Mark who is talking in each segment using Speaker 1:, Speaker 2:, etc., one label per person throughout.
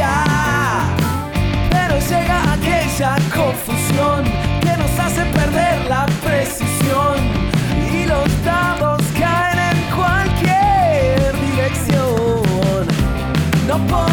Speaker 1: uh, Oh,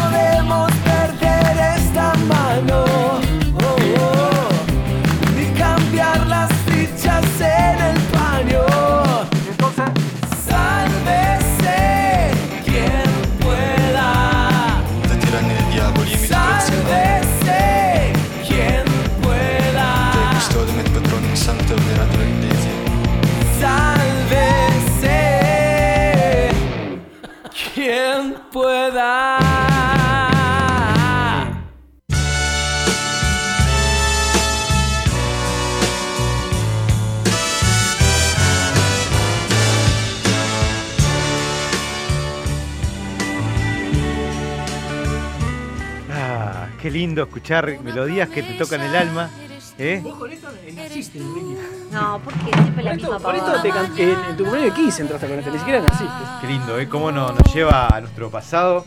Speaker 2: Ah, Qué lindo escuchar melodías que te tocan el alma. ¿eh?
Speaker 3: Vos con esto naciste, Ricky.
Speaker 4: No, porque siempre
Speaker 3: Por
Speaker 4: la misma
Speaker 3: esto, por
Speaker 4: pavada.
Speaker 3: esto te can- en, en tu cumpleaños de 15 entraste con esto, ni siquiera naciste.
Speaker 2: Qué lindo, ¿eh? Cómo no- nos lleva a nuestro pasado.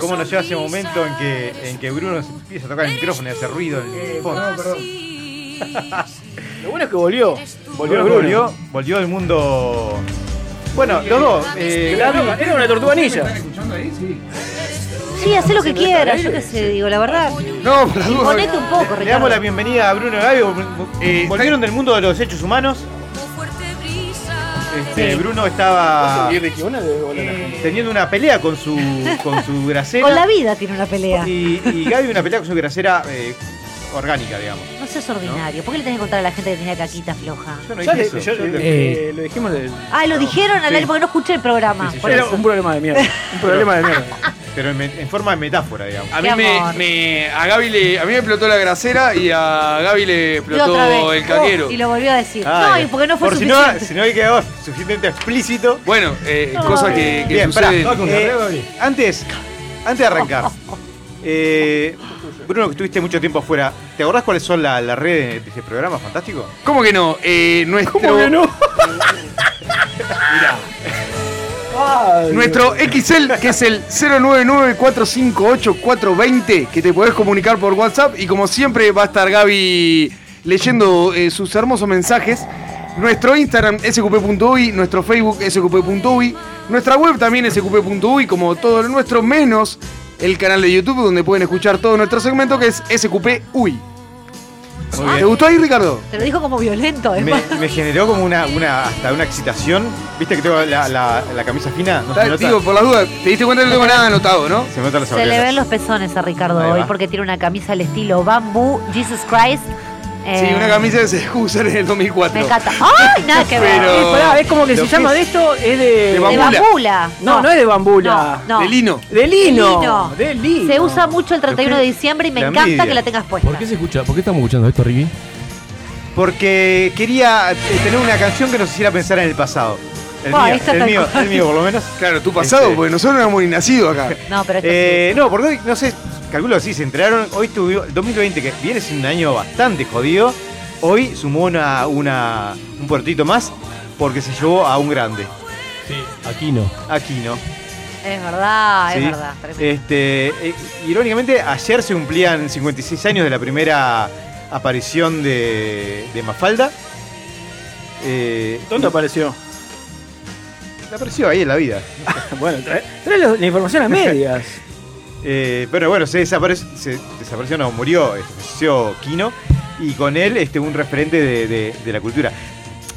Speaker 2: Cómo nos lleva a ese momento en que, en que Bruno se empieza a tocar el micrófono y hace ruido en el
Speaker 3: Eh,
Speaker 2: fondo.
Speaker 3: perdón, perdón. Lo bueno es que volvió. Volvió
Speaker 2: Volvió,
Speaker 3: Bruno.
Speaker 2: volvió, volvió al mundo. Bueno, los dos. eh,
Speaker 3: Era una- era una tortuga ninja.
Speaker 5: escuchando ahí? Sí.
Speaker 4: Sí, hacé lo que
Speaker 3: Siempre
Speaker 4: quieras,
Speaker 3: está
Speaker 4: yo qué
Speaker 3: alegre.
Speaker 4: sé, digo, la verdad.
Speaker 5: No, por las dudas.
Speaker 4: Imponete un poco,
Speaker 2: le damos la
Speaker 4: Ricardo.
Speaker 2: bienvenida a Bruno Gabio. Eh, volvieron del mundo de los hechos humanos. Este, Bruno estaba
Speaker 3: ¿Y Ricky, una de bola a la gente?
Speaker 2: teniendo una pelea con su, con su grasera.
Speaker 4: Con la vida tiene una pelea.
Speaker 2: Y, y Gaby una pelea con su grasera eh, orgánica, digamos.
Speaker 4: No seas ordinario. ¿Por qué le tenés que contar a la gente que tenía caquita floja?
Speaker 2: Yo no
Speaker 3: Ya
Speaker 2: dije
Speaker 3: le-
Speaker 2: eso.
Speaker 3: yo-
Speaker 2: Yo
Speaker 3: le-
Speaker 2: te-
Speaker 3: eh, lo dijimos del.
Speaker 4: Ah, lo dijeron al
Speaker 2: sí.
Speaker 4: aire porque no escuché el programa.
Speaker 2: Sí, sí,
Speaker 4: por
Speaker 2: yo
Speaker 3: Era
Speaker 4: eso.
Speaker 3: un problema de mierda. Un problema de mierda.
Speaker 2: Pero en, me- en forma de metáfora, digamos.
Speaker 5: A mí
Speaker 4: Qué
Speaker 5: me,
Speaker 4: amor.
Speaker 5: me- a Gaby le, a mí me explotó la grasera y a Gaby le
Speaker 4: Y otra
Speaker 5: explotó
Speaker 4: vez.
Speaker 5: el caquero.
Speaker 4: Oh, y lo volvió a decir. no,
Speaker 2: Ay,
Speaker 4: y porque no fue
Speaker 2: Ah, por si no-
Speaker 4: suficiente.
Speaker 2: si no hay quedado suficiente explícito.
Speaker 5: Bueno, eh,
Speaker 4: Ay.
Speaker 5: cosas que, que
Speaker 2: Bien, pará.
Speaker 5: suceden.
Speaker 2: Eh, antes, antes de arrancar, eh, Bruno, que estuviste mucho tiempo afuera, ¿te acordás cuáles son la- las redes de este programa fantástico?
Speaker 5: ¿Cómo que no? Eh, nuestro,
Speaker 3: ¿Cómo que no? Ay,
Speaker 5: Nuestro XL, que es el 099-458-420, que te podés comunicar por WhatsApp. Y como siempre, va a estar Gaby leyendo eh, sus hermosos mensajes. Nuestro Instagram, sqp.uy. Nuestro Facebook, sqp.uy. Nuestra web también, sqp.uy, como todo lo nuestro, menos el canal de YouTube, donde pueden escuchar todo nuestro segmento, que es sqp.uy.
Speaker 2: Muy
Speaker 5: ¿Te gustó ahí, Ricardo?
Speaker 4: Te lo dijo como violento,
Speaker 2: Me,
Speaker 4: además.
Speaker 2: me generó como una, una hasta una excitación. ¿Viste que tengo la, la- la camisa fina? ¿No se
Speaker 5: Está-
Speaker 2: nota?
Speaker 5: Digo, por la duda, te diste cuenta que no tengo nada anotado, ¿no?
Speaker 2: Se me notan las
Speaker 4: Se le
Speaker 2: orejas.
Speaker 4: ven los pezones a Ricardo
Speaker 2: Ahí
Speaker 4: hoy
Speaker 2: va.
Speaker 4: porque tiene una camisa al estilo bambú, Jesus Christ.
Speaker 5: Sí,
Speaker 4: Eh,
Speaker 5: una camisa que se usa en el 2004.
Speaker 4: Me encanta. ¡Ay, nada que ver!
Speaker 5: Pero-
Speaker 3: Eh, pará, es como que
Speaker 2: Lo que
Speaker 3: se llama
Speaker 2: es-
Speaker 3: de esto, es de.
Speaker 5: De
Speaker 4: De
Speaker 5: bambula.
Speaker 4: bambula.
Speaker 3: No, no es de bambula.
Speaker 4: No, no.
Speaker 5: De lino.
Speaker 3: De lino.
Speaker 4: De lino.
Speaker 3: De lino.
Speaker 4: Se usa mucho el 31
Speaker 2: Lo
Speaker 4: de
Speaker 2: que-
Speaker 4: diciembre y me
Speaker 2: la
Speaker 4: encanta
Speaker 2: envidia.
Speaker 4: que la tengas puesta.
Speaker 6: ¿Por qué se escucha? ¿Por qué estamos escuchando esto, Ricky?
Speaker 2: Porque quería eh, tener una canción que nos hiciera pensar en el pasado. El
Speaker 4: Ah,
Speaker 2: mío,
Speaker 4: esta
Speaker 2: el
Speaker 4: tal
Speaker 2: mío,
Speaker 4: cual.
Speaker 2: el mío, por lo menos.
Speaker 5: Claro, tu pasado,
Speaker 2: Este.
Speaker 5: porque nosotros no éramos ni nacidos acá.
Speaker 4: No, pero esto
Speaker 2: Eh, no, porque hoy, no sé, calculo así, se enteraron. Hoy tuvo, 2020, que viene siendo un año bastante jodido, hoy sumó una, una, un puertito más porque se llevó a un grande,
Speaker 6: Sí. Aquí no.
Speaker 2: Aquino.
Speaker 4: sí. Es verdad,
Speaker 2: ¿sí?
Speaker 4: es verdad. tremendo.
Speaker 2: Este, eh, irónicamente, ayer se cumplían 56 años de la primera aparición de, de Mafalda. Eh,
Speaker 3: ¿Dónde apareció?
Speaker 2: apareció ahí en la vida.
Speaker 3: Bueno, trae, trae la, la información a medias.
Speaker 2: Eh, pero bueno, se desapareció, se desapareció, no, murió, eh, falleció Kino y con él este, un referente de, de- de la cultura.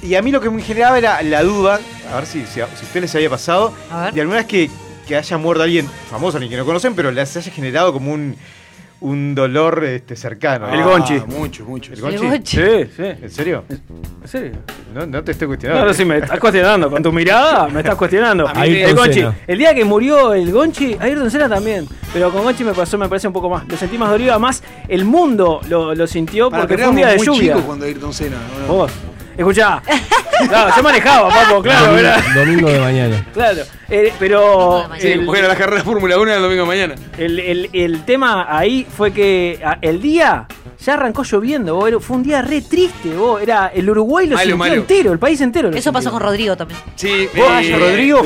Speaker 2: Y a mí lo que me generaba era la duda, a ver si, si a si a ustedes les había pasado,
Speaker 4: A ver.
Speaker 2: de alguna vez que, que haya muerto alguien famoso, alguien que no conocen, pero les haya generado como un, un dolor este, cercano.
Speaker 3: El
Speaker 2: Ah,
Speaker 3: Gonchi.
Speaker 5: Mucho, mucho.
Speaker 2: ¿El
Speaker 4: El
Speaker 2: Gonchi?
Speaker 4: Gonchi.
Speaker 3: Sí, sí.
Speaker 2: ¿En serio?
Speaker 3: ¿En serio?
Speaker 2: No, no te estoy cuestionando.
Speaker 3: No, no, sí, me estás cuestionando. Con tu mirada me estás cuestionando.
Speaker 6: A mí
Speaker 3: el
Speaker 6: Ayrton
Speaker 3: Gonchi.
Speaker 6: Senna.
Speaker 3: El día que murió el Gonchi, Ayrton Senna también. Pero con Gonchi me pasó, me parece un poco más. Lo sentí más dolido. Además, el mundo lo, lo sintió
Speaker 5: Para,
Speaker 3: porque
Speaker 5: pero
Speaker 3: fue un día de
Speaker 5: éramos muy
Speaker 3: lluvia.
Speaker 5: chicos cuando Ayrton Senna. ¿no?
Speaker 3: Vos. Escuchá. Claro, yo manejaba, papo, claro,
Speaker 6: domingo,
Speaker 3: ¿verdad?
Speaker 6: domingo de mañana.
Speaker 3: Claro. Eh, pero
Speaker 4: Domingo de
Speaker 5: Sí,
Speaker 3: el,
Speaker 5: porque era la carrera de Fórmula 1 el domingo de mañana.
Speaker 3: el- el- el tema ahí fue que a- el día ya arrancó lloviendo. vos. Era- Fue un día re triste. Vos. Era, el Uruguay lo
Speaker 5: Malo,
Speaker 3: sintió
Speaker 5: malo.
Speaker 3: entero, el país entero. lo
Speaker 4: Eso pasó
Speaker 3: sintió.
Speaker 4: con Rodrigo también.
Speaker 5: Sí, eh,
Speaker 2: Rodrigo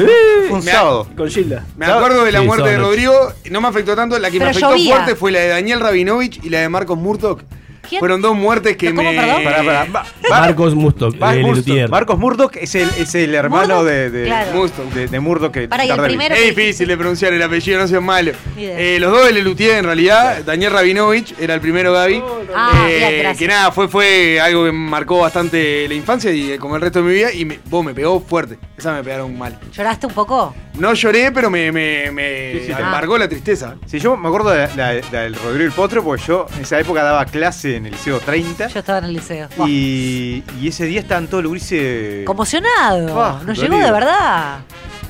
Speaker 2: fue un
Speaker 5: me-
Speaker 2: sábado.
Speaker 3: Con Gilda.
Speaker 5: Me acuerdo de la
Speaker 6: Sí,
Speaker 5: muerte de
Speaker 6: son-
Speaker 5: Rodrigo, no me afectó tanto, la que me
Speaker 4: Pero
Speaker 5: afectó
Speaker 4: llovía.
Speaker 5: fuerte fue la de Daniel Rabinovich y la de Marcos Murdoch.
Speaker 4: ¿Quién?
Speaker 5: Fueron dos muertes que
Speaker 4: ¿Cómo,
Speaker 5: me...
Speaker 4: perdón?
Speaker 2: Pará, pará. Mar-
Speaker 6: Marcos Musto,
Speaker 2: Mar-
Speaker 6: el
Speaker 2: Murdoch.
Speaker 6: Lutier.
Speaker 2: Marcos Murdoch es el, es el hermano
Speaker 4: Murdoch,
Speaker 2: de, de,
Speaker 4: claro.
Speaker 5: Murdoch.
Speaker 2: de- de Murdoch. que
Speaker 4: Pará, y el
Speaker 2: tarda-
Speaker 4: primero-
Speaker 5: Es difícil de pronunciar el apellido, no seas malo.
Speaker 4: Ni idea.
Speaker 5: Eh, los dos de Lelutier en realidad. Daniel Rabinovich era el primero Gaby.
Speaker 4: Ah,
Speaker 5: Eh,
Speaker 4: bien, gracias.
Speaker 5: que nada, fue, fue algo que marcó bastante la infancia y eh, como el resto de mi vida. Y me- vos me pegó fuerte. Esa me pegaron mal.
Speaker 4: ¿Lloraste un poco? Ah.
Speaker 5: No lloré, pero me, me, me
Speaker 2: Sí, sí, te-
Speaker 5: embargó la tristeza.
Speaker 2: Sí, yo me acuerdo de la, la del Rodrigo el Potro, porque yo en esa época daba clase en el liceo 30
Speaker 4: Yo estaba en el liceo.
Speaker 2: y, y ese día estaban todos los grises.
Speaker 4: Conmocionado.
Speaker 2: Ah,
Speaker 4: Nos
Speaker 2: dolido.
Speaker 4: llegó de verdad.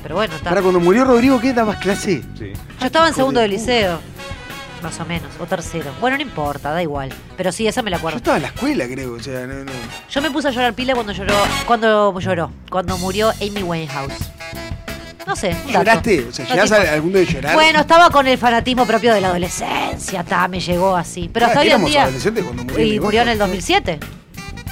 Speaker 4: Pero bueno, está.
Speaker 5: Ahora, cuando murió Rodrigo, ¿qué dabas clase?
Speaker 2: Sí.
Speaker 4: Yo estaba en
Speaker 5: hijo
Speaker 4: segundo
Speaker 5: de
Speaker 4: de liceo. Más o menos. O tercero. Bueno, no importa, da igual. Pero sí, esa me la
Speaker 5: Yo
Speaker 4: acuerdo.
Speaker 5: estaba en la escuela, creo. O sea, no, no.
Speaker 4: Yo me puse a llorar pila cuando lloró. Cuando lloró. Cuando murió Amy Winehouse. No sé. un dato.
Speaker 5: ¿Lloraste? O sea,
Speaker 4: No
Speaker 5: ¿llegás
Speaker 4: tengo-
Speaker 5: a- al mundo de llorar?
Speaker 4: Bueno, estaba con el fanatismo propio de la adolescencia, ta, me llegó así. Pero hasta hoy en
Speaker 5: Ah, éramos
Speaker 4: día.
Speaker 5: adolescentes cuando murió
Speaker 4: Y
Speaker 5: Miguel
Speaker 4: murió en
Speaker 5: Bosé.
Speaker 4: el 2007.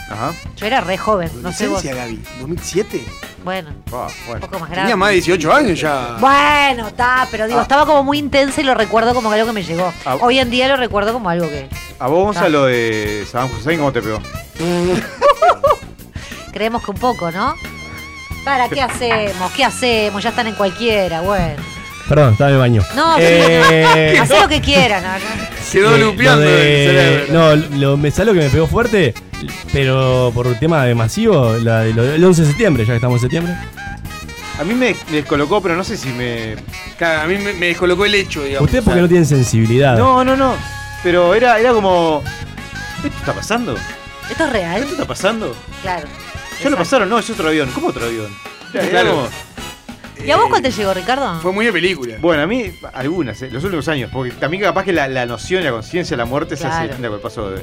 Speaker 2: Ajá.
Speaker 4: Yo era re joven, no sé vos.
Speaker 5: Adolescencia, Gaby. ¿2007?
Speaker 4: Bueno,
Speaker 2: Ah,
Speaker 4: un
Speaker 2: bueno.
Speaker 4: poco más grande.
Speaker 5: Tenía más de 18 años ya.
Speaker 4: Bueno, está, pero digo,
Speaker 2: Ah.
Speaker 4: estaba como muy intensa y lo recuerdo como algo que me llegó.
Speaker 2: Ah.
Speaker 4: Hoy en día lo recuerdo como algo que.
Speaker 2: A vos, Gonzalo, lo de Saddam Hussein, ¿cómo te pegó?
Speaker 4: Creemos que un poco, ¿no? Para, ¿qué hacemos? ¿Qué hacemos? Ya están en cualquiera, bueno.
Speaker 6: Perdón, estaba en el baño.
Speaker 4: No,
Speaker 6: Eh,
Speaker 4: hacé lo que quieran. acá.
Speaker 5: Quedó
Speaker 6: Eh,
Speaker 5: lupeando
Speaker 6: lo de-
Speaker 5: en el cerebro.
Speaker 6: No, lo, me salió que me pegó fuerte, pero por un tema de masivo, la de lo- el 11 de septiembre, ya que estamos en septiembre.
Speaker 2: A mí me descolocó, pero no sé si me.
Speaker 5: Claro, a mí me, me descolocó el hecho, digamos.
Speaker 6: Usted porque no tiene sensibilidad.
Speaker 2: No, no, no. Pero era, era como. ¿Esto está pasando?
Speaker 4: ¿Esto es
Speaker 2: ¿Esto
Speaker 4: real?
Speaker 2: está pasando?
Speaker 4: Claro.
Speaker 2: Ya lo
Speaker 4: Exacto.
Speaker 2: pasaron, no, es otro avión. ¿Cómo otro avión? Era- era
Speaker 5: Claro.
Speaker 2: como-
Speaker 4: ¿Y a vos cuál te
Speaker 5: Eh,
Speaker 4: llegó, Ricardo?
Speaker 5: Fue muy de película.
Speaker 2: Bueno, a mí, algunas, eh, los últimos años, porque también capaz que la, la noción y la conciencia de la muerte se hace
Speaker 4: Claro.
Speaker 2: distinta con el paso de,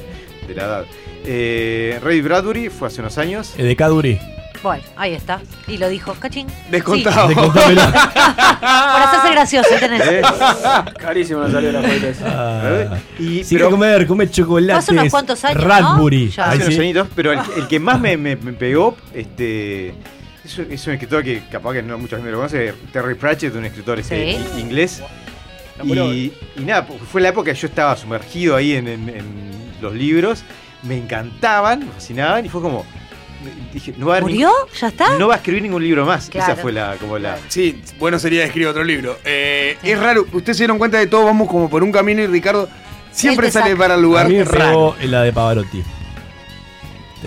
Speaker 2: de la edad. Eh, Ray Bradbury fue hace unos años.
Speaker 6: Eh, De Caduri.
Speaker 4: Bueno, ahí está. Y lo dijo, cachín.
Speaker 5: Descontado.
Speaker 6: De Contamelo.
Speaker 4: Sí, por hacerse gracioso, ahí tenés.
Speaker 2: ¿eh?
Speaker 3: Ah, Carísimo nos salió la foto esa.
Speaker 6: Ah,
Speaker 2: y,
Speaker 6: Sí,
Speaker 2: pero-
Speaker 6: comer, comer chocolate.
Speaker 4: Hace unos cuantos años, ¿no?
Speaker 6: Radbury.
Speaker 4: Ya.
Speaker 6: Ahí
Speaker 2: hace unos
Speaker 6: sí.
Speaker 2: añitos, pero el, el que más me, me- me pegó, este. Es un, es un escritor que capaz que no mucha gente lo conoce, Terry Pratchett, un escritor este,
Speaker 4: Sí.
Speaker 2: i- inglés. Y, y nada, po- fue la época que yo estaba sumergido ahí en, en- en los libros. Me encantaban, me fascinaban, y fue como. Dije, no va a haber
Speaker 4: ¿Murió? ¿Ya está?
Speaker 2: No va a escribir ningún libro más.
Speaker 4: Claro.
Speaker 2: Esa fue la, como la.
Speaker 5: Sí, bueno sería escribir otro libro. Eh, Es raro, ustedes se dieron cuenta de todos vamos como por un camino y Ricardo siempre
Speaker 4: Él te
Speaker 5: sale
Speaker 4: Este saca.
Speaker 5: para el
Speaker 6: a
Speaker 5: lugar
Speaker 6: mí me
Speaker 5: raro.
Speaker 6: pegó la de Pavarotti.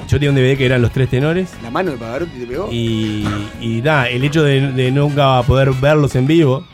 Speaker 6: Yo tenía un DVD que eran los tres tenores.
Speaker 5: La mano de Pavarotti te pegó.
Speaker 6: Y, y nada, el hecho de, de nunca poder verlos en vivo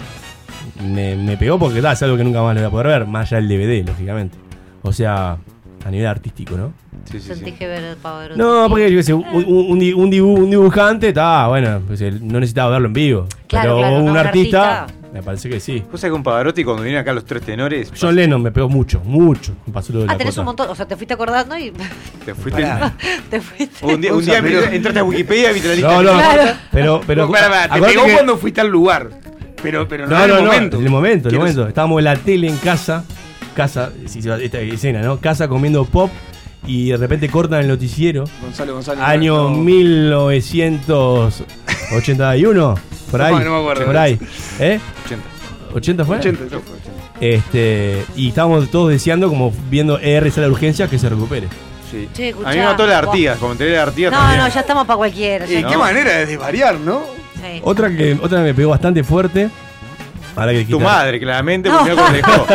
Speaker 6: me, me pegó porque da, es algo que nunca más lo voy a poder ver, más allá del DVD, lógicamente. O sea, a nivel artístico, ¿no?
Speaker 2: Sí, sí,
Speaker 4: Sentí
Speaker 2: sí.
Speaker 4: que ver el Pavarotti.
Speaker 6: No, porque yo qué sé, un, un- un di- un dibu- un dibujante, está, bueno, pues, el- no necesitaba verlo en vivo.
Speaker 4: Claro,
Speaker 6: pero
Speaker 4: claro,
Speaker 6: un,
Speaker 4: no, un
Speaker 6: artista,
Speaker 4: artista.
Speaker 6: me parece que sí.
Speaker 2: Vos sabés que un Pavarotti cuando vinieron acá los tres tenores.
Speaker 6: John Lennon me pegó mucho, mucho. me Pasó lo de
Speaker 4: pues. Ah,
Speaker 6: la
Speaker 4: tenés
Speaker 6: cuota.
Speaker 4: un montón. O sea, te fuiste acordando y
Speaker 2: Te fuiste.
Speaker 5: Pará.
Speaker 4: te fuiste.
Speaker 2: Un día, un día
Speaker 5: Pero-
Speaker 2: entraste a Wikipedia y viste la lista.
Speaker 6: No, no,
Speaker 4: Claro.
Speaker 6: pero, pero.
Speaker 5: No, Uh, pará, pará, te
Speaker 6: acuérdate
Speaker 5: pegó
Speaker 6: que-
Speaker 5: cuando fuiste al lugar. Pero, pero no,
Speaker 6: No,
Speaker 5: en
Speaker 6: no,
Speaker 5: el
Speaker 6: no,
Speaker 5: momento.
Speaker 6: En el momento, en el
Speaker 5: Quiero-
Speaker 6: momento. Estábamos en la tele en casa, casa, si se va- esta escena, ¿no? Casa comiendo pop y de repente cortan el noticiero.
Speaker 5: Gonzalo Gonzalo.
Speaker 6: Año
Speaker 5: no.
Speaker 6: 1981, por
Speaker 5: No,
Speaker 6: ahí.
Speaker 5: no me acuerdo.
Speaker 6: Por ahí. ¿Eh?
Speaker 2: 80.
Speaker 6: ¿80 fue?
Speaker 5: 80,
Speaker 2: Creo que fue 80.
Speaker 6: Este, y estábamos todos deseando, como viendo ER sala de urgencia, que se recupere.
Speaker 2: Sí.
Speaker 4: Che, escuchá.
Speaker 2: a mí me mató la Artigas. Cuando enteré la Artigas
Speaker 4: No,
Speaker 2: también.
Speaker 4: no, ya estamos para cualquiera. ya
Speaker 5: Eh, qué
Speaker 2: No.
Speaker 5: manera de desvariar, ¿no?
Speaker 4: Sí.
Speaker 6: Otra que, otra que me pegó bastante fuerte. Ahora que
Speaker 2: Tu
Speaker 6: dijiste-
Speaker 2: madre, claramente, porque no dejó.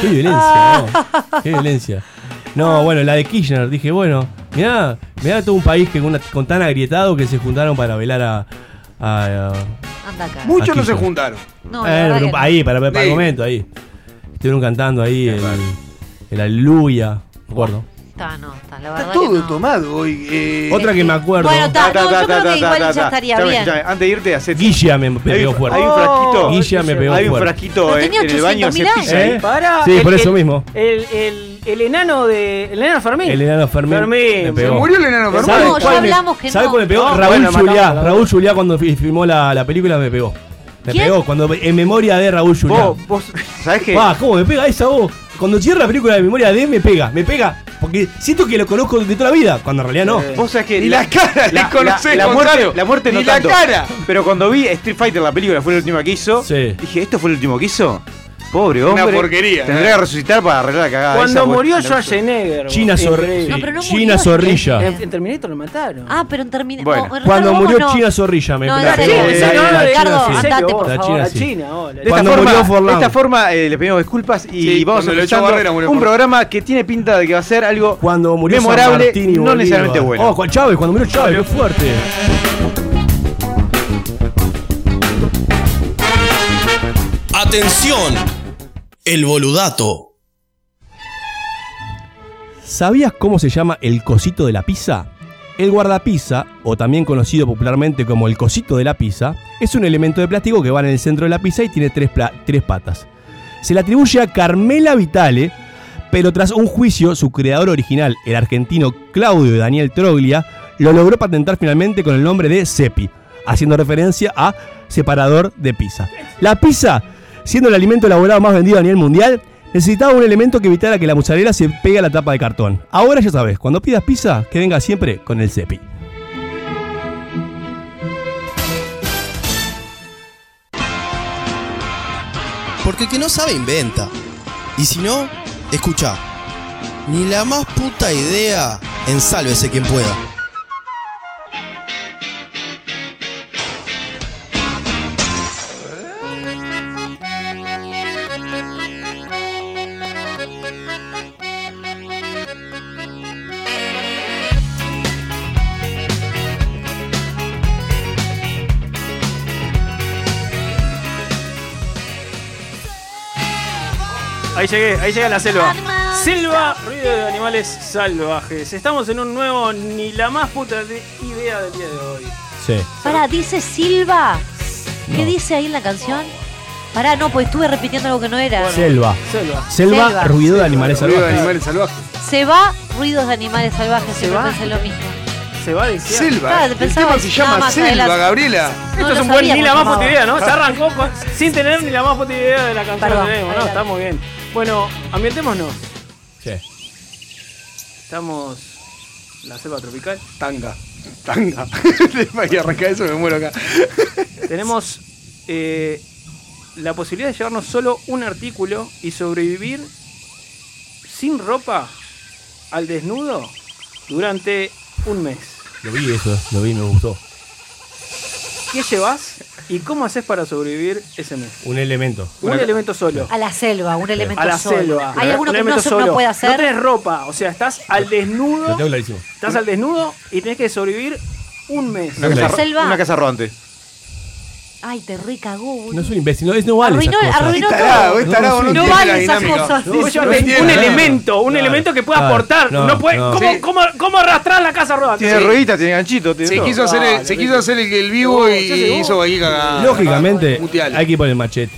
Speaker 6: Qué
Speaker 4: Ah.
Speaker 6: violencia, no. Qué violencia. No, bueno, la de Kirchner. Dije, bueno, mirá, mirá todo un país que con, una- con tan agrietado que se juntaron para velar a. a- a-
Speaker 4: Anda acá.
Speaker 5: Muchos
Speaker 6: Aquí
Speaker 5: no se
Speaker 6: está.
Speaker 5: juntaron.
Speaker 4: No,
Speaker 6: Eh,
Speaker 4: la verdad que no.
Speaker 6: ahí, para, para
Speaker 5: Sí.
Speaker 6: el momento, ahí. Estuvieron cantando ahí el,
Speaker 2: raro.
Speaker 6: el Aleluya. Me acuerdo.
Speaker 4: Está, no, está, la verdad
Speaker 5: Está
Speaker 4: que
Speaker 5: todo
Speaker 4: no.
Speaker 5: tomado hoy. eh.
Speaker 6: Otra que me acuerdo.
Speaker 4: Bueno, está, no, yo creo que igual ya estaría
Speaker 2: Escuchame,
Speaker 4: bien.
Speaker 2: escuchame, Antes de irte, hacete.
Speaker 6: Guilla me, me
Speaker 2: Hay
Speaker 6: pegó
Speaker 2: un-
Speaker 6: fuerte.
Speaker 2: Hay un
Speaker 3: Oh,
Speaker 2: frasquito.
Speaker 6: Guilla me pegó
Speaker 2: Hay un
Speaker 6: fuerte.
Speaker 2: frasquito
Speaker 4: Pero
Speaker 2: en,
Speaker 4: tenía
Speaker 2: en el baño. Se
Speaker 4: 800.000
Speaker 2: pisa
Speaker 6: años.
Speaker 2: ahí.
Speaker 6: ¿Eh?
Speaker 3: Pará,
Speaker 6: Sí,
Speaker 3: el-
Speaker 6: por eso
Speaker 3: el-
Speaker 6: mismo.
Speaker 3: El, el- el enano de. El enano Fermín.
Speaker 6: El enano Fermín.
Speaker 3: Fermín.
Speaker 6: me
Speaker 5: Se
Speaker 6: pegó.
Speaker 5: murió el enano
Speaker 3: ¿Sabe
Speaker 5: Fernández.
Speaker 4: No, ya
Speaker 6: cuál me-
Speaker 4: hablamos que
Speaker 6: ¿Sabe
Speaker 4: no.
Speaker 6: cuál me pegó?
Speaker 3: No,
Speaker 6: Raúl
Speaker 3: bueno, matamos,
Speaker 6: Juliá.
Speaker 3: matamos.
Speaker 6: Raúl Juliá cuando fi- filmó la, la película me pegó. Me
Speaker 4: ¿Quién?
Speaker 6: pegó cuando en memoria de Raúl Juliá.
Speaker 2: Vos, vos, ¿sabés qué?
Speaker 6: Pa, ¿cómo me pega esa voz? Cuando cierra la película de memoria de me pega, me pega. Porque siento que lo conozco de toda la vida, cuando en realidad no.
Speaker 2: Vos sabés que.
Speaker 5: Eh, Ni la cara le conocés,
Speaker 2: la, muerte,
Speaker 5: Gonzalo.
Speaker 2: la muerte no
Speaker 5: Ni la
Speaker 2: tanto.
Speaker 5: cara.
Speaker 2: Pero cuando vi Street Fighter, la película, fue la última que hizo.
Speaker 6: Sí.
Speaker 2: Dije, ¿esto fue el último que hizo? Pobre hombre.
Speaker 5: porquería,
Speaker 2: Tendría
Speaker 5: ¿eh?
Speaker 2: que resucitar para arreglar la cagada.
Speaker 3: Cuando
Speaker 2: esa, pues,
Speaker 3: murió
Speaker 2: la-
Speaker 3: Schwarzenegger. vos,
Speaker 6: China, Zorri-
Speaker 3: increíble.
Speaker 6: sí,
Speaker 4: pero no
Speaker 6: China
Speaker 4: murió, es que-
Speaker 6: Zorrilla.
Speaker 3: En, en Terminator lo mataron.
Speaker 4: Ah, pero en termina.
Speaker 2: Bueno.
Speaker 4: no, en
Speaker 6: Cuando
Speaker 4: realidad
Speaker 6: murió
Speaker 4: vos no.
Speaker 6: China Zorrilla me,
Speaker 4: No,
Speaker 6: me
Speaker 4: en serio,
Speaker 6: pegó.
Speaker 3: en
Speaker 6: Eh,
Speaker 3: serio,
Speaker 6: la
Speaker 4: Ricardo,
Speaker 6: China, sí.
Speaker 3: En
Speaker 4: andate,
Speaker 3: serio,
Speaker 4: por
Speaker 3: vos,
Speaker 6: favor.
Speaker 3: la
Speaker 6: La China,
Speaker 3: China, vos, la
Speaker 2: De esta
Speaker 6: Cuando
Speaker 2: forma,
Speaker 6: murió Forlán.
Speaker 2: de esta forma eh, le pedimos disculpas y
Speaker 5: Sí,
Speaker 2: vamos
Speaker 5: cuando lo echó
Speaker 2: escuchando
Speaker 5: Barrera murió
Speaker 2: un
Speaker 5: Forlán.
Speaker 2: programa que tiene pinta de que va a ser algo
Speaker 6: Cuando murió San
Speaker 2: memorable,
Speaker 6: Martín y
Speaker 2: no
Speaker 6: Bolívar.
Speaker 2: necesariamente bueno.
Speaker 6: Oh, Juan Chávez, cuando murió Chávez, qué fuerte.
Speaker 7: Atención, el boludato.
Speaker 6: ¿Sabías cómo se llama el cosito de la pizza? El guardapizza, o también conocido popularmente como el cosito de la pizza, es un elemento de plástico que va en el centro de la pizza y tiene tres, pla- tres patas. Se le atribuye a Carmela Vitale, pero tras un juicio, su creador original, el argentino Claudio Daniel Troglia, lo logró patentar finalmente con el nombre de Cepi, haciendo referencia a separador de pizza. La pizza, siendo el alimento elaborado más vendido a nivel mundial, necesitaba un elemento que evitara que la mozzarella se pegue a la tapa de cartón. Ahora ya sabes, cuando pidas pizza, que venga siempre con el cepi.
Speaker 7: Porque el que no sabe inventa. Y si no, escucha. Ni la más puta idea, ensálvese quien pueda.
Speaker 3: Ahí llegué, ahí llega la selva.
Speaker 4: Animal
Speaker 3: Selva, ruido de animales salvajes. Estamos en un nuevo ni la más puta de- idea del día de hoy.
Speaker 6: Sí.
Speaker 4: Pará, dice Silva.
Speaker 6: No.
Speaker 4: ¿Qué dice ahí en la canción? Pará, no, pues estuve repitiendo algo que no era.
Speaker 6: Selva.
Speaker 3: Selva.
Speaker 6: Selva,
Speaker 4: Selva.
Speaker 6: ruido de animales
Speaker 5: Ruido de
Speaker 6: salvajes.
Speaker 5: animales salvajes.
Speaker 4: Se va ruidos de animales salvajes,
Speaker 3: ¿Se
Speaker 4: siempre
Speaker 3: va?
Speaker 4: pensé lo mismo.
Speaker 3: Se va diciendo.
Speaker 5: Selva.
Speaker 4: Claro,
Speaker 5: El
Speaker 4: pensaba
Speaker 5: tema se
Speaker 4: nada
Speaker 5: llama
Speaker 4: más
Speaker 5: Selva,
Speaker 4: adelante.
Speaker 5: Gabriela.
Speaker 3: Esto
Speaker 4: No,
Speaker 3: es
Speaker 4: no
Speaker 3: un buen
Speaker 4: sabía
Speaker 3: ni
Speaker 4: cómo
Speaker 3: la más
Speaker 4: llamaba.
Speaker 3: puta idea, ¿no? Se arrancó con- sin tener ni la más puta idea de la canción
Speaker 4: Perdón,
Speaker 3: que tenemos, ¿no?
Speaker 4: adelante.
Speaker 3: Estamos bien. Bueno, ambientémonos.
Speaker 6: Sí.
Speaker 3: Estamos en la selva tropical.
Speaker 5: Tanga. Tanga. y arranca eso, me muero acá.
Speaker 3: Tenemos eh, la posibilidad de llevarnos solo un artículo y sobrevivir sin ropa al desnudo durante un mes.
Speaker 6: Lo vi eso, lo vi, me gustó.
Speaker 3: ¿Qué llevas y cómo haces para sobrevivir ese mes?
Speaker 6: Un elemento.
Speaker 3: Un
Speaker 5: Una-
Speaker 3: elemento solo.
Speaker 4: A la selva, un elemento
Speaker 3: A la
Speaker 4: solo.
Speaker 3: selva.
Speaker 4: Hay alguno
Speaker 3: Un
Speaker 4: que no,
Speaker 3: elemento
Speaker 4: se- no
Speaker 3: solo.
Speaker 4: puede
Speaker 3: No
Speaker 4: hacer.
Speaker 3: tenés ropa, o sea, estás al
Speaker 6: Lo tengo
Speaker 3: desnudo.
Speaker 6: clarísimo.
Speaker 3: Estás al desnudo y tenés que sobrevivir un mes.
Speaker 2: Una casa,
Speaker 4: La selva.
Speaker 2: una casa rodante.
Speaker 4: Ay, te recagó,
Speaker 6: No
Speaker 4: boludo.
Speaker 6: es un imbécil, no, es, no vale esas
Speaker 4: Arruinó-
Speaker 6: cosas.
Speaker 4: arruinó- No,
Speaker 5: Tarado,
Speaker 4: no,
Speaker 5: es tarado, no,
Speaker 4: no
Speaker 5: entiende
Speaker 4: vale
Speaker 5: la
Speaker 4: esas
Speaker 5: dinámica.
Speaker 4: cosas.
Speaker 3: No,
Speaker 5: No,
Speaker 3: yo
Speaker 5: no
Speaker 3: le-
Speaker 5: entiende,
Speaker 3: un
Speaker 5: no, no.
Speaker 3: elemento, un
Speaker 6: Claro,
Speaker 3: elemento que pueda
Speaker 6: claro,
Speaker 3: aportar. No,
Speaker 6: no,
Speaker 3: puede,
Speaker 6: no.
Speaker 3: ¿cómo,
Speaker 5: Sí.
Speaker 3: cómo, cómo arrastrar la casa rodante?
Speaker 2: Tiene rueditas, tiene ganchito, tiene
Speaker 5: Se
Speaker 2: todo.
Speaker 5: quiso hacer el, se quiso hacer el, el vivo
Speaker 3: No,
Speaker 5: y
Speaker 3: ya llegó.
Speaker 5: hizo ahí cagada.
Speaker 6: Ah, Lógicamente,
Speaker 5: ah, Mundial.
Speaker 6: hay que poner machete.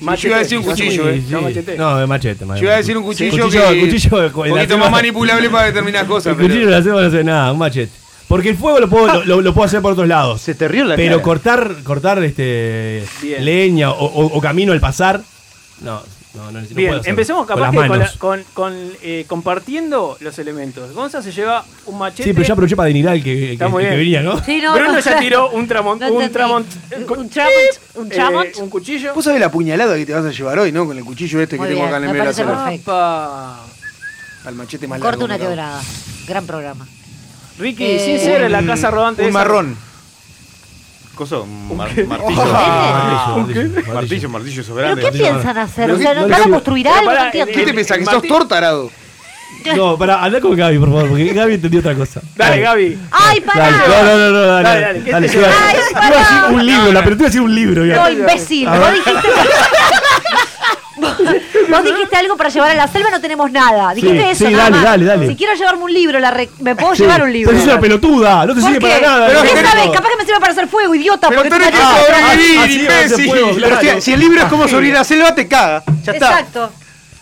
Speaker 3: Machete.
Speaker 5: Yo iba a decir un cuchillo, eh.
Speaker 6: Sí,
Speaker 3: No,
Speaker 6: sí.
Speaker 3: machete.
Speaker 6: No, de machete. madre.
Speaker 5: Yo iba a decir un cuchillo,
Speaker 6: Cuchillo,
Speaker 5: que
Speaker 6: cuchillo de-
Speaker 5: un poquito más manipulable para determinadas cosas.
Speaker 6: El
Speaker 5: pero-
Speaker 6: cuchillo no lo hacemos, no hace nada, un machete. Porque el fuego lo puedo, lo, lo- lo puedo hacer por otros lados.
Speaker 2: Se te rió en la
Speaker 6: Pero
Speaker 2: cara.
Speaker 6: cortar, cortar este
Speaker 3: Bien.
Speaker 6: leña o, o- o camino al pasar, no, no, no, no
Speaker 3: Bien,
Speaker 6: puedo hacer.
Speaker 3: empecemos
Speaker 6: Con
Speaker 3: capaz
Speaker 6: las
Speaker 3: que con
Speaker 6: manos.
Speaker 3: la- con- con, eh, compartiendo los elementos. Gonza se lleva un machete.
Speaker 6: Sí, pero ya aproveché para denigrar el que, el
Speaker 3: Está
Speaker 6: que-
Speaker 3: muy
Speaker 6: el que venía,
Speaker 3: bien.
Speaker 6: ¿no?
Speaker 4: Sí, no,
Speaker 3: Bruno
Speaker 4: no,
Speaker 3: ya tiró un tramont.
Speaker 4: No
Speaker 3: un
Speaker 4: entendí.
Speaker 3: tramont.
Speaker 4: Un tramont. Un
Speaker 3: eh,
Speaker 4: tramont.
Speaker 3: un cuchillo.
Speaker 5: Vos sabés la puñalada que te vas a llevar hoy, ¿no? Con el cuchillo este
Speaker 4: Muy
Speaker 5: que tengo
Speaker 4: bien,
Speaker 5: acá en el
Speaker 4: me
Speaker 5: medio de la
Speaker 4: parece
Speaker 5: sala.
Speaker 4: perfecto.
Speaker 3: Apa. este
Speaker 5: Al machete más
Speaker 4: Corta
Speaker 5: largo,
Speaker 4: una
Speaker 5: me cago.
Speaker 4: quebrada. Gran programa.
Speaker 3: Ricky,
Speaker 4: Eh,
Speaker 3: sin ser en la
Speaker 2: Un-
Speaker 3: casa rodante.
Speaker 2: Un
Speaker 3: esa-
Speaker 2: marrón. Coso, un mar- martillo.
Speaker 6: Martillo, martillo,
Speaker 2: Martillo,
Speaker 6: martillo.
Speaker 2: martillo
Speaker 4: ¿Pero
Speaker 2: soberano.
Speaker 4: qué piensan hacer? O sea,
Speaker 6: no
Speaker 4: ¿no van a
Speaker 6: le-
Speaker 4: construir
Speaker 3: Pero
Speaker 4: algo?
Speaker 3: pará,
Speaker 4: No entiendo.
Speaker 5: ¿Qué te
Speaker 3: El- el
Speaker 5: pensás? ¿Que sos
Speaker 3: Martín-
Speaker 5: torta, tarado?
Speaker 6: No, pará, andá con Gaby, por favor, porque Gaby entendió otra cosa.
Speaker 3: Dale, Gaby.
Speaker 4: ¡Ay,
Speaker 6: Dale,
Speaker 4: pará!
Speaker 6: no, no, no, no, dale. Dale,
Speaker 3: Dale, dale, ¿qué te
Speaker 6: iba a-
Speaker 4: llevas?
Speaker 6: iba a decir un libro, la apertura decir un libro. iba a-
Speaker 4: No, imbécil.
Speaker 6: A
Speaker 4: Vos
Speaker 6: ver.
Speaker 4: dijiste, vos dijiste algo para llevar a la selva, no tenemos nada. Dijiste
Speaker 6: Sí,
Speaker 4: eso,
Speaker 6: sí,
Speaker 4: nada
Speaker 6: dale,
Speaker 4: más.
Speaker 6: dale, dale.
Speaker 4: Si quiero llevarme un libro, la re- me puedo llevar un libro.
Speaker 6: Pero sos una pelotuda, no te
Speaker 4: ¿Por
Speaker 6: sirve
Speaker 4: qué?
Speaker 6: para nada. eh.
Speaker 5: Pero
Speaker 6: no
Speaker 5: ¿qué
Speaker 6: te sirve
Speaker 4: ¿Qué
Speaker 5: tenés-
Speaker 6: para
Speaker 4: sabes?
Speaker 6: nada.
Speaker 4: Capaz que me sirve para hacer fuego, idiota.
Speaker 5: Pero
Speaker 4: porque
Speaker 5: tenés
Speaker 4: tú
Speaker 5: que
Speaker 4: no-
Speaker 6: ah,
Speaker 5: sobrevivir,
Speaker 6: sí, va a ser
Speaker 5: imbécil.
Speaker 6: fuego, claro.
Speaker 2: Pero si, si el libro es cómo sobrevivir a la selva, te caga. Ya está.
Speaker 4: Exacto.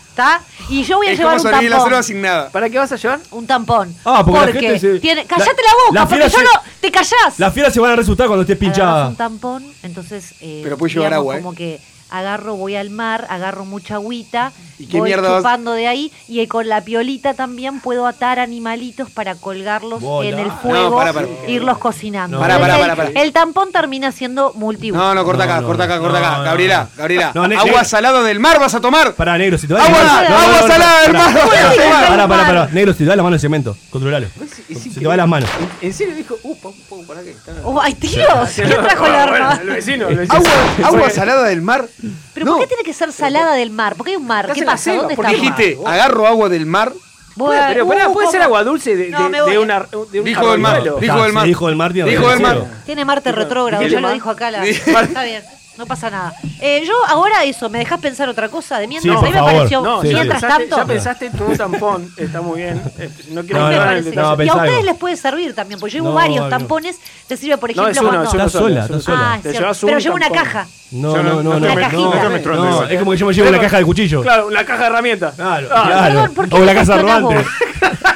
Speaker 4: ¿Está? Y yo voy a
Speaker 5: Es
Speaker 4: llevar
Speaker 5: como
Speaker 4: un
Speaker 5: sobrevivir la
Speaker 4: tampón.
Speaker 5: selva sin nada.
Speaker 3: ¿Para qué vas a llevar?
Speaker 4: Un tampón.
Speaker 6: Ah, porque la gente se-
Speaker 4: tiene-
Speaker 6: la-
Speaker 4: Callate la boca,
Speaker 6: la
Speaker 4: porque
Speaker 6: fiera
Speaker 4: yo
Speaker 6: se-
Speaker 4: no... Te callás.
Speaker 6: Las fieras se van a resultar cuando estés
Speaker 4: agarras
Speaker 6: pinchada.
Speaker 4: un tampón, entonces. eh,
Speaker 5: Pero puede llevar
Speaker 4: digamos,
Speaker 5: agua, ¿eh?
Speaker 4: Como que agarro, voy al mar, agarro mucha agüita,
Speaker 5: ¿Y qué
Speaker 4: voy
Speaker 5: mierda vas-
Speaker 4: chupando de ahí y eh, con la piolita también puedo atar animalitos para colgarlos
Speaker 6: Bola.
Speaker 4: en el fuego,
Speaker 5: No, pará, pará.
Speaker 4: irlos cocinando.
Speaker 6: No. Pará,
Speaker 4: Entonces,
Speaker 5: pará, pará,
Speaker 4: el-
Speaker 5: pará.
Speaker 4: El tampón termina siendo multiuso.
Speaker 5: No, no, corta
Speaker 6: No,
Speaker 5: acá,
Speaker 6: no,
Speaker 5: corta acá,
Speaker 6: no,
Speaker 5: corta acá.
Speaker 6: no,
Speaker 5: Gabriela,
Speaker 6: no.
Speaker 5: Gabriela.
Speaker 6: No, este ne-
Speaker 5: agua
Speaker 6: ne-
Speaker 5: salada del mar vas a tomar.
Speaker 6: Pará, negro, si te da
Speaker 5: Agua- agua salada, hermano.
Speaker 6: Pará,
Speaker 5: Fuego,
Speaker 6: pará,
Speaker 4: hermano.
Speaker 6: pará, pará. Negro, si te da la mano en cemento, controlalo. Se te va las manos.
Speaker 3: En- En serio dijo, uh, pa- pa- ¿para qué? Está-
Speaker 4: Oh, ¡Ay, Dios! ¿Qué trajo el
Speaker 3: Ah, bueno,
Speaker 4: arma?
Speaker 3: El vecino, el vecino.
Speaker 5: Agua, agua salada del mar.
Speaker 4: ¿Pero
Speaker 5: no.
Speaker 4: por qué tiene que ser salada del mar? ¿Por qué hay un mar?
Speaker 3: Estás
Speaker 4: ¿Qué
Speaker 3: en la
Speaker 4: pasa?
Speaker 3: selva,
Speaker 4: ¿Dónde
Speaker 3: ¿por
Speaker 4: está
Speaker 3: qué Ah,
Speaker 4: el mar?
Speaker 5: Dijiste, agarro agua del mar.
Speaker 4: Bueno,
Speaker 3: Pero pará,
Speaker 4: uh,
Speaker 3: puede ser agua dulce de,
Speaker 4: No,
Speaker 3: de-
Speaker 4: me voy.
Speaker 3: de una, de un
Speaker 5: Dijo del mar,
Speaker 3: arroyo.
Speaker 5: dijo del mar.
Speaker 6: Dijo del mar, tío.
Speaker 5: Dijo del mar.
Speaker 4: Tiene Marte retrógrado,
Speaker 3: ¿Tiene
Speaker 4: ya
Speaker 3: el
Speaker 4: lo
Speaker 3: mar?
Speaker 4: dijo acá la.
Speaker 5: Sí.
Speaker 4: Está bien, no pasa nada. Eh, yo ahora eso, ¿me dejás pensar otra cosa? De mientras,
Speaker 6: Sí,
Speaker 4: a mí
Speaker 6: por
Speaker 4: me
Speaker 6: favor.
Speaker 4: pareció,
Speaker 3: No,
Speaker 6: Sí,
Speaker 3: ya,
Speaker 4: mientras
Speaker 3: pensaste,
Speaker 4: tanto.
Speaker 3: ya pensaste en tu tampón, está muy bien. eh, No quiero
Speaker 6: No,
Speaker 4: me
Speaker 6: no,
Speaker 3: entrar en el
Speaker 4: parece
Speaker 6: no,
Speaker 3: detalle.
Speaker 4: que sí. y a
Speaker 6: pensá
Speaker 4: ustedes
Speaker 6: algo.
Speaker 4: les puede servir también, porque yo llevo
Speaker 6: No,
Speaker 4: varios
Speaker 6: no.
Speaker 4: tampones. Te sirve, por
Speaker 3: No,
Speaker 4: ejemplo,
Speaker 3: es uno, es
Speaker 4: cuando.
Speaker 3: uno
Speaker 6: Estás sola,
Speaker 3: solo.
Speaker 6: estás
Speaker 3: es uno
Speaker 6: sola.
Speaker 4: ah,
Speaker 3: solo.
Speaker 4: es
Speaker 3: Te
Speaker 4: cierto.
Speaker 3: llevas un
Speaker 4: Pero llevo una
Speaker 3: tampón.
Speaker 4: caja.
Speaker 6: No,
Speaker 2: Yo
Speaker 6: no,
Speaker 2: no-
Speaker 6: no,
Speaker 2: no
Speaker 6: no.
Speaker 2: estoy
Speaker 4: menstruando,
Speaker 6: no,
Speaker 4: no estoy
Speaker 3: menstruando
Speaker 6: no,
Speaker 3: igual.
Speaker 6: es como que yo me llevo la caja de cuchillo.
Speaker 3: Claro, la caja de herramientas.
Speaker 6: Claro,
Speaker 3: Ah,
Speaker 6: claro.
Speaker 4: Perdón, ¿por qué
Speaker 6: o la
Speaker 4: me
Speaker 6: casa
Speaker 4: cuestionás
Speaker 6: rodante.
Speaker 4: vos?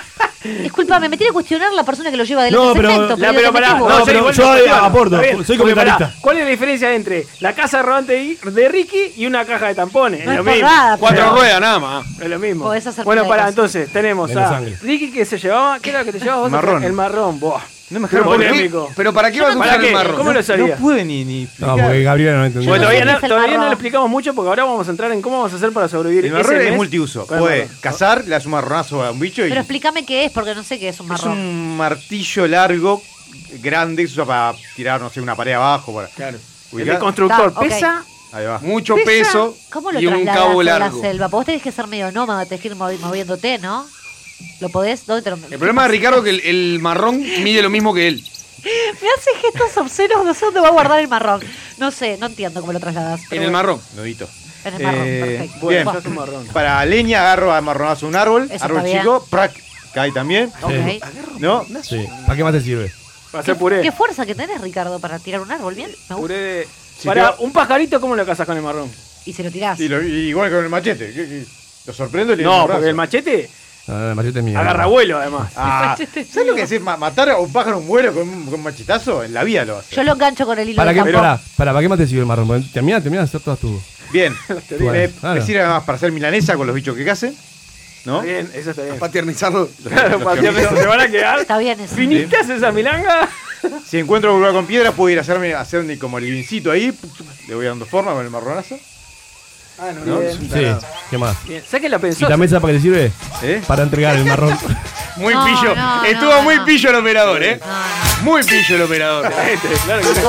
Speaker 4: Disculpame, me tiene que cuestionar la persona que lo lleva del
Speaker 6: No,
Speaker 4: otro
Speaker 6: pero-
Speaker 4: segmento,
Speaker 6: la-
Speaker 4: querido,
Speaker 6: pero
Speaker 4: te
Speaker 6: pará,
Speaker 4: metes vos.
Speaker 6: no,
Speaker 3: yo
Speaker 6: pero
Speaker 3: igual
Speaker 6: yo
Speaker 3: no cuestiono.
Speaker 6: aporto,
Speaker 3: Está bien,
Speaker 6: soy
Speaker 3: porque
Speaker 6: comentarista.
Speaker 3: pará, ¿Cuál es la diferencia entre la casa rodante y- de Ricky y una caja de tampones?
Speaker 4: No
Speaker 3: es
Speaker 4: es
Speaker 3: lo
Speaker 4: por
Speaker 3: mismo.
Speaker 4: nada,
Speaker 5: Cuatro
Speaker 3: Pero-
Speaker 5: ruedas nada más.
Speaker 3: Es lo mismo.
Speaker 4: Podés hacer
Speaker 3: Bueno,
Speaker 4: pila de
Speaker 3: para
Speaker 4: cosas.
Speaker 3: entonces tenemos
Speaker 6: Menos
Speaker 3: a
Speaker 6: sangre.
Speaker 3: Ricky que se llevaba, ¿qué era lo que te llevabas vos?
Speaker 2: Marrón.
Speaker 3: El marrón, buah.
Speaker 2: No me
Speaker 5: Pero,
Speaker 2: dejaron
Speaker 5: ¿por qué-
Speaker 3: Polémico.
Speaker 5: pero ¿para qué vas a
Speaker 3: ¿Para
Speaker 5: usar
Speaker 3: qué?
Speaker 5: el marrón?
Speaker 3: ¿Cómo lo
Speaker 2: No
Speaker 3: sabía?
Speaker 2: pude ni, ni
Speaker 6: No,
Speaker 2: explicar.
Speaker 6: porque Gabriela no entendió.
Speaker 4: Yo
Speaker 3: Bueno,
Speaker 4: no sé
Speaker 3: todavía,
Speaker 4: qué
Speaker 3: no,
Speaker 4: es el
Speaker 3: todavía no
Speaker 4: marrón.
Speaker 3: lo explicamos mucho porque ahora vamos a entrar en cómo vamos a hacer para sobrevivir.
Speaker 2: el marrón
Speaker 3: ese
Speaker 2: es
Speaker 3: mes
Speaker 2: multiuso.
Speaker 3: con el
Speaker 2: Puede
Speaker 3: marrón.
Speaker 2: cazar, le das un marronazo a un bicho y
Speaker 4: Pero explícame qué es, porque no sé qué es un
Speaker 2: es
Speaker 4: marrón.
Speaker 2: un martillo largo, grande, que se usa para tirar, no sé, una pared abajo. Para...
Speaker 5: Claro.
Speaker 3: El
Speaker 2: ubicar.
Speaker 3: constructor
Speaker 4: Está, ok.
Speaker 3: pesa.
Speaker 2: Ahí va.
Speaker 5: Mucho
Speaker 3: Pesa.
Speaker 5: peso
Speaker 4: ¿Cómo lo
Speaker 5: y un
Speaker 4: trasladás
Speaker 5: cabo
Speaker 4: a la
Speaker 5: largo.
Speaker 4: selva? Porque vos tenés que ser medio nómada, tenés que ir movi- moviéndote, ¿no? ¿Lo podés? ¿Dónde te lo
Speaker 5: El problema de Ricardo es que el, el marrón mide lo mismo que él.
Speaker 4: Me hace gestos obscenos, no sé dónde va a guardar el marrón. No sé, no entiendo cómo lo trasladás. pero
Speaker 5: En el
Speaker 4: bueno.
Speaker 5: marrón.
Speaker 2: Nudito.
Speaker 4: En el marrón,
Speaker 2: Eh,
Speaker 4: perfecto.
Speaker 2: bien.
Speaker 3: Bueno, ya es un marrón.
Speaker 2: Para leña agarro a marronazo un árbol,
Speaker 4: Eso
Speaker 2: árbol
Speaker 4: está bien.
Speaker 2: chico, prac, cae también.
Speaker 4: Ok.
Speaker 2: ¿No?
Speaker 6: Sí. ¿Para qué más te sirve?
Speaker 3: Para hacer
Speaker 4: ¿Qué, qué
Speaker 3: puré.
Speaker 4: fuerza que tenés, Ricardo, para tirar un árbol, bien. Me gusta.
Speaker 3: Puré de... Para
Speaker 2: te
Speaker 3: un pajarito, ¿cómo lo cazas con el marrón?
Speaker 4: Y se lo tirás.
Speaker 2: Y lo- y igual con el machete. ¿qué- qué? Lo sorprendo y le doy un
Speaker 3: No,
Speaker 2: brazo.
Speaker 3: porque el machete
Speaker 6: No, no, el machete es mío.
Speaker 3: agarra vuelo además.
Speaker 2: Ah, ¿Sabes lo que es decir? Ma- Matar a un pájaro en un vuelo con un, con un machetazo, en la vida lo hace.
Speaker 4: Yo lo engancho con el hilo
Speaker 6: ¿Para
Speaker 4: de
Speaker 6: qué,
Speaker 4: campo.
Speaker 6: para, para, ¿Para qué más te sirve el marrón? Porque Termina, termina de hacer todas tus.
Speaker 2: Bien. Eh,
Speaker 6: Bueno,
Speaker 2: me,
Speaker 6: claro.
Speaker 2: me sirve además para hacer milanesa con los bichos que case. ¿No?
Speaker 3: Está bien, eso está bien.
Speaker 5: Paternizarlo.
Speaker 3: Claro,
Speaker 2: Los
Speaker 3: para
Speaker 2: que-
Speaker 3: ti, se van a quedar
Speaker 4: Está bien eso.
Speaker 3: finitas esas milangas.
Speaker 2: Si encuentro vulgar con piedra, puedo ir a hacerme, hacerme como el livincito ahí. Le voy dando forma con el marronazo.
Speaker 3: Ah,
Speaker 6: Sí, ¿qué más?
Speaker 3: Bien, ¿sabes qué la
Speaker 6: ¿Y
Speaker 3: pensó?
Speaker 6: la mesa para qué te sirve?
Speaker 2: ¿Eh?
Speaker 6: Para entregar el marrón.
Speaker 5: Muy
Speaker 4: No,
Speaker 5: pillo.
Speaker 4: no,
Speaker 5: Estuvo
Speaker 4: no,
Speaker 5: muy
Speaker 4: no.
Speaker 5: pillo el operador, ¿eh?
Speaker 4: No, no,
Speaker 5: Muy pillo el operador.
Speaker 3: Claro que sí.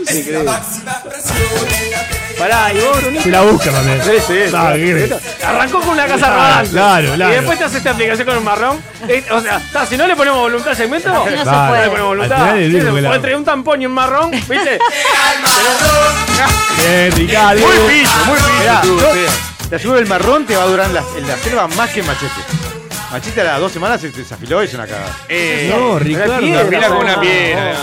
Speaker 3: Increíble. Pará, y vos, Brunito.
Speaker 6: Se la busca, mami.
Speaker 3: Sí, sí, sí.
Speaker 6: Ah, ¿qué querés?
Speaker 3: Arrancó con una casa rodante.
Speaker 6: Ah, claro, claro.
Speaker 3: Y después te hace esta aplicación con un marrón. Eh, o sea, está, si no le ponemos voluntad al segmento, no,
Speaker 4: no se
Speaker 6: Vale.
Speaker 3: le
Speaker 4: puede.
Speaker 3: ponemos
Speaker 6: Al
Speaker 3: voluntad.
Speaker 6: final es
Speaker 3: Sí,
Speaker 6: Diego que la-
Speaker 3: o Entre un tampón y un marrón, ¿viste?
Speaker 6: Bien, Ricardo.
Speaker 5: Muy pillo, muy pillo.
Speaker 2: Mirá,
Speaker 5: estuvo,
Speaker 2: yo-
Speaker 5: sí.
Speaker 2: te aseguro el marrón te va a durar en la, en la selva más que el machete. Machete a las dos semanas se te desafiló y es una cagada.
Speaker 5: Eh,
Speaker 6: No, Ricardo.
Speaker 3: piedra,
Speaker 5: Mira con
Speaker 3: no.
Speaker 5: una piedra.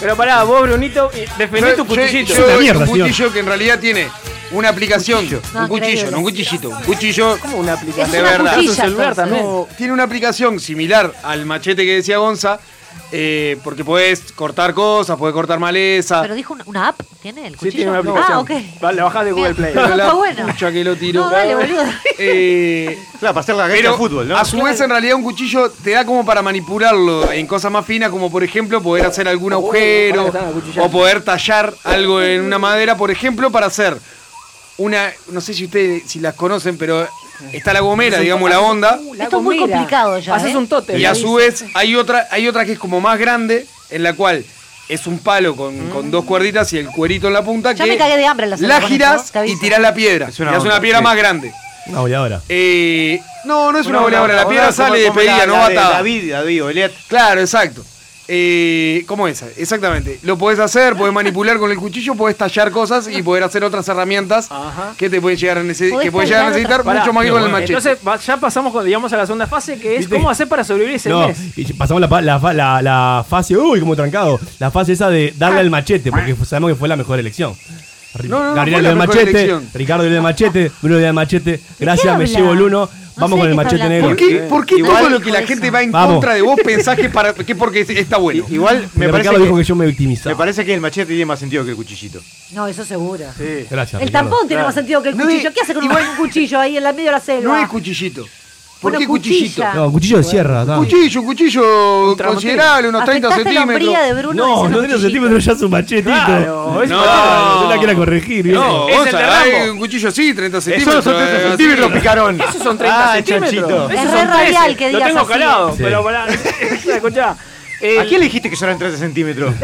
Speaker 3: Pero pará, vos, Brunito, y defendí tu
Speaker 5: cuchillo.
Speaker 3: putillito.
Speaker 6: yo- Es una mierda,
Speaker 5: un
Speaker 6: señor.
Speaker 5: cuchillo que en realidad tiene una aplicación.
Speaker 4: No,
Speaker 5: un cuchillo,
Speaker 4: increíble.
Speaker 5: no un cuchillito. Un cuchillo.
Speaker 3: Como una aplicación.
Speaker 4: Es
Speaker 5: De una verdad.
Speaker 3: Es un
Speaker 4: cuchilla,
Speaker 3: celular
Speaker 4: entonces.
Speaker 3: también.
Speaker 5: No, tiene una aplicación similar al machete que decía Gonza. eh, porque puedes cortar cosas, puedes cortar maleza.
Speaker 4: Pero dijo una, una app, ¿tiene el
Speaker 3: Sí,
Speaker 4: cuchillo?
Speaker 3: tiene una aplicación.
Speaker 4: Ah, ok.
Speaker 3: Vale, la bajás de Google Play.
Speaker 4: Pero
Speaker 5: la
Speaker 4: está bueno.
Speaker 5: pucha que lo tiró.
Speaker 4: No, dale, boludo.
Speaker 5: Eh,
Speaker 2: Claro, para hacer la guerra
Speaker 5: pero
Speaker 2: de fútbol, ¿no?
Speaker 5: a su vez en realidad un cuchillo te da como para manipularlo en cosas más finas, como por ejemplo poder hacer algún agujero
Speaker 3: Oh, pará, cuchillar.
Speaker 5: o poder tallar algo en una madera, por ejemplo, para hacer una, no sé si ustedes si las conocen, pero está la gomera, digamos la onda,
Speaker 4: Esto es muy complicado ya,
Speaker 3: Haces
Speaker 4: ¿eh?
Speaker 3: un tótem.
Speaker 5: y a su vez hay otra, hay otra que es como más grande, en la cual es un palo con, con dos cuerditas y el cuerito en la punta
Speaker 4: Ya
Speaker 5: que
Speaker 4: me cagué de hambre en la selva
Speaker 5: la
Speaker 4: con
Speaker 5: girás
Speaker 4: esto, te
Speaker 5: y
Speaker 4: aviso.
Speaker 5: tirás la piedra.
Speaker 2: Es
Speaker 5: y
Speaker 2: una
Speaker 5: haces una
Speaker 2: onda,
Speaker 5: piedra
Speaker 2: sí.
Speaker 5: más grande.
Speaker 6: Una boleadora.
Speaker 5: Eh, no, no es una, goleadora. La piedra
Speaker 2: bola como-
Speaker 5: sale de
Speaker 2: como
Speaker 5: pedida,
Speaker 2: la-
Speaker 5: no
Speaker 2: la de
Speaker 5: batada.
Speaker 2: David, David Olet.
Speaker 5: Claro, exacto. Eh, ¿Cómo es? Exactamente. Lo podés hacer, podés manipular con el cuchillo, podés tallar cosas y poder hacer otras herramientas
Speaker 3: Ajá.
Speaker 5: que te pueden llegar a, necesi-
Speaker 4: Podés
Speaker 5: que puedes llegar a
Speaker 4: tallar
Speaker 5: necesitar
Speaker 3: Pará,
Speaker 5: mucho más que
Speaker 6: no,
Speaker 5: con el
Speaker 6: bueno.
Speaker 5: machete.
Speaker 3: Entonces va- ya pasamos con- digamos a la segunda fase que es
Speaker 6: ¿Viste?
Speaker 3: cómo hacer para sobrevivir ese
Speaker 6: No,
Speaker 3: mes.
Speaker 6: y pasamos la, pa- la, fa- la- la fase. Uy, como trancado. La fase esa de darle al machete, porque fu- sabemos que fue la mejor elección. Ri-
Speaker 5: No, no, no
Speaker 6: Gabriel
Speaker 5: Ah, fue la
Speaker 6: dio el
Speaker 5: mejor
Speaker 6: machete,
Speaker 5: elección.
Speaker 6: Ricardo dio el machete, Bruno dio el machete. Gracias, me
Speaker 4: habla?
Speaker 6: llevo el uno.
Speaker 4: No
Speaker 6: Vamos
Speaker 4: sé
Speaker 6: con
Speaker 4: de
Speaker 6: el
Speaker 4: qué está
Speaker 6: machete
Speaker 4: hablando.
Speaker 6: negro.
Speaker 5: ¿Por qué, por qué
Speaker 2: Igual-
Speaker 5: todo lo que la gente va en
Speaker 6: Vamos.
Speaker 5: contra de vos pensás que, para, que porque está bueno?
Speaker 2: Igual me
Speaker 6: Pero
Speaker 2: parece,
Speaker 6: Ricardo dijo que
Speaker 2: que,
Speaker 6: yo me
Speaker 2: me
Speaker 6: victimizaba.
Speaker 2: parece que el machete tiene más sentido que el cuchillito.
Speaker 4: No, eso seguro.
Speaker 3: Sí.
Speaker 6: Gracias.
Speaker 4: El
Speaker 6: Ricardo.
Speaker 4: tampón tiene más sentido que el
Speaker 5: No
Speaker 4: cuchillo.
Speaker 5: es-
Speaker 4: ¿Qué hace con un buen cuchillo ahí en la medio de la selva?
Speaker 5: No es cuchillito. ¿Por
Speaker 4: Bueno,
Speaker 5: qué cuchillito?
Speaker 4: cuchilla.
Speaker 6: No, cuchillo de sierra. está.
Speaker 5: Cuchillo, cuchillo
Speaker 3: tramontero.
Speaker 5: considerable, unos 30
Speaker 4: Afectaste la
Speaker 5: centímetros.
Speaker 4: hombría de Bruno
Speaker 6: No, no
Speaker 4: diciendo
Speaker 6: tiene
Speaker 4: cuchillito.
Speaker 6: centímetros, ya es un machetito.
Speaker 3: Claro, es-
Speaker 5: No.
Speaker 6: Ah, Yo la quiero corregir. ¿viste?
Speaker 5: No,
Speaker 3: Es el
Speaker 5: Gonza,
Speaker 3: de Rambo.
Speaker 5: hay un cuchillo así, 30
Speaker 2: Eso
Speaker 5: centímetros.
Speaker 2: son 30
Speaker 5: eh,
Speaker 2: centímetros,
Speaker 5: así.
Speaker 2: picarón.
Speaker 3: Esos son 30
Speaker 2: Ah,
Speaker 3: centímetros.
Speaker 2: chanchito.
Speaker 3: Esos
Speaker 4: Es
Speaker 3: son
Speaker 4: re radial
Speaker 3: 13.
Speaker 4: que
Speaker 3: Lo
Speaker 4: digas
Speaker 3: tengo
Speaker 4: así.
Speaker 3: calado,
Speaker 6: Sí.
Speaker 3: pero pará. Escuchá.
Speaker 2: ¿A
Speaker 3: El-
Speaker 2: quién le dijiste que son 30 centímetros?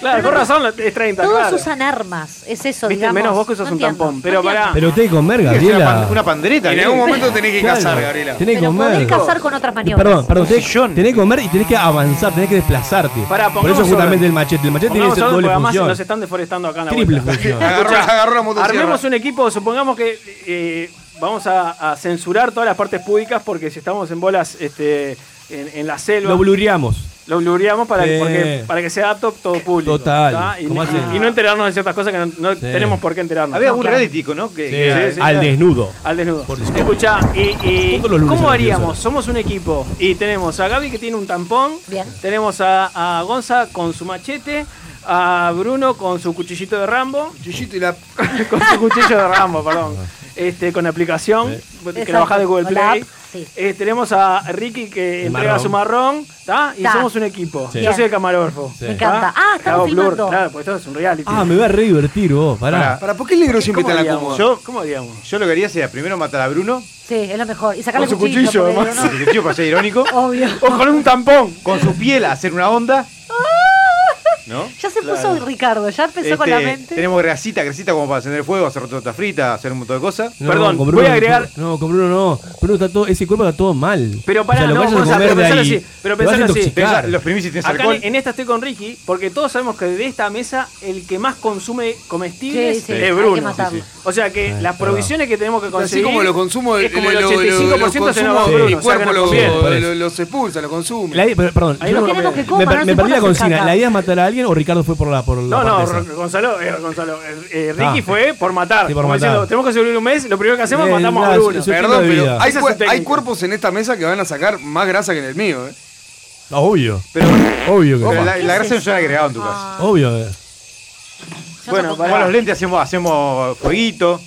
Speaker 3: Claro, con razón lo- es 30,
Speaker 4: Todos
Speaker 3: claro.
Speaker 4: usan armas, es eso,
Speaker 3: Viste,
Speaker 4: digamos.
Speaker 3: menos vos que sos
Speaker 4: No
Speaker 3: un
Speaker 4: entiendo,
Speaker 3: tampón,
Speaker 4: no
Speaker 3: pero
Speaker 4: entiendo.
Speaker 3: pará.
Speaker 6: Pero usted con merga,
Speaker 2: Es una,
Speaker 6: Gabriela.
Speaker 2: pan- una pandereta.
Speaker 5: En
Speaker 2: ¿qué?
Speaker 5: algún momento tenés que
Speaker 6: Claro.
Speaker 5: cazar, Gabriela.
Speaker 6: Tenés que
Speaker 4: Pero podés
Speaker 6: comer.
Speaker 4: cazar con otras maniobras.
Speaker 6: Perdón, perdón, tenés,
Speaker 2: sillón.
Speaker 6: tenés que comer y tenés que avanzar, tenés que desplazarte.
Speaker 3: Pará,
Speaker 6: Por eso
Speaker 3: pongamos
Speaker 6: justamente
Speaker 3: orden.
Speaker 6: el machete. El machete tiene
Speaker 3: Pongamos
Speaker 6: esa
Speaker 3: orden,
Speaker 6: doble
Speaker 3: porque además
Speaker 6: función.
Speaker 3: nos están deforestando acá en la
Speaker 6: Triple
Speaker 3: vuelta.
Speaker 6: función.
Speaker 5: Agarró, agarró la motosierra.
Speaker 3: Armemos un equipo, supongamos que eh, vamos a, a censurar todas las partes púdicas porque si estamos en bolas este, en, en la selva.
Speaker 6: Lo blureamos.
Speaker 3: Lo blureamos para, que-
Speaker 6: Sí.
Speaker 3: porque- para que sea apto todo público.
Speaker 6: Total.
Speaker 3: ¿tá? Y,
Speaker 6: ¿Cómo
Speaker 3: y-
Speaker 6: hace?
Speaker 3: y no enterarnos de ciertas cosas que no, no
Speaker 6: Sí.
Speaker 3: tenemos por qué enterarnos.
Speaker 2: Había
Speaker 3: No,
Speaker 2: un
Speaker 3: claro.
Speaker 2: reality, ¿no? Que,
Speaker 6: Sí,
Speaker 2: que-
Speaker 6: sí,
Speaker 8: Al desnudo.
Speaker 3: Al desnudo.
Speaker 6: Por Discord.
Speaker 3: Escucha, y, y
Speaker 6: Todos los lunes
Speaker 3: ¿cómo
Speaker 6: a las
Speaker 3: haríamos?
Speaker 6: 10
Speaker 3: Somos un equipo y tenemos a Gaby que tiene un tampón,
Speaker 4: Bien.
Speaker 3: tenemos a, a Gonza con su machete, a Bruno con su cuchillito de Rambo,
Speaker 5: Cuchillito y la.
Speaker 3: con su cuchillo de Rambo,
Speaker 6: Ah.
Speaker 3: perdón, este, con aplicación que la
Speaker 4: Exacto,
Speaker 3: bajás de Google
Speaker 4: con la
Speaker 3: Play.
Speaker 4: app, sí.
Speaker 3: Eh, tenemos a Ricky que
Speaker 6: El
Speaker 3: entrega
Speaker 6: marrón.
Speaker 3: su marrón, ¿tá? Y
Speaker 4: Ta.
Speaker 3: somos un equipo.
Speaker 6: Sí.
Speaker 3: Yo soy el camarógrafo.
Speaker 6: Sí.
Speaker 4: Me encanta.
Speaker 3: ¿tá?
Speaker 4: Ah,
Speaker 3: Le
Speaker 4: estamos
Speaker 3: hago blur,
Speaker 4: filmando.
Speaker 3: Claro, porque esto es un reality.
Speaker 6: Ah, me va a re divertir vos, pará.
Speaker 2: Pará.
Speaker 5: ¿Para por qué el negro siempre
Speaker 3: ¿Cómo
Speaker 5: está en la
Speaker 3: haríamos?
Speaker 5: cómoda?
Speaker 2: Yo-
Speaker 3: ¿Cómo haríamos?
Speaker 2: Yo lo que haría sería primero matar a Bruno,
Speaker 4: Sí, es lo mejor. Y sacarle
Speaker 5: Con su
Speaker 4: cuchillo.
Speaker 5: cuchillo,
Speaker 4: porque
Speaker 5: además.
Speaker 4: digo,
Speaker 2: porque quiero para ser irónico,
Speaker 4: no, Obvio.
Speaker 3: ¡Ojalá un tampón!
Speaker 2: con su piel hacer una onda. ¿No?
Speaker 4: Ya se puso Ricardo, ya empezó con la
Speaker 2: Este,
Speaker 4: mente.
Speaker 2: Tenemos grasita, grasita como para encender fuego, hacer torta frita, hacer un montón de cosas.
Speaker 6: No,
Speaker 3: Perdón,
Speaker 6: con
Speaker 3: voy a agregar-
Speaker 6: No, con Bruno no. Bruno está todo, ese cuerpo está todo mal.
Speaker 3: Pero pará,
Speaker 6: lo
Speaker 3: no,
Speaker 6: vas a
Speaker 3: Gonza,
Speaker 6: comer
Speaker 3: pero
Speaker 6: de
Speaker 3: pensalo
Speaker 6: ahí.
Speaker 3: así, pero
Speaker 6: Te vas a
Speaker 3: pensalo así.
Speaker 6: intoxicar.
Speaker 2: Pensá, los primis tienes
Speaker 3: Acá
Speaker 2: alcohol.
Speaker 3: en esta estoy con Ricky, porque todos sabemos que de esta mesa el que más consume comestibles
Speaker 4: Sí, sí, Ah, hay
Speaker 3: es
Speaker 4: que
Speaker 3: Bruno.
Speaker 4: matarlo.
Speaker 3: O sea que las provisiones que tenemos que
Speaker 5: Así
Speaker 3: conseguir.
Speaker 5: como lo consumo,
Speaker 3: es como
Speaker 5: eh,
Speaker 3: el
Speaker 5: lo- lo-
Speaker 3: 85%
Speaker 5: lo
Speaker 3: se nos va
Speaker 5: consumo,
Speaker 3: Bruno.
Speaker 5: mi
Speaker 3: o sea,
Speaker 5: cuerpo
Speaker 3: que nos
Speaker 5: lo-
Speaker 3: conviene.
Speaker 5: lo-
Speaker 6: Parece.
Speaker 5: lo- los expulsa, lo consume.
Speaker 6: La idea- pero- perdón,
Speaker 3: Ahí
Speaker 6: yo
Speaker 3: no
Speaker 6: me,
Speaker 3: queremos que
Speaker 6: me-
Speaker 4: coman, no
Speaker 6: me perdí
Speaker 4: se
Speaker 6: la
Speaker 4: pongan a hacer
Speaker 6: consigna.
Speaker 4: caca.
Speaker 6: ¿La idea es matar a alguien o Ricardo fue por la por la
Speaker 3: No,
Speaker 6: parte
Speaker 3: no,
Speaker 6: esa?
Speaker 3: Ro- Gonzalo, eh, Gonzalo, eh, eh, Ricky
Speaker 6: Ah.
Speaker 3: fue por matar.
Speaker 6: Sí, por
Speaker 3: Como
Speaker 6: matar.
Speaker 3: diciendo, tenemos que sobrevivir un mes, lo primero que hacemos es
Speaker 6: Eh,
Speaker 3: matamos a
Speaker 6: nada,
Speaker 3: Bruno.
Speaker 6: eso- eso-
Speaker 5: Perdón,
Speaker 6: estilo de
Speaker 5: pero
Speaker 6: vida.
Speaker 5: hay,
Speaker 3: Esa es
Speaker 5: cuer-
Speaker 3: su técnica.
Speaker 5: hay cuerpos en esta mesa que van a sacar más grasa que en el mío. eh.
Speaker 6: Ah, obvio.
Speaker 2: Pero,
Speaker 6: Obvio que
Speaker 2: pero
Speaker 6: sí.
Speaker 2: la, la grasa no se la agregado en tu casa.
Speaker 6: Obvio. eh.
Speaker 4: Yo
Speaker 2: Bueno,
Speaker 4: tampoco.
Speaker 2: con los lentes hacemos, hacemos fueguito,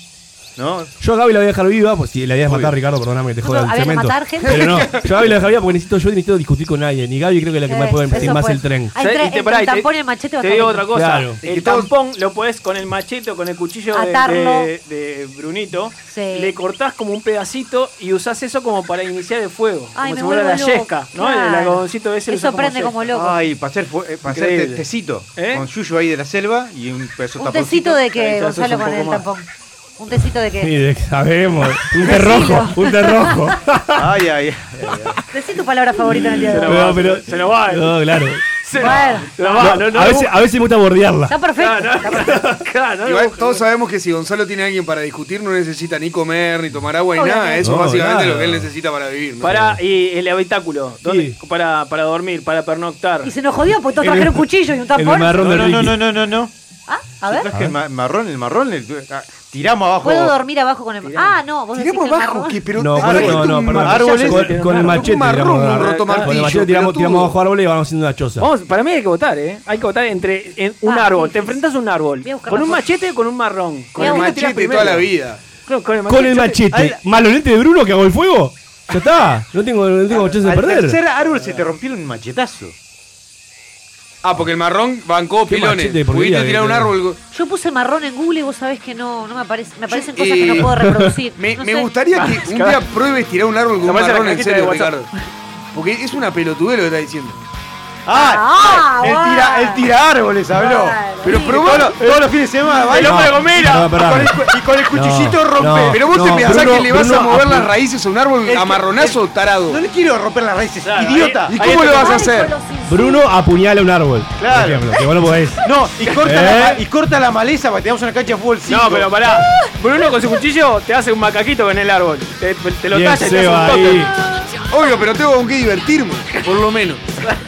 Speaker 2: ¿no?
Speaker 6: Yo a Gaby la voy a dejar viva, pues si la idea es matar a Ricardo, perdóname que te joda el
Speaker 4: Nosotros había que
Speaker 6: cemento.
Speaker 4: matar gente.
Speaker 6: Pero no, yo a Gaby la dejo viva porque necesito, yo necesito discutir con nadie. Ni Gaby creo que es la que más
Speaker 4: Eh,
Speaker 6: puede
Speaker 4: eso
Speaker 6: meter más
Speaker 4: puede.
Speaker 6: el tren.
Speaker 3: ¿Sabes?
Speaker 4: Hay tres-
Speaker 3: Y te-
Speaker 4: entre
Speaker 3: pará,
Speaker 4: el
Speaker 3: y te-
Speaker 4: tampón y el machete va
Speaker 3: Te
Speaker 4: a
Speaker 3: digo
Speaker 4: estar
Speaker 3: otra cosa.
Speaker 6: Claro.
Speaker 3: El
Speaker 5: Y todos-
Speaker 3: tampón lo podés con el machete o con el cuchillo de,
Speaker 4: Atarlo.
Speaker 3: de- de Brunito.
Speaker 4: Sí.
Speaker 3: Le cortás como un pedacito y usás eso como para iniciar el fuego.
Speaker 4: Ay,
Speaker 3: como
Speaker 4: me
Speaker 3: si fuera la
Speaker 4: vuelvo loca,
Speaker 3: yesca, ¿no? El- El
Speaker 4: claro.
Speaker 3: algodoncito ese lo
Speaker 4: Eso
Speaker 3: usás
Speaker 4: prende
Speaker 3: yesca.
Speaker 4: como loco.
Speaker 2: Ay, para hacer, fue- eh, para hacer
Speaker 3: Increíble.
Speaker 2: te- tecito,
Speaker 3: ¿Eh?
Speaker 2: con yuyo ahí de la selva y un peso
Speaker 4: Un tecito de que
Speaker 3: Ahí ya sos
Speaker 4: Gonzalo
Speaker 3: un
Speaker 4: con
Speaker 3: poco
Speaker 4: el
Speaker 3: más.
Speaker 4: tampón. Un tecito de que.
Speaker 6: Sí, sabemos. Un terrojo, un terrojo.
Speaker 2: Ay, ay, ay.
Speaker 4: Decí tu palabra favorita en el día de
Speaker 3: Se
Speaker 4: hoy.
Speaker 3: lo va, se lo va.
Speaker 6: No, claro.
Speaker 3: Se
Speaker 4: Bueno.
Speaker 3: se lo va, no, no,
Speaker 6: a, veces, a veces me gusta bordearla.
Speaker 4: Está perfecto.
Speaker 3: Claro,
Speaker 4: está perfecto.
Speaker 3: claro, no,
Speaker 5: Igual,
Speaker 3: no,
Speaker 5: todos sabemos que si Gonzalo tiene a alguien para discutir, no necesita ni comer, ni tomar agua, ni
Speaker 4: Obviamente.
Speaker 5: nada. Eso
Speaker 6: No,
Speaker 5: es básicamente
Speaker 6: claro.
Speaker 5: lo que él necesita para vivir. ¿no?
Speaker 3: Para, y el habitáculo, ¿dónde? Para, para dormir, para pernoctar.
Speaker 4: Y se nos jodió porque todos
Speaker 6: El-
Speaker 4: trajeron un cuchillo y un
Speaker 6: el
Speaker 4: tampón.
Speaker 6: marrón
Speaker 2: No,
Speaker 6: de
Speaker 2: no,
Speaker 6: Ricky.
Speaker 2: no, no, no, no, no.
Speaker 4: Ah, a ver.
Speaker 2: Traje el ma- marrón, el marrón, el- ah, tiramos abajo.
Speaker 4: ¿Puedo dormir abajo con el Ah, no, vos decís
Speaker 5: Tiremos
Speaker 4: que el
Speaker 5: abajo,
Speaker 4: marrón-
Speaker 5: que pero
Speaker 6: No,
Speaker 5: te
Speaker 6: con-
Speaker 5: trajiste
Speaker 6: no, no,
Speaker 5: un
Speaker 6: perdón.
Speaker 2: Árboles.
Speaker 3: Ya se
Speaker 6: Con,
Speaker 3: tienen
Speaker 6: con el
Speaker 3: marrón.
Speaker 6: machete
Speaker 5: Un marrón,
Speaker 6: tiramos,
Speaker 5: un
Speaker 6: a-
Speaker 5: rotomartillo,
Speaker 6: Con el machete tiramos,
Speaker 5: pelotudo.
Speaker 6: tiramos abajo árboles y vamos haciendo una choza.
Speaker 3: Vamos, para mí hay que votar, ¿eh? Hay que votar entre en un
Speaker 4: Ah,
Speaker 3: árbol.
Speaker 4: sí,
Speaker 3: Te
Speaker 4: sí,
Speaker 3: enfrentas a un árbol.
Speaker 4: Voy a buscar
Speaker 3: Con
Speaker 4: la
Speaker 3: un
Speaker 4: foto.
Speaker 3: machete, con un marrón.
Speaker 5: Con
Speaker 4: Mira,
Speaker 5: el
Speaker 4: vos
Speaker 3: que tirás
Speaker 5: machete
Speaker 3: primero.
Speaker 5: toda la vida.
Speaker 3: Claro, con el machete.
Speaker 6: Con el machete. Malolete de Bruno que hago el fuego. Ya está. No tengo, no tengo chance de
Speaker 2: Al
Speaker 6: perder.
Speaker 2: tercer árbol se te rompió un machetazo.
Speaker 5: Ah, porque el marrón bancó
Speaker 6: Qué
Speaker 5: pilones.
Speaker 6: machete por vida
Speaker 5: Pudiste
Speaker 6: que
Speaker 5: tirar un
Speaker 6: tenés.
Speaker 5: árbol.
Speaker 4: Yo puse marrón en Google y vos sabés que no, no me aparece, me aparecen
Speaker 5: Yo-
Speaker 4: cosas que
Speaker 5: eh,
Speaker 4: no puedo reproducir.
Speaker 5: Me,
Speaker 4: No
Speaker 5: me
Speaker 4: sé.
Speaker 5: gustaría que un día pruebes tirar un árbol con un
Speaker 3: Capaz era
Speaker 5: marrón
Speaker 3: la
Speaker 5: en
Speaker 3: cajita de
Speaker 5: serio,
Speaker 3: WhatsApp.
Speaker 5: Ricardo. Porque es una pelotudez lo que está diciendo.
Speaker 2: Ah,
Speaker 4: Ah,
Speaker 2: él,
Speaker 4: bueno.
Speaker 2: tira, él tira árboles, habló.
Speaker 4: Bueno,
Speaker 2: Pero
Speaker 4: sí.
Speaker 2: probó todos, los- todos los fines de semana. va y-
Speaker 3: El hombre
Speaker 6: No,
Speaker 3: gomera.
Speaker 6: no, perdón.
Speaker 2: y, con el, cu- y con el cuchillito rompe.
Speaker 6: no.
Speaker 5: Pero vos te pensás
Speaker 6: Bruno-
Speaker 5: que le vas
Speaker 6: Bruno
Speaker 5: a mover
Speaker 6: apl-
Speaker 5: las raíces a un árbol
Speaker 2: El-
Speaker 5: a marronazo, tarado.
Speaker 2: No le quiero romper las raíces,
Speaker 3: Claro,
Speaker 2: idiota.
Speaker 3: ahí-
Speaker 5: ¿Y
Speaker 2: Y-
Speaker 5: cómo lo
Speaker 3: está-
Speaker 5: vas a
Speaker 4: Ay, con
Speaker 5: hacer?
Speaker 4: los insultos.
Speaker 6: Bruno apuñala un árbol.
Speaker 2: Claro.
Speaker 6: Por ejemplo, que vos lo podés.
Speaker 2: No, y corta, la,
Speaker 6: ¿Eh?
Speaker 2: ma- y corta la maleza para que tengamos una cancha de fútbol 5.
Speaker 3: No, pero pará. Bruno con su cuchillo te hace un macaquito con el árbol. Te, te lo
Speaker 6: Bien,
Speaker 3: talla y te hace
Speaker 6: Seba,
Speaker 3: un tótem.
Speaker 6: ahí.
Speaker 5: Obvio, pero tengo con qué divertirme, por lo menos.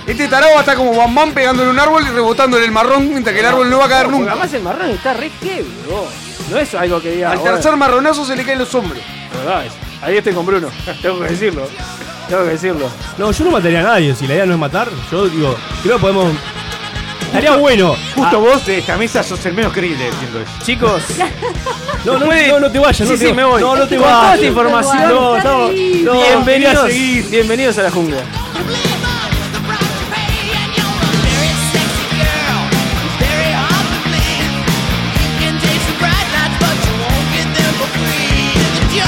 Speaker 5: Este tarado está como Bam Bam pegándole un árbol y rebotándole el marrón mientras que el árbol no va a caer
Speaker 3: Porque
Speaker 5: nunca.
Speaker 3: Además el marrón está re heavy, vos. No es algo que diga.
Speaker 5: Al
Speaker 3: bueno,
Speaker 5: tercer marronazo se le caen los hombros.
Speaker 3: verdad es. Ahí estoy con Bruno. Tengo que decirlo. Tengo que decirlo.
Speaker 6: No, yo no mataría a nadie. Si la idea no es matar, yo digo, creo que podemos. Estaría bueno. Ah.
Speaker 2: Justo vos de esta mesa sos el menos creíble diciendo eso.
Speaker 3: Chicos,
Speaker 6: No, no, no, no te vayas.
Speaker 3: sí,
Speaker 6: no te
Speaker 3: sí, me voy.
Speaker 6: No, no te
Speaker 3: Con toda
Speaker 6: vayas.
Speaker 3: esta información.
Speaker 6: No, estamos- no,
Speaker 3: bienvenidos,
Speaker 6: quería seguir.
Speaker 3: bienvenidos a la jungla.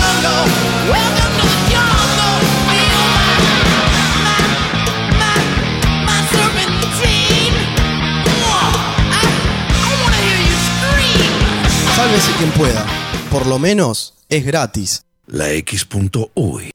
Speaker 1: Welcome to the jungle. Feel my, my, my serpentine. I, I want to hear you scream.
Speaker 7: Sálvese quien pueda. Por lo menos es gratis.
Speaker 9: La X.UI.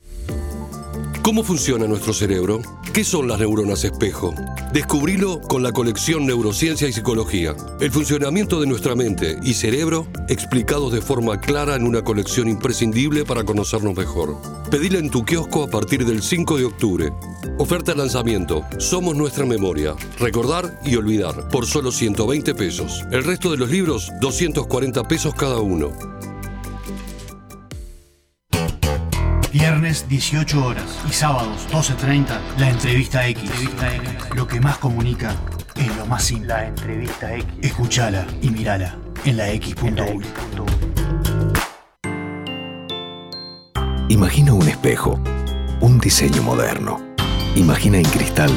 Speaker 10: ¿Cómo funciona nuestro cerebro? ¿Qué son las neuronas espejo? Descubrilo con la colección Neurociencia y Psicología. El funcionamiento de nuestra mente y cerebro explicados de forma clara en una colección imprescindible para conocernos mejor. Pedila en tu kiosco a partir del 5 de octubre. Oferta de lanzamiento. Somos nuestra memoria. Recordar y olvidar. Por solo 120 pesos. El resto de los libros, 240 pesos cada uno.
Speaker 11: Viernes 18 horas y sábados 12.30, la entrevista X. Lo que más comunica es lo más simple. La entrevista X. Escuchala y mirala en la X.U.
Speaker 12: Imagina un espejo, un diseño moderno. Imagina en cristal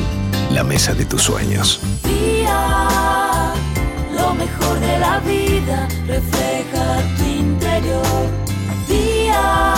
Speaker 12: la mesa de tus sueños.
Speaker 1: Día, lo mejor de la vida refleja tu interior. Día,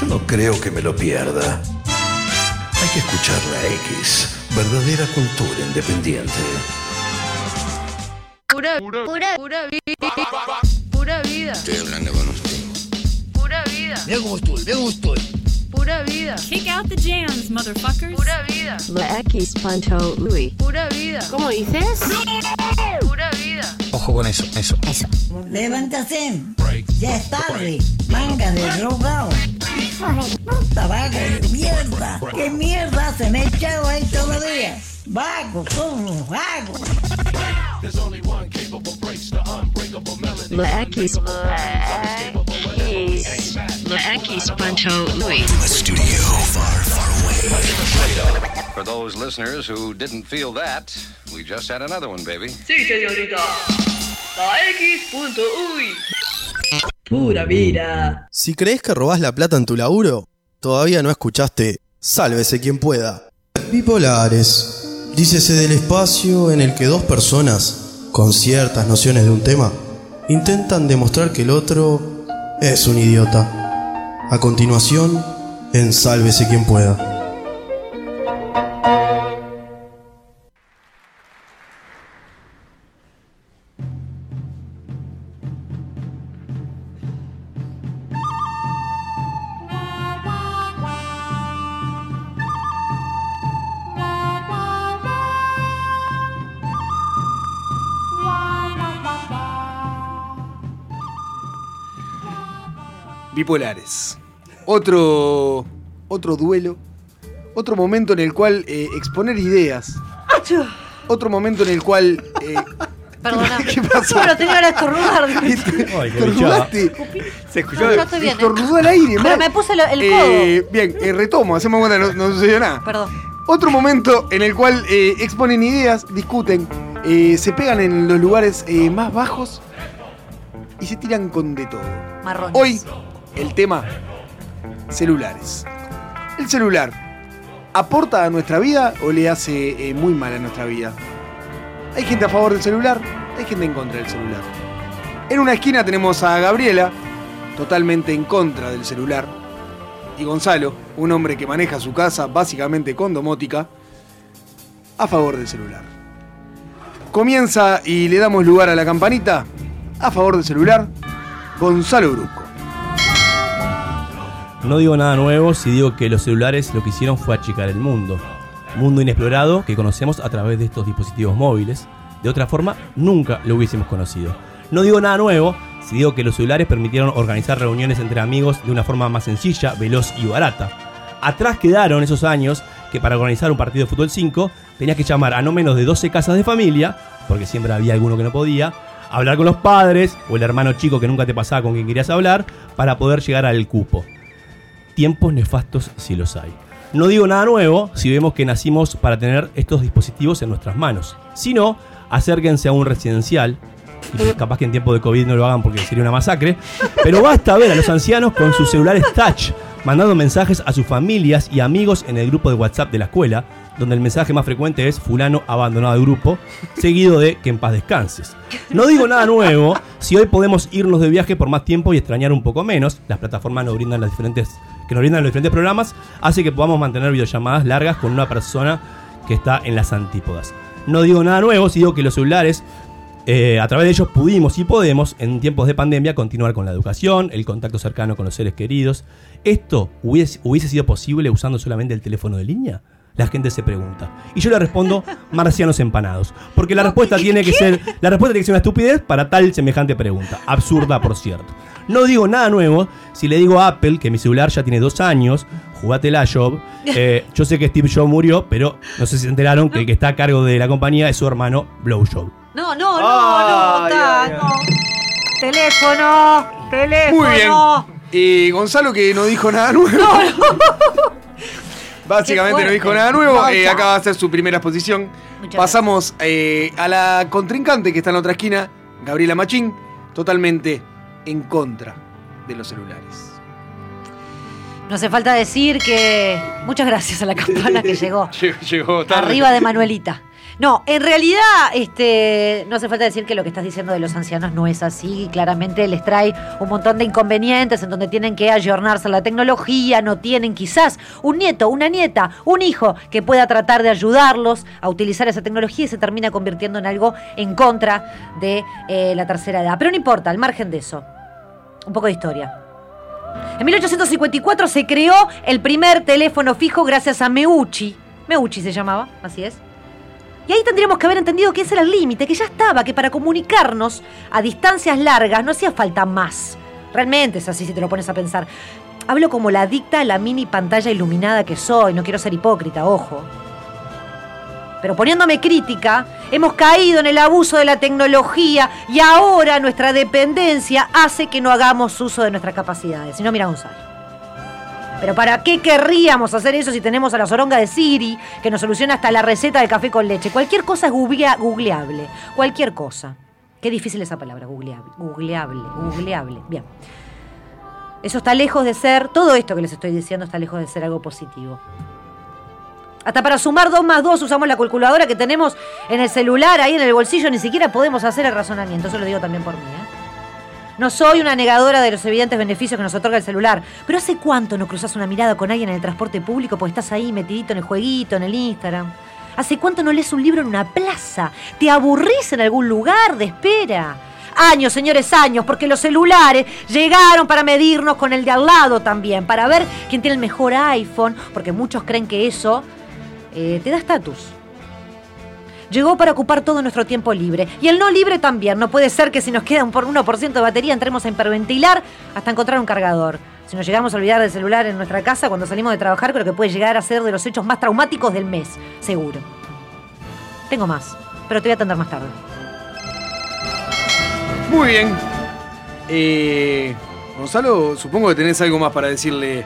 Speaker 13: Yo no creo que me lo pierda. Hay que escuchar la X. Verdadera cultura independiente.
Speaker 1: pura, pura, pura vida. Pura vida.
Speaker 13: Estoy hablando con usted.
Speaker 1: Pura vida.
Speaker 13: Me gustó, me gustó.
Speaker 1: Pura vida. Kick out the jams, motherfuckers. Pura vida.
Speaker 14: La X Panto Louis.
Speaker 1: Pura vida. ¿Cómo dices? Pura vida.
Speaker 15: Ojo con eso, eso. Eso.
Speaker 16: Levántate. Ya es tarde. Manga de drogado. Puta vago de mierda. ¿Qué mierda se me ha echado ahí todavía? Vago, como vago.
Speaker 14: La X. La X Panto Louis.
Speaker 17: For those listeners who didn't feel that, we just had another one, baby.
Speaker 1: Sí, señorita. La X.uy.
Speaker 17: Pura
Speaker 1: vida.
Speaker 7: Si crees que robás la plata en tu laburo, todavía no escuchaste Sálvese quien pueda. Bipolares. Dícese del espacio en el que dos personas, con ciertas nociones de un tema, intentan demostrar que el otro es un idiota. A continuación, en Sálvese quien pueda.
Speaker 5: Bipolares. Otro. Otro duelo. Otro momento en el cual eh, exponer ideas. Otro momento en el cual. eh,
Speaker 4: Perdóname.
Speaker 5: ¿Qué pasó?
Speaker 4: Bueno, tenía ganas de estornudar.
Speaker 5: estornudaste. Se
Speaker 4: No, ya estoy bien. ¿eh?
Speaker 5: Estornudó al aire,
Speaker 4: Pero
Speaker 5: mal.
Speaker 4: me puse lo- el
Speaker 5: Eh, bien, eh, retomo, hacemos cuenta, no, no sucedió nada.
Speaker 4: Perdón.
Speaker 5: Otro momento en el cual eh, exponen ideas, discuten, eh, se pegan en los lugares eh, más bajos y se tiran con de todo.
Speaker 4: Marrones.
Speaker 5: Hoy, el tema, celulares. ¿El celular aporta a nuestra vida o le hace eh, muy mal a nuestra vida? Hay gente a favor del celular, hay gente en contra del celular. En una esquina tenemos a Gabriela, totalmente en contra del celular. Y Gonzalo, un hombre que maneja su casa básicamente con domótica, a favor del celular. Comienza y le damos lugar a la campanita, a favor del celular, Gonzalo Bruco.
Speaker 6: No digo nada nuevo si digo que los celulares lo que hicieron fue achicar el mundo. Mundo inexplorado que conocemos a través de estos dispositivos móviles. De otra forma, nunca lo hubiésemos conocido. No digo nada nuevo si digo que los celulares permitieron organizar reuniones entre amigos de una forma más sencilla, veloz y barata. Atrás quedaron esos años que para organizar un partido de fútbol 5 tenías que llamar a no menos de 12 casas de familia, porque siempre había alguno que no podía, hablar con los padres o el hermano chico que nunca te pasaba con quien querías hablar, para poder llegar al cupo tiempos nefastos si los hay. No digo nada nuevo si vemos que nacimos para tener estos dispositivos en nuestras manos. Si no, acérquense a un residencial. Y pues capaz que en tiempo de COVID no lo hagan porque sería una masacre. Pero basta ver a los ancianos con sus celulares touch mandando mensajes a sus familias y amigos en el grupo de WhatsApp de la escuela, donde el mensaje más frecuente es fulano abandonado el grupo, seguido de que en paz descanses. No digo nada nuevo, si hoy podemos irnos de viaje por más tiempo y extrañar un poco menos, las plataformas nos brindan las diferentes que nos brindan los diferentes programas, hace que podamos mantener videollamadas largas con una persona que está en las antípodas. No digo nada nuevo, si digo que los celulares eh, a través de ellos pudimos y podemos, en tiempos de pandemia, continuar con la educación, el contacto cercano con los seres queridos. ¿Esto hubiese, hubiese sido posible usando solamente el teléfono de línea? La gente se pregunta. Y yo le respondo, marcianos empanados. Porque la respuesta tiene que ser. La respuesta tiene que ser una estupidez para tal semejante pregunta. Absurda, por cierto. No digo nada nuevo. Si le digo a Apple que mi celular ya tiene dos años, jugátela, Job. Eh, yo sé que Steve Jobs murió, pero no sé si se enteraron que el que está a cargo de la compañía es su hermano Blow Job.
Speaker 4: No, no, no, no, ta, no. Teléfono, teléfono.
Speaker 5: Muy bien. Y Gonzalo que no dijo nada nuevo. Básicamente
Speaker 13: Qué
Speaker 5: no dijo
Speaker 13: fuerte.
Speaker 5: nada nuevo.
Speaker 13: Ay,
Speaker 5: eh,
Speaker 13: ya.
Speaker 5: acá va a ser su primera exposición. Pasamos eh, a la contrincante que está en la otra esquina, Gabriela Machín, totalmente en contra de los celulares.
Speaker 4: No hace falta decir que. Muchas gracias a la campana que llegó.
Speaker 5: Llegó, llegó tarde.
Speaker 4: Arriba de Manuelita. No, en realidad, este, no hace falta decir que lo que estás diciendo de los ancianos no es así. Claramente les trae un montón de inconvenientes en donde tienen que ayornarse a la tecnología, no tienen quizás un nieto, una nieta, un hijo que pueda tratar de ayudarlos a utilizar esa tecnología y se termina convirtiendo en algo en contra de eh, la tercera edad. Pero no importa, al margen de eso, un poco de historia. En 1854 se creó el primer teléfono fijo gracias a Meucci. Meucci se llamaba, así es. Y ahí tendríamos que haber entendido que ese era el límite, que ya estaba, que para comunicarnos a distancias largas no hacía falta más. Realmente es así si te lo pones a pensar. Hablo como la adicta a la mini pantalla iluminada que soy, no quiero ser hipócrita, ojo. Pero poniéndome crítica, hemos caído en el abuso de la tecnología y ahora nuestra dependencia hace que no hagamos uso de nuestras capacidades. Si no, mira Gonzalo. Pero ¿para qué querríamos hacer eso si tenemos a la soronga de Siri que nos soluciona hasta la receta de café con leche? Cualquier cosa es googlea- googleable. Cualquier cosa. Qué difícil esa palabra, googleable. Googleable, googleable. Bien. Eso está lejos de ser, todo esto que les estoy diciendo está lejos de ser algo positivo. Hasta para sumar 2 más 2 usamos la calculadora que tenemos en el celular, ahí en el bolsillo, ni siquiera podemos hacer el razonamiento. Eso lo digo también por mí. ¿eh? No soy una negadora de los evidentes beneficios que nos otorga el celular, pero ¿hace cuánto no cruzas una mirada con alguien en el transporte público porque estás ahí metidito en el jueguito, en el Instagram? ¿Hace cuánto no lees un libro en una plaza? ¿Te aburrís en algún lugar de espera? Años, señores, años, porque los celulares llegaron para medirnos con el de al lado también, para ver quién tiene el mejor iPhone, porque muchos creen que eso eh, te da estatus. Llegó para ocupar todo nuestro tiempo libre. Y el no libre también. No puede ser que si nos queda un por 1% de batería entremos a hiperventilar hasta encontrar un cargador. Si nos llegamos a olvidar del celular en nuestra casa cuando salimos de trabajar, creo que puede llegar a ser de los hechos más traumáticos del mes, seguro. Tengo más, pero te voy a atender más tarde.
Speaker 5: Ah, Muy bien. Eh, Gonzalo, supongo que tenés algo más para decirle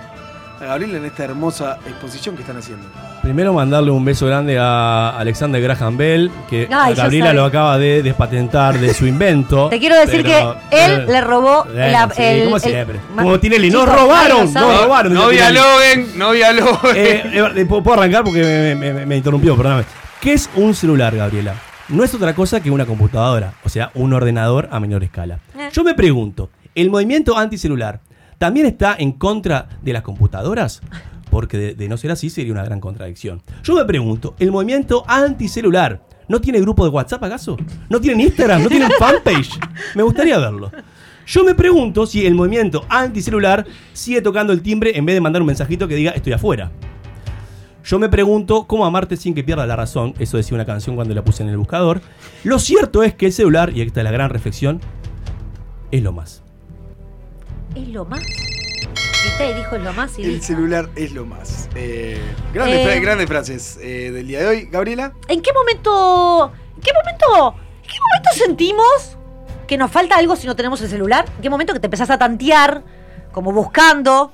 Speaker 5: a Gabriela en esta hermosa exposición que están haciendo.
Speaker 6: Primero mandarle un beso grande a Alexander Graham Bell, que
Speaker 4: Ay,
Speaker 6: a
Speaker 4: ya
Speaker 6: Gabriela
Speaker 4: sabe.
Speaker 6: lo acaba de despatentar de su invento.
Speaker 4: Te quiero decir
Speaker 6: pero- eh,
Speaker 4: que él le robó
Speaker 6: Bueno,
Speaker 4: la-
Speaker 6: sí,
Speaker 4: el-
Speaker 6: como
Speaker 4: el-
Speaker 6: siempre.
Speaker 4: ma-
Speaker 6: como Tinelli,
Speaker 4: Chicos,
Speaker 6: nos robaron,
Speaker 4: nadie lo
Speaker 6: nos
Speaker 4: sabe.
Speaker 6: robaron.
Speaker 5: No
Speaker 6: dice Tinelli.
Speaker 5: dialoguen, no dialoguen.
Speaker 6: Eh, eh, ¿Puedo puedo arrancar porque me, me- me- me interrumpió, perdóname? ¿Qué es un celular, Gabriela? No es otra cosa que una computadora, o sea, un ordenador a menor escala.
Speaker 4: Eh.
Speaker 6: Yo me pregunto, ¿el movimiento anticelular también está en contra de las computadoras? Porque de, de no ser así sería una gran contradicción. Yo me pregunto, ¿el movimiento anticelular no tiene grupo de WhatsApp acaso? ¿No tienen Instagram? ¿No tienen fanpage? Me gustaría verlo. Yo me pregunto si el movimiento anticelular sigue tocando el timbre en vez de mandar un mensajito que diga estoy afuera. Yo me pregunto cómo amarte sin que pierda la razón. Eso decía una canción cuando la puse en el buscador. Lo cierto es que el celular, y esta es la gran reflexión, es lo más.
Speaker 4: Es lo más. Viste, y dijo es lo más y
Speaker 5: El
Speaker 4: listo.
Speaker 5: celular es lo más. Eh, grandes,
Speaker 4: Eh.
Speaker 5: fra- grandes frases eh, del día de hoy. Gabriela.
Speaker 4: ¿En qué momento. ¿En qué momento. ¿En qué momento sentimos que nos falta algo si no tenemos el celular? ¿En qué momento que te empezás a tantear, como buscando?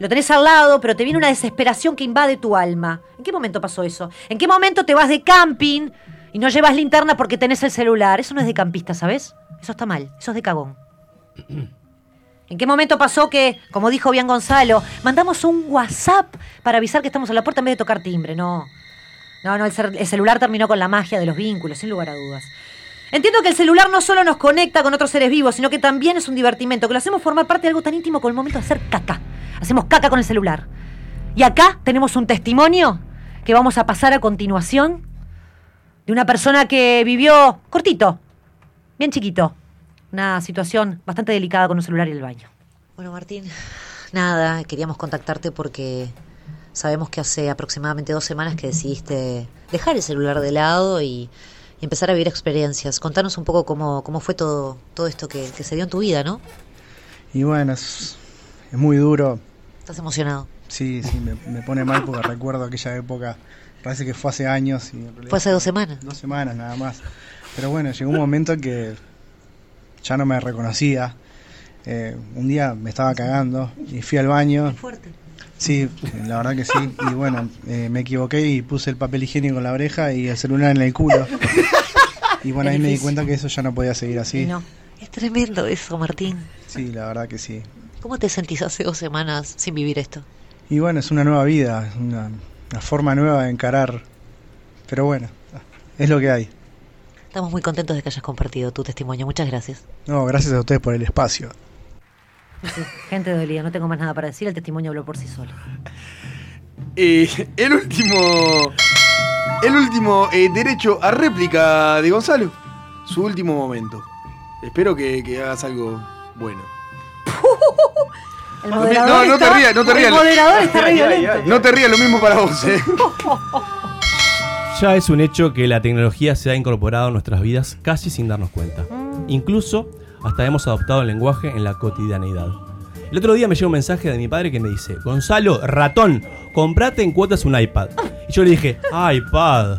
Speaker 4: Lo tenés al lado, pero te viene una desesperación que invade tu alma. ¿En qué momento pasó eso? ¿En qué momento te vas de camping y no llevas linterna porque tenés el celular? Eso no es de campista, ¿sabes? Eso está mal. Eso es de cagón. ¿En qué momento pasó que, como dijo bien Gonzalo, mandamos un WhatsApp para avisar que estamos a la puerta en vez de tocar timbre? No. No, no, el, cer- el celular terminó con la magia de los vínculos, sin lugar a dudas. Entiendo que el celular no solo nos conecta con otros seres vivos, sino que también es un divertimento, que lo hacemos formar parte de algo tan íntimo como el momento de hacer caca. Hacemos caca con el celular. Y acá tenemos un testimonio que vamos a pasar a continuación de una persona que vivió cortito, bien chiquito, una situación bastante delicada con un celular y el baño.
Speaker 15: Bueno, Martín, nada, queríamos contactarte porque sabemos que hace aproximadamente dos semanas que decidiste dejar el celular de lado y, y empezar a vivir experiencias. Contanos un poco cómo, cómo fue todo, todo esto que, que se dio en tu vida, ¿no?
Speaker 18: Y bueno, es, es muy duro.
Speaker 15: Estás emocionado.
Speaker 18: Sí, sí, me, me pone mal porque recuerdo aquella época. Parece que fue hace años. Y en realidad-
Speaker 15: Fue hace dos semanas.
Speaker 18: Dos semanas nada más. Pero bueno, llegó un momento en que ya no me reconocía. Eh, un día me estaba cagando y fui al baño. Sí, la verdad que sí. Y bueno, eh, me equivoqué y puse el papel higiénico en la oreja y el celular en el culo. Y bueno,
Speaker 15: Es
Speaker 18: ahí me di
Speaker 15: difícil.
Speaker 18: cuenta que eso ya no podía seguir así.
Speaker 15: No. Es tremendo eso, Martín.
Speaker 18: Sí, la verdad que sí.
Speaker 15: ¿Cómo te sentís hace dos semanas sin vivir esto?
Speaker 18: Y bueno, es una nueva vida, es una, una forma nueva de encarar. Pero bueno, es lo que hay.
Speaker 15: Estamos muy contentos de que hayas compartido tu testimonio. Muchas gracias.
Speaker 18: No, gracias a ustedes por el espacio.
Speaker 4: Sí, gente dolida, no tengo más nada para decir, el testimonio habló por sí solo.
Speaker 5: Eh, el último. El último eh, derecho a réplica de Gonzalo. Su último momento. Espero que, que hagas algo bueno.
Speaker 4: El
Speaker 5: No, no, no te rías, no te rías. No te rías, lo mismo para vos, eh.
Speaker 6: Ya es un hecho que la tecnología se ha incorporado a nuestras vidas casi sin darnos cuenta. Incluso hasta hemos adoptado el lenguaje en la cotidianeidad. El otro día me llegó un mensaje de mi padre que me dice, Gonzalo, ratón, comprate en cuotas un iPad. Y yo le dije, iPad.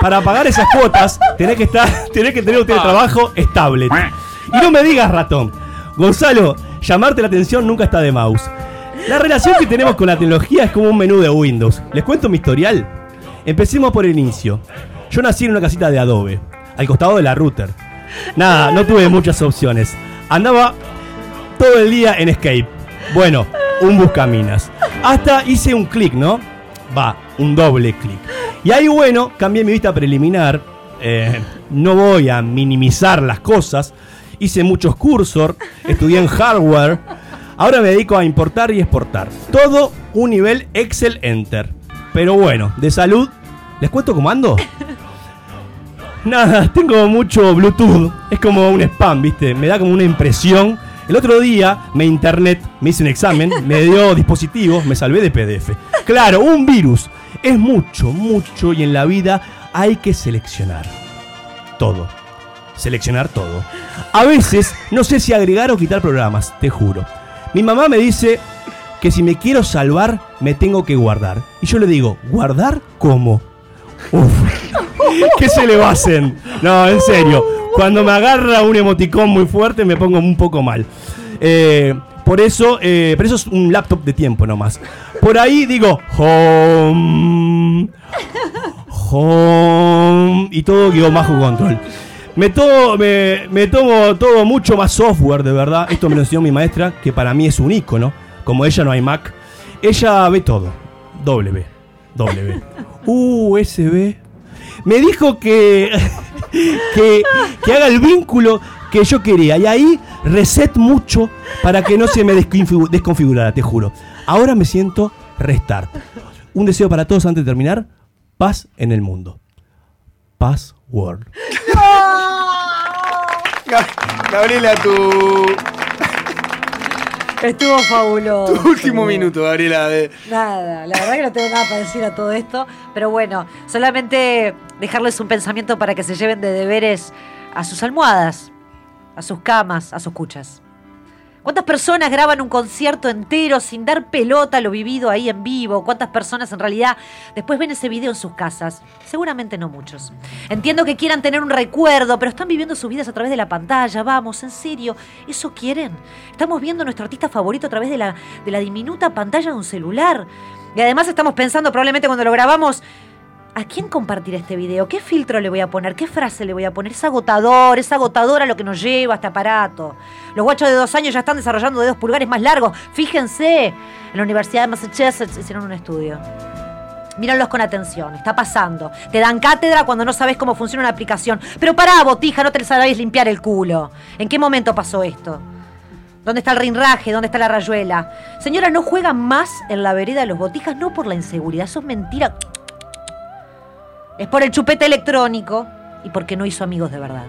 Speaker 6: Para pagar esas cuotas tenés que, estar, tenés que tener un teletrabajo estable. Y no me digas ratón. Gonzalo, llamarte la atención nunca está de mouse. La relación que tenemos con la tecnología es como un menú de Windows. ¿Les cuento mi historial? Empecemos por el inicio. Yo nací en una casita de adobe, al costado de la router. Nada, no tuve muchas opciones. Andaba todo el día en Escape. Bueno, un buscaminas. Hasta hice un clic, ¿no? Va, un doble clic. Y ahí, bueno, cambié mi vista preliminar. Eh, no voy a minimizar las cosas. Hice muchos cursos, estudié en hardware. Ahora me dedico a importar y exportar. Todo un nivel Excel Enter. Pero bueno, de salud, ¿les cuento cómo ando? Nada, tengo mucho Bluetooth. Es como un spam, ¿viste? Me da como una impresión. El otro día me internet, me hice un examen, me dio dispositivos, me salvé de PDF. Claro, un virus. Es mucho, mucho y en la vida hay que seleccionar todo. Seleccionar todo. A veces no sé si agregar o quitar programas, te juro. Mi mamá me dice que si me quiero salvar, me tengo que guardar. Y yo le digo, ¿guardar cómo? ¿Qué se le va a hacer? No, en serio. Cuando me agarra un emoticón muy fuerte me pongo un poco mal. Eh, por eso, eh, pero eso es un laptop de tiempo nomás. Por ahí digo, home, home, y todo guión bajo control. Me, to- me, me tomo todo mucho más software, de verdad. Esto me lo enseñó mi maestra, que para mí es un icono. Como ella no hay Mac. Ella ve todo. W. W. USB. Me dijo que, que, que haga el vínculo que yo quería. Y ahí reset mucho para que no se me desconfigu- desconfigurara, te juro. Ahora me siento restart. Un deseo para todos antes de terminar. Paz en el mundo. Paz World.
Speaker 5: Gabriela, tu.
Speaker 4: Estuvo fabuloso.
Speaker 5: Tu último minuto, Gabriela. de-
Speaker 4: Nada, la verdad que no tengo nada para decir a todo esto, pero bueno, solamente dejarles un pensamiento para que se lleven de deberes a sus almohadas, a sus camas, a sus cuchas. ¿Cuántas personas graban un concierto entero sin dar pelota a lo vivido ahí en vivo? ¿Cuántas personas en realidad después ven ese video en sus casas? Seguramente no muchos. Entiendo que quieran tener un recuerdo, pero están viviendo sus vidas a través de la pantalla. Vamos, en serio, ¿eso quieren? Estamos viendo a nuestro artista favorito a través de la, de la diminuta pantalla de un celular. Y además estamos pensando probablemente cuando lo grabamos, ¿A quién compartir este video? ¿Qué filtro le voy a poner? ¿Qué frase le voy a poner? Es agotador, es agotadora lo que nos lleva este aparato. Los guachos de dos años ya están desarrollando dedos pulgares más largos. Fíjense, en la Universidad de Massachusetts hicieron un estudio. Míralos con atención, está pasando. Te dan cátedra cuando no sabes cómo funciona una aplicación. Pero pará, botija, no te sabéis limpiar el culo. ¿En qué momento pasó esto? ¿Dónde está el rinraje? ¿Dónde está la rayuela? Señora, no juegan más en la vereda de los botijas, no por la inseguridad, eso es mentira. Es por el chupete electrónico y porque no hizo amigos de verdad.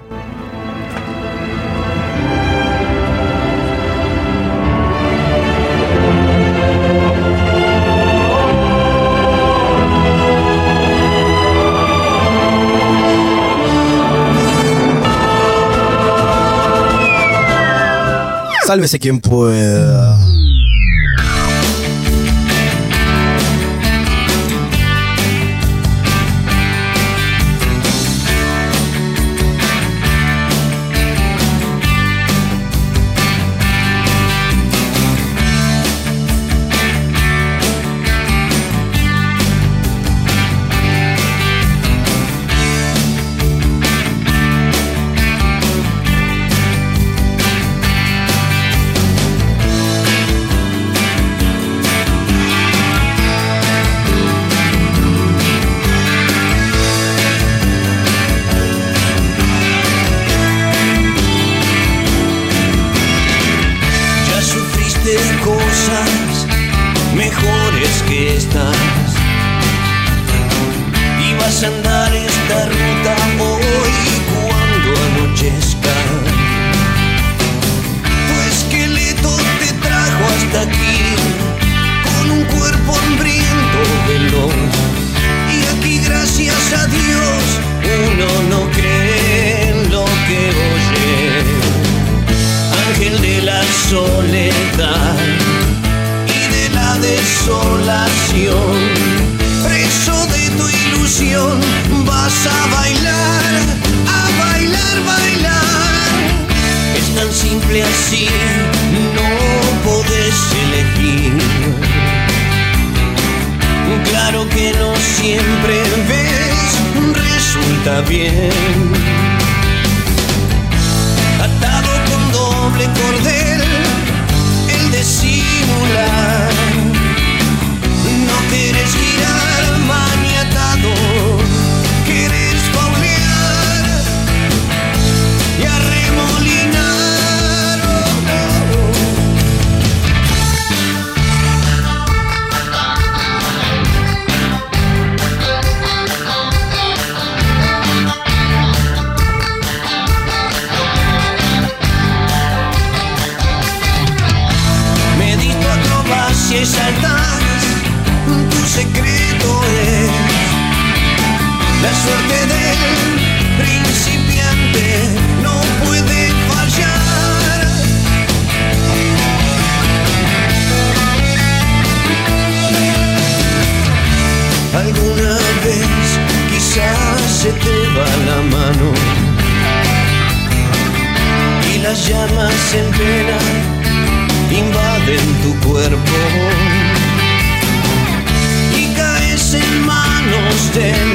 Speaker 7: Sálvese quien pueda.
Speaker 19: Ya sufriste cosas mejores que estas. Y vas a andar esta ruta hoy cuando anochezca. Tu esqueleto te trajo hasta aquí con un cuerpo hambriento veloz. Y aquí, gracias a Dios, uno no cree en lo que oye ángel de la soledad y de la desolación. Preso de tu ilusión, vas a bailar, a bailar, bailar. Es tan simple así, no podés elegir. Claro que no siempre ves, resulta bien atado con doble cordel, el de simular. No quieres girar maniatado, quieres faulear y arremolinar. Oh, oh, oh. Me diste acrobacia y saltas, tu secreto es la suerte del principiante, no puede fallar. Alguna vez quizás se te va la mano y las llamas en pena invaden tu cuerpo y caes en manos del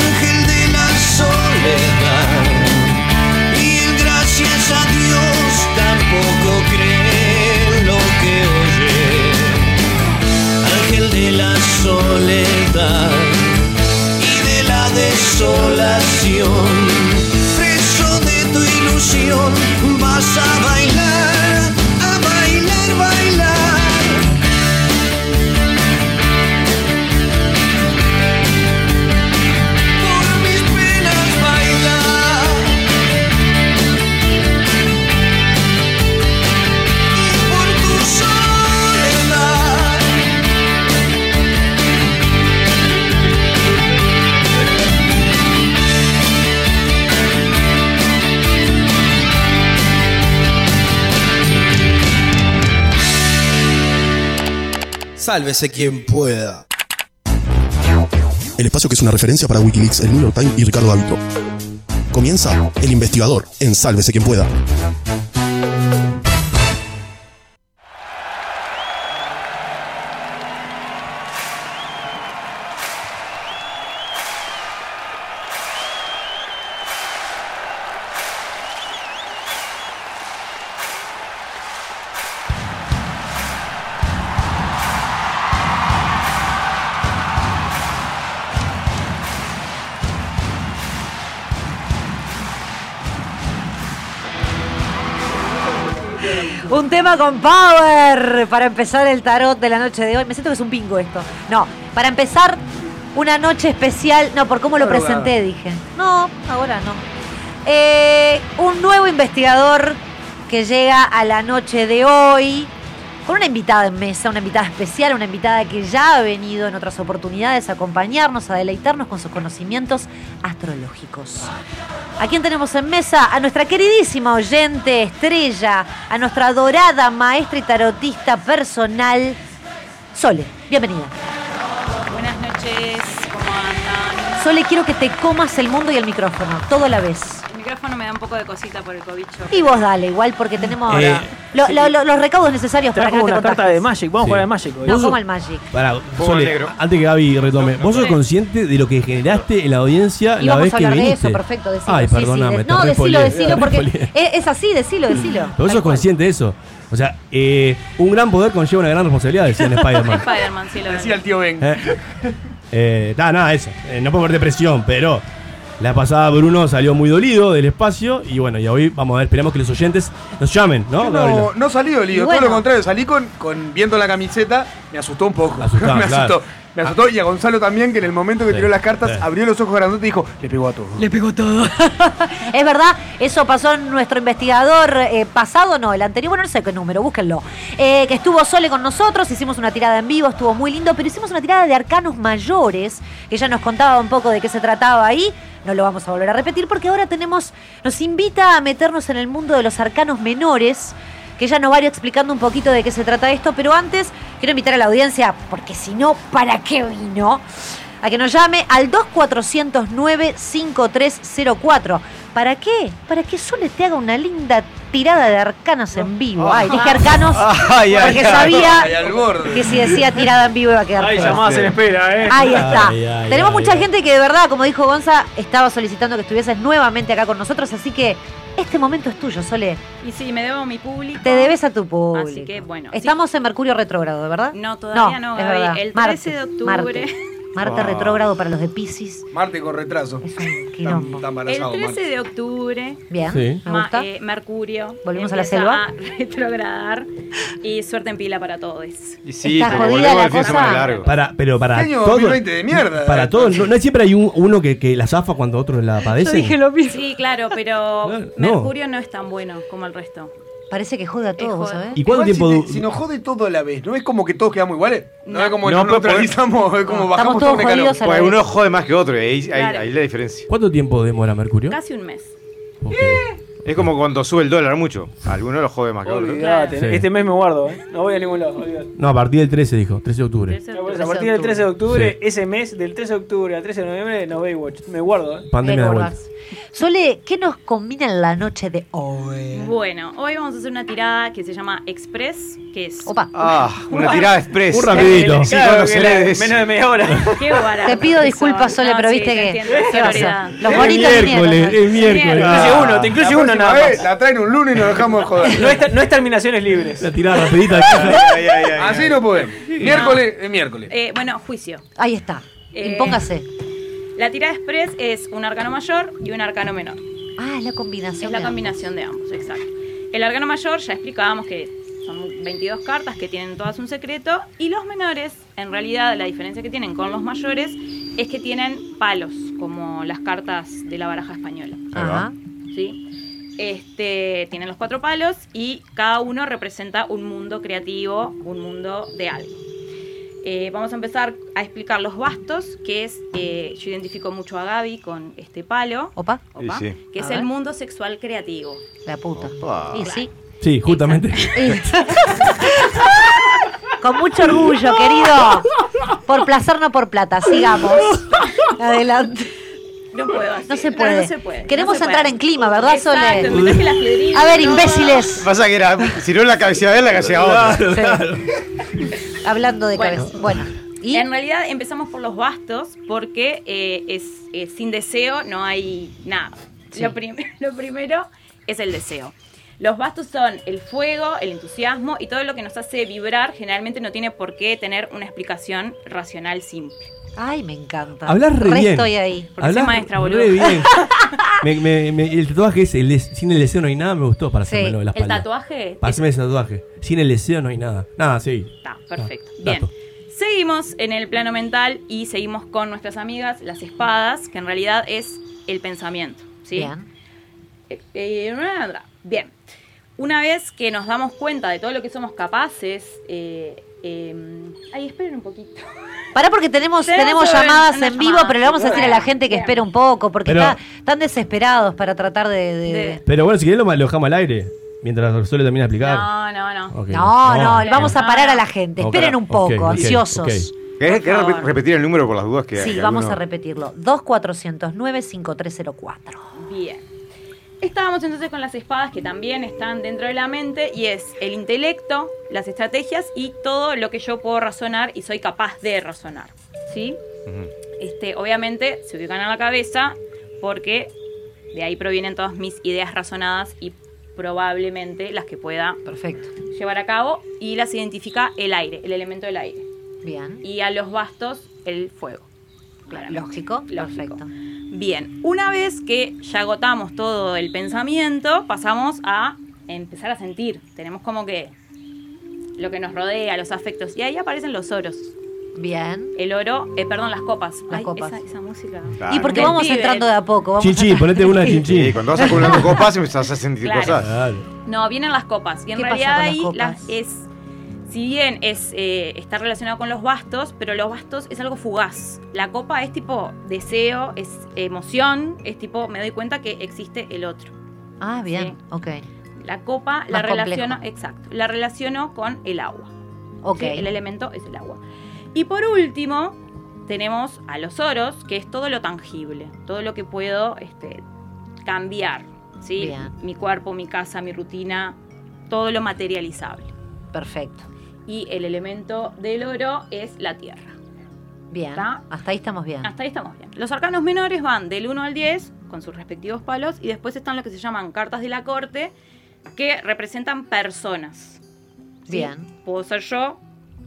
Speaker 19: ángel de la soledad. Y él, gracias a Dios, tampoco cree en lo que oye. Ángel de la soledad y de la desolación. Preso de tu ilusión, vas a bailar, a bailar, bailar. Por mis penas bailar. Y por tu soledad.
Speaker 7: Sálvese quien pueda. El espacio que es una referencia para Wikileaks, el New York Times y Ricardo Davico. Comienza El Investigador en Sálvese quien pueda.
Speaker 4: Un tema con power para empezar el tarot de la noche de hoy. Me siento que es un bingo esto. No, para empezar una noche especial. No, por cómo lo
Speaker 15: Drogado.
Speaker 4: presenté, dije. No, ahora no. Eh, un nuevo investigador que llega a la noche de hoy con una invitada en mesa, una invitada especial, una invitada que ya ha venido en otras oportunidades a acompañarnos, a deleitarnos con sus conocimientos astrológicos. ¿A quién tenemos en mesa? A nuestra queridísima oyente, estrella, a nuestra adorada maestra y tarotista personal, Sole. Bienvenida.
Speaker 20: Buenas noches, ¿cómo andan?
Speaker 4: Sole, quiero que te comas el mundo y el micrófono, todo a la vez.
Speaker 20: El micrófono me da un poco de cosita por el cobicho.
Speaker 4: Y vos dale, igual,
Speaker 6: Mm.
Speaker 4: porque tenemos
Speaker 3: Eh,
Speaker 4: ahora lo- lo- lo- los recaudos necesarios para
Speaker 3: Trajo
Speaker 4: que no te
Speaker 3: una carta
Speaker 4: contagies.
Speaker 3: de Magic. Vamos a
Speaker 6: Sí.
Speaker 3: jugar al Magic hoy.
Speaker 4: No, como el Magic.
Speaker 6: Pará,
Speaker 3: Fuego
Speaker 6: Sole,
Speaker 3: negro.
Speaker 6: antes que Gaby retome, ¿vos sos
Speaker 4: Sí.
Speaker 6: consciente de lo que generaste en la audiencia
Speaker 4: Y
Speaker 6: la
Speaker 4: vamos
Speaker 6: vez
Speaker 4: a
Speaker 6: que
Speaker 4: hablar de
Speaker 6: viniste?
Speaker 4: eso, perfecto, decilo.
Speaker 6: Ay,
Speaker 4: Sí, sí,
Speaker 6: perdóname,
Speaker 4: de-
Speaker 6: te
Speaker 4: no, decilo,
Speaker 6: repolié,
Speaker 4: decilo,
Speaker 6: te
Speaker 4: porque
Speaker 6: repolié.
Speaker 4: es, es así, decilo, decilo.
Speaker 6: Pero vos sos consciente de eso. O sea, eh, un gran poder conlleva una gran responsabilidad, decía en Spider-Man.
Speaker 20: Spider-Man, sí lo Decía
Speaker 5: el tío Ben.
Speaker 6: Eh, eh, nada, nada, eso. Eh, no puedo ver depresión, pero la pasada Bruno salió muy dolido del espacio y bueno, y hoy vamos a ver, esperemos que los oyentes nos llamen, ¿no?
Speaker 5: No,
Speaker 6: Gabriela?
Speaker 5: no salí dolido,
Speaker 6: Y bueno.
Speaker 5: todo lo contrario, salí con, con viento en la camiseta, me asustó un poco.
Speaker 6: Asustado,
Speaker 5: me
Speaker 6: claro.
Speaker 5: asustó. Me asustó y a Gonzalo también, que en el momento que
Speaker 6: Sí,
Speaker 5: tiró las cartas,
Speaker 6: sí.
Speaker 5: abrió los ojos grandotes y dijo, le pegó a todo. Le pegó todo.
Speaker 4: Es verdad, eso pasó en nuestro investigador eh, pasado, no, el anterior, bueno, no sé qué número, búsquenlo. Eh, que estuvo Sole con nosotros, hicimos una tirada en vivo, estuvo muy lindo, pero hicimos una tirada de arcanos mayores, que ya nos contaba un poco de qué se trataba ahí. No lo vamos a volver a repetir porque ahora tenemos, nos invita a meternos en el mundo de los arcanos menores, que ya nos va a ir explicando un poquito de qué se trata esto, pero antes quiero invitar a la audiencia, porque si no, ¿para qué vino? a que nos llame al 2409-5304. ¿Para qué? Para que Sole te haga una linda tirada de arcanos en vivo. Ay, dije arcanos
Speaker 3: Ah. Ay, ay,
Speaker 4: porque
Speaker 3: ay,
Speaker 4: sabía
Speaker 3: ay, al borde.
Speaker 4: que si decía tirada en vivo iba a quedar
Speaker 3: Ay,
Speaker 4: feo.
Speaker 3: llamadas en espera, ¿eh?
Speaker 4: Ahí está.
Speaker 3: Ay, ay,
Speaker 4: Tenemos
Speaker 3: ay,
Speaker 4: mucha
Speaker 3: ay.
Speaker 4: gente que de verdad, como dijo Gonza, estaba solicitando que estuvieses nuevamente acá con nosotros, así que este momento es tuyo, Sole.
Speaker 20: Y sí, me debo a mi público.
Speaker 4: Te debes a tu público.
Speaker 20: Así que bueno.
Speaker 4: Estamos en Mercurio retrógrado, ¿verdad?
Speaker 20: No, todavía no,
Speaker 4: es
Speaker 20: Gaby.
Speaker 4: verdad.
Speaker 20: El 13
Speaker 4: Marte,
Speaker 20: de octubre.
Speaker 4: Marte, Marte
Speaker 5: Ah.
Speaker 4: retrógrado para los de Pisces.
Speaker 5: Marte con retraso. Está
Speaker 4: quilombo.
Speaker 20: El
Speaker 5: embarazado,
Speaker 20: 13
Speaker 5: Marte.
Speaker 20: de octubre.
Speaker 4: Bien, Sí. me
Speaker 20: Ma-
Speaker 4: gusta.
Speaker 20: eh, Mercurio.
Speaker 4: Volvemos a la
Speaker 20: empieza
Speaker 4: selva.
Speaker 20: A retrogradar. Y suerte en pila para todos.
Speaker 2: Y
Speaker 6: sí,
Speaker 2: Está porque jodida volvemos la al fin de cosa. semana largo.
Speaker 6: Para, pero para
Speaker 20: Este año
Speaker 6: todos-
Speaker 20: 2020 de mierda.
Speaker 6: Para todos, no, no siempre hay un- uno que, que la zafa cuando otros la padecen.
Speaker 4: lo mismo.
Speaker 20: Sí, claro, pero
Speaker 6: Ah, no.
Speaker 20: Mercurio no es tan bueno como el resto.
Speaker 4: Parece que jode a ¿eh?
Speaker 20: todos, ¿vos ¿sabés?
Speaker 6: ¿Y cuánto
Speaker 5: Igual si
Speaker 6: tiempo
Speaker 5: te-
Speaker 6: du-
Speaker 5: Si, nos jode todo a la vez, ¿no es como que todos quedamos iguales? No, es como que
Speaker 2: No,
Speaker 5: nos
Speaker 2: pero
Speaker 5: neutralizamos, es como bajamos todo un escalón.
Speaker 2: Porque uno jode más que otro, y ahí, ahí-
Speaker 20: Claro.
Speaker 2: ahí la diferencia.
Speaker 6: ¿Cuánto tiempo demora Mercurio?
Speaker 20: Casi un mes.
Speaker 2: Es como cuando sube el dólar mucho. Alguno lo jode más que otro.
Speaker 3: Olvidate,
Speaker 6: Sí.
Speaker 3: Este mes me guardo, ¿eh? No voy a ningún lado. olvidate.
Speaker 6: No, a partir del 13 dijo, 13 de octubre.
Speaker 3: No, por eso, A partir del 13 de octubre, ese mes, del 13 de octubre al 13 de noviembre, no Baywatch. Me guardo, ¿eh?
Speaker 6: Pandemia de vuelta.
Speaker 4: Sole, ¿qué nos combina en la noche de hoy?
Speaker 20: Bueno, hoy vamos a hacer una tirada que se llama Express, que es.
Speaker 2: Ah, una tirada express.
Speaker 6: Un rapidito.
Speaker 2: Sí, cuando se lee de-
Speaker 3: Menos de media hora.
Speaker 20: Qué barato.
Speaker 4: Te pido disculpas, Sole,
Speaker 20: No,
Speaker 4: pero
Speaker 20: sí,
Speaker 4: viste
Speaker 20: te
Speaker 4: que.
Speaker 20: entiendo, es
Speaker 4: ¿qué va a hacer?
Speaker 20: verdad.
Speaker 4: Los
Speaker 5: Es
Speaker 4: bonitos
Speaker 5: miércoles,
Speaker 4: vinieron.
Speaker 5: es miércoles.
Speaker 3: Te incluye uno, te incluye
Speaker 5: La
Speaker 3: uno
Speaker 5: próxima
Speaker 3: nada
Speaker 5: vez
Speaker 3: más.
Speaker 5: La traen un lunes y nos dejamos de joder.
Speaker 3: No es, ta- no es terminaciones libres. La
Speaker 6: tirada rapidita.
Speaker 5: Así no podemos. Miércoles es miércoles.
Speaker 20: Eh, bueno, juicio.
Speaker 4: Ahí está.
Speaker 20: Eh,
Speaker 4: Impóngase.
Speaker 20: La tirada express es un arcano mayor y un arcano menor.
Speaker 4: Ah, es la combinación.
Speaker 20: Es la combinación de ambos, exacto. El arcano mayor ya explicábamos que son 22 cartas que tienen todas un secreto y los menores, en realidad, la diferencia que tienen con los mayores es que tienen palos, como las cartas de la baraja española.
Speaker 4: Ahí va. Ajá.
Speaker 20: ¿sí? Este, tienen los cuatro palos y cada uno representa un mundo creativo, un mundo de algo. Eh, vamos a empezar a explicar los bastos, que es, eh, yo identifico mucho a Gaby con este palo,
Speaker 4: Opa.
Speaker 20: Opa, que
Speaker 4: A
Speaker 20: es
Speaker 4: ver.
Speaker 20: el mundo sexual creativo.
Speaker 4: La puta.
Speaker 2: Opa.
Speaker 4: Y sí.
Speaker 6: Sí, justamente.
Speaker 4: Con mucho orgullo, querido. Por placer, no por plata. Sigamos. Adelante.
Speaker 20: No puedo así.
Speaker 4: No se
Speaker 20: No,
Speaker 4: puede.
Speaker 20: no se puede,
Speaker 4: Queremos
Speaker 20: no se
Speaker 4: entrar
Speaker 20: puede.
Speaker 4: en clima, ¿verdad,
Speaker 20: Exacto,
Speaker 4: Sole?
Speaker 20: me traje las piedritas,
Speaker 4: A ver,
Speaker 20: todo.
Speaker 4: imbéciles.
Speaker 2: Pasa que era, si no la cabeceaba él, la cabeceaba otro.
Speaker 4: Hablando de
Speaker 20: Bueno.
Speaker 4: cabeza. Bueno.
Speaker 20: Y en realidad empezamos por los bastos porque eh, es, eh, sin deseo no hay nada.
Speaker 4: Sí.
Speaker 20: Lo, prim- lo primero es el deseo. Los bastos son el fuego, el entusiasmo y todo lo que nos hace vibrar generalmente no tiene por qué tener una explicación racional simple.
Speaker 4: Ay, me encanta.
Speaker 6: Hablas re
Speaker 4: Re
Speaker 6: bien.
Speaker 4: estoy ahí.
Speaker 20: Porque soy maestra, boludo.
Speaker 6: re bien. Me- me- me- el tatuaje es el de- sin el deseo no hay nada, me gustó para hacérmelo de la
Speaker 20: el
Speaker 6: espalda.
Speaker 20: tatuaje.
Speaker 6: Para hacerme ese tatuaje. Sin el deseo no hay nada. Nada, sí.
Speaker 20: Está, perfecto.
Speaker 6: Ah,
Speaker 20: Bien.
Speaker 6: dato.
Speaker 20: Seguimos en el plano mental y seguimos con nuestras amigas, las espadas, que en realidad es el pensamiento. ¿sí?
Speaker 15: Bien.
Speaker 20: Eh, eh, bla, bla, bla. Bien. Una vez que nos damos cuenta de todo lo que somos capaces. eh, eh, ay, esperen un poquito.
Speaker 4: Pará porque tenemos,
Speaker 20: Tenemos
Speaker 4: tenemos
Speaker 20: una-
Speaker 4: llamadas
Speaker 20: una
Speaker 4: en vivo,
Speaker 20: llamada.
Speaker 4: pero le vamos a decir a la gente que
Speaker 20: Bien.
Speaker 4: espere un poco, porque
Speaker 6: Pero-
Speaker 4: está- están desesperados para tratar de... de- de-
Speaker 6: Pero bueno, si querés lo, ma- lo dejamos al aire. Mientras Rosario termina de explicar.
Speaker 20: No, no, no.
Speaker 6: Ok.
Speaker 4: No,
Speaker 6: No,
Speaker 4: no, le vamos a parar a la gente.
Speaker 6: No,
Speaker 4: Esperen
Speaker 6: cara-
Speaker 4: un poco,
Speaker 6: ok, ok,
Speaker 4: ansiosos.
Speaker 6: ok.
Speaker 2: ¿Querés,
Speaker 4: Por
Speaker 2: querés
Speaker 4: favor.
Speaker 2: repe- repetir el número por las dudas que
Speaker 4: Sí,
Speaker 2: que
Speaker 4: vamos
Speaker 2: alguno-
Speaker 4: a repetirlo. 2409-5304.
Speaker 20: Bien. Estábamos entonces con las espadas que también están dentro de la mente y es el intelecto, las estrategias y todo lo que yo puedo razonar y soy capaz de razonar. ¿Sí? Este, obviamente se ubican en la cabeza porque de ahí provienen todas mis ideas razonadas y probablemente las que pueda llevar a cabo y las identifica el aire, el elemento del aire.
Speaker 4: Bien.
Speaker 20: Y a los bastos el fuego. claramente.
Speaker 4: Lógico, perfecto.
Speaker 20: Bien, una vez que ya agotamos todo el pensamiento, pasamos a empezar a sentir. Tenemos como que lo que nos rodea, los afectos. Y ahí aparecen los oros.
Speaker 4: Bien.
Speaker 20: El oro, eh, perdón, las copas.
Speaker 4: Las
Speaker 20: Ay,
Speaker 4: copas.
Speaker 20: Esa, esa música.
Speaker 2: Claro.
Speaker 4: Y porque
Speaker 20: Del
Speaker 4: vamos
Speaker 20: pibe.
Speaker 4: entrando de a poco. Vamos
Speaker 6: Chinchi, ponete una de chinchi.
Speaker 2: Sí, cuando vas acumulando copas empezás a sentir
Speaker 20: Claro.
Speaker 2: cosas.
Speaker 20: No, vienen las copas. Y en
Speaker 4: ¿Qué pasa
Speaker 20: realidad
Speaker 4: con las
Speaker 20: ahí
Speaker 4: copas?
Speaker 20: las es. Si bien es, eh, está relacionado con los bastos, pero los bastos es algo fugaz. La copa es tipo deseo, es emoción, es tipo me doy cuenta que existe el otro.
Speaker 4: Ah, bien, ok.
Speaker 20: La copa la
Speaker 4: Más complejo.
Speaker 20: relaciono, exacto, la relaciono con el agua.
Speaker 4: Ok.
Speaker 20: Sí, El elemento es el agua. Y por último, tenemos a los oros, que es todo lo tangible, todo lo que puedo este, cambiar. ¿sí?
Speaker 4: Bien.
Speaker 20: Mi cuerpo, mi casa, mi rutina, todo lo materializable.
Speaker 4: Perfecto.
Speaker 20: Y el elemento del oro es la tierra.
Speaker 4: Bien.
Speaker 20: ¿Está? Ah,
Speaker 4: Hasta ahí estamos bien.
Speaker 20: Hasta ahí estamos bien. Los arcanos menores van del 1 al 10 con sus respectivos palos y después están lo que se llaman cartas de la corte que representan personas. ¿sí?
Speaker 4: Bien.
Speaker 20: Puedo ser yo,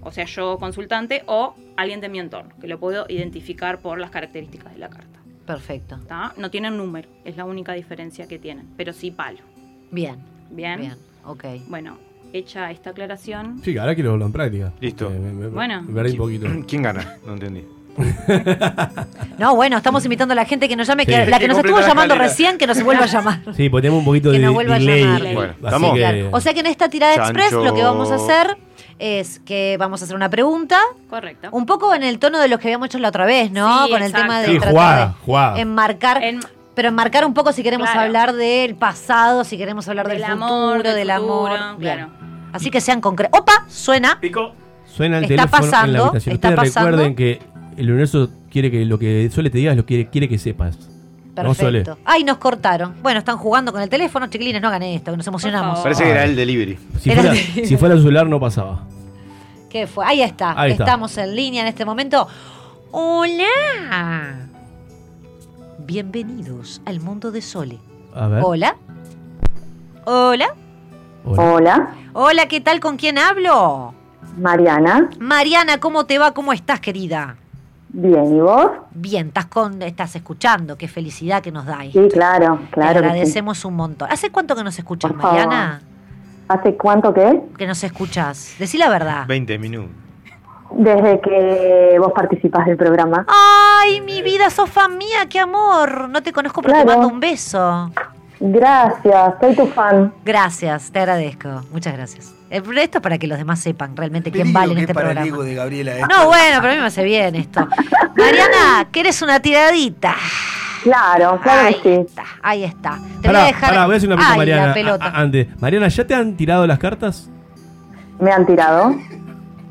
Speaker 20: o sea, yo consultante o alguien de mi entorno, que lo puedo identificar por las características de la carta.
Speaker 4: Perfecto.
Speaker 20: ¿tá? No tienen número, es la única diferencia que tienen, pero sí palo.
Speaker 4: Bien.
Speaker 20: Bien.
Speaker 4: Bien. Ok.
Speaker 20: Bueno, hecha esta aclaración.
Speaker 6: Sí, ahora quiero verlo en práctica. Listo.
Speaker 20: Bueno.
Speaker 6: Me perdí un poquito.
Speaker 2: ¿Quién gana? No entendí.
Speaker 4: No, bueno, estamos invitando a la gente que nos llame, que
Speaker 6: Sí.
Speaker 4: la que
Speaker 6: Que
Speaker 4: nos
Speaker 6: complete
Speaker 4: estuvo
Speaker 6: la
Speaker 4: llamando
Speaker 6: escalera.
Speaker 4: recién, que nos vuelva a llamar.
Speaker 6: Sí, porque tenemos un poquito
Speaker 4: Que
Speaker 6: de
Speaker 4: nos vuelva a
Speaker 6: delay.
Speaker 4: llamar.
Speaker 6: Bueno,
Speaker 4: Así
Speaker 6: ¿estamos?
Speaker 4: que- O sea que en esta tirada
Speaker 6: Chancho.
Speaker 4: express lo que vamos a hacer es que vamos a hacer una pregunta.
Speaker 20: Correcto.
Speaker 4: Un poco en el tono de los que habíamos hecho la otra vez, ¿no?
Speaker 20: Sí,
Speaker 4: Con el
Speaker 20: exacto.
Speaker 4: tema de
Speaker 6: Sí,
Speaker 4: tratar
Speaker 6: jugada,
Speaker 4: de
Speaker 6: jugada.
Speaker 4: enmarcar. pero enmarcar un poco si queremos
Speaker 20: Claro.
Speaker 4: hablar del pasado, si queremos hablar del,
Speaker 20: Del
Speaker 4: futuro,
Speaker 20: amor, del
Speaker 4: del amor.
Speaker 20: futuro,
Speaker 4: Bien.
Speaker 20: claro.
Speaker 4: Así que sean concretos. ¡Opa! Suena.
Speaker 6: Suena el teléfono
Speaker 4: Está
Speaker 6: en la
Speaker 4: pasando,
Speaker 6: habitación.
Speaker 4: está
Speaker 6: Ustedes
Speaker 4: pasando.
Speaker 6: recuerden que el universo quiere que lo que Sole te diga es lo que quiere, quiere que sepas. No, Sole.
Speaker 4: Perfecto. Ay, nos cortaron. Bueno, están jugando con el teléfono, chiquilines, no hagan esto, que nos emocionamos.
Speaker 2: Parece que era el delivery.
Speaker 6: Ah. Si
Speaker 4: Era
Speaker 6: fuera,
Speaker 4: el-
Speaker 6: si fuera el celular no pasaba.
Speaker 4: ¿Qué fue? Ahí está.
Speaker 6: Ahí está.
Speaker 4: Estamos en línea en este momento. ¡Hola! Bienvenidos al mundo de Sole.
Speaker 6: A ver.
Speaker 4: Hola. Hola.
Speaker 21: Hola,
Speaker 4: Hola, ¿qué tal? ¿Con quién hablo?
Speaker 21: Mariana.
Speaker 4: Mariana, ¿cómo te va? ¿Cómo estás, querida?
Speaker 21: Bien, ¿y vos?
Speaker 4: Bien, estás con, estás escuchando, qué felicidad que nos dais.
Speaker 21: Sí, claro, claro.
Speaker 4: Te
Speaker 21: que sí.
Speaker 4: agradecemos un montón. ¿Hace cuánto que nos escuchas,
Speaker 21: favor.
Speaker 4: Mariana?
Speaker 21: ¿Hace cuánto que?
Speaker 4: Que nos escuchas. Decí la verdad.
Speaker 2: 20 minutos.
Speaker 21: Desde que vos participás del programa.
Speaker 4: Ay, mi vida, sofa mía, qué amor. No te conozco, pero te
Speaker 21: Claro.
Speaker 4: mando un beso.
Speaker 21: Gracias, soy tu fan.
Speaker 4: Gracias, te agradezco. Muchas gracias. Eh, pero Esto es para que los demás sepan realmente quién vale en este programa. Ah,
Speaker 5: de Gabriela.
Speaker 4: No, bueno, pero a mí me hace bien esto. Mariana, ¿querés una tiradita?
Speaker 21: Claro,
Speaker 4: claro ahí Está, ahí está. Te voy
Speaker 6: Pará,
Speaker 4: a dejar.
Speaker 6: pará, voy a hacer una pregunta,
Speaker 4: Ay, la
Speaker 6: Mariana. Ah,
Speaker 4: pelota.
Speaker 6: a- a- antes. Mariana, ¿ya te han tirado las cartas?
Speaker 21: ¿Me han tirado?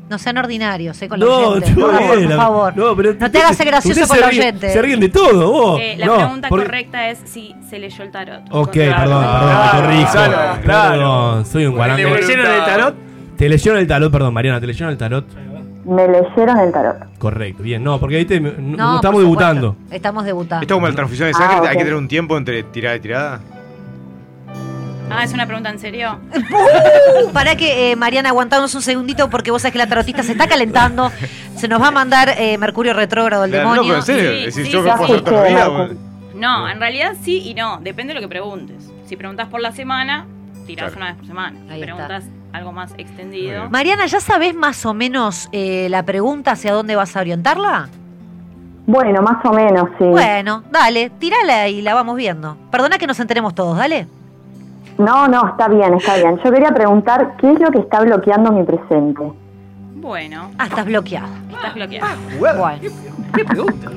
Speaker 4: No sean ordinarios, eh, con
Speaker 6: ah. No,
Speaker 4: los oyentes.
Speaker 6: no,
Speaker 4: Por favor,
Speaker 6: eh, la-
Speaker 4: por favor.
Speaker 6: no, pero-
Speaker 4: te hagas el gracioso
Speaker 6: Ustedes
Speaker 4: con
Speaker 6: se
Speaker 4: los
Speaker 6: ríen-
Speaker 4: oyentes.
Speaker 6: Se ríen de todo, vos.
Speaker 20: Eh, la
Speaker 6: No,
Speaker 20: pregunta
Speaker 6: porque-
Speaker 20: correcta es si se leyó el tarot.
Speaker 6: Ok, perdón, Ah. perdón, te corrijo.
Speaker 3: claro.
Speaker 6: Perdón, soy un guarante.
Speaker 3: ¿Te leyeron el tarot?
Speaker 6: Te leyeron el tarot, perdón, Mariana, te leyeron el tarot.
Speaker 21: Me leyeron el tarot.
Speaker 6: Correcto, bien. No, porque ahí te, no,
Speaker 4: No, por
Speaker 6: estamos
Speaker 4: supuesto.
Speaker 6: debutando.
Speaker 4: Estamos debutando.
Speaker 2: Esto es como la transfusión de
Speaker 4: Ah,
Speaker 2: sangre,
Speaker 4: ok.
Speaker 2: hay que tener un tiempo entre tirada y tirada.
Speaker 20: Ah, es una pregunta en serio.
Speaker 4: Para que eh, Mariana aguantanos un segundito porque vos sabés que la tarotista se está calentando. Se nos va a mandar eh, Mercurio retrógrado el
Speaker 2: Claro,
Speaker 4: demonio.
Speaker 2: loco, en serio, es decir, yo
Speaker 4: ya
Speaker 2: puedo hacer
Speaker 4: escuché,
Speaker 2: todos los días,
Speaker 4: Marco.
Speaker 2: bueno.
Speaker 20: No, en realidad sí y no, depende de lo que preguntes. Si preguntas por la semana, tirás
Speaker 4: Claro.
Speaker 20: una vez por semana. Si
Speaker 4: Ahí está.
Speaker 20: preguntas algo más extendido.
Speaker 4: Mariana, ¿ya sabes más o menos eh, la pregunta hacia dónde vas a orientarla?
Speaker 21: Bueno, más o menos, sí.
Speaker 4: Bueno, dale, tirala y la vamos viendo. Perdona que nos enteremos todos, dale.
Speaker 21: No, no, está bien, está bien. Yo quería preguntar qué es lo que está bloqueando mi presente.
Speaker 20: Bueno.
Speaker 4: Ah, estás bloqueada.
Speaker 20: Estás
Speaker 2: Ah,
Speaker 20: bloqueada.
Speaker 4: Bueno.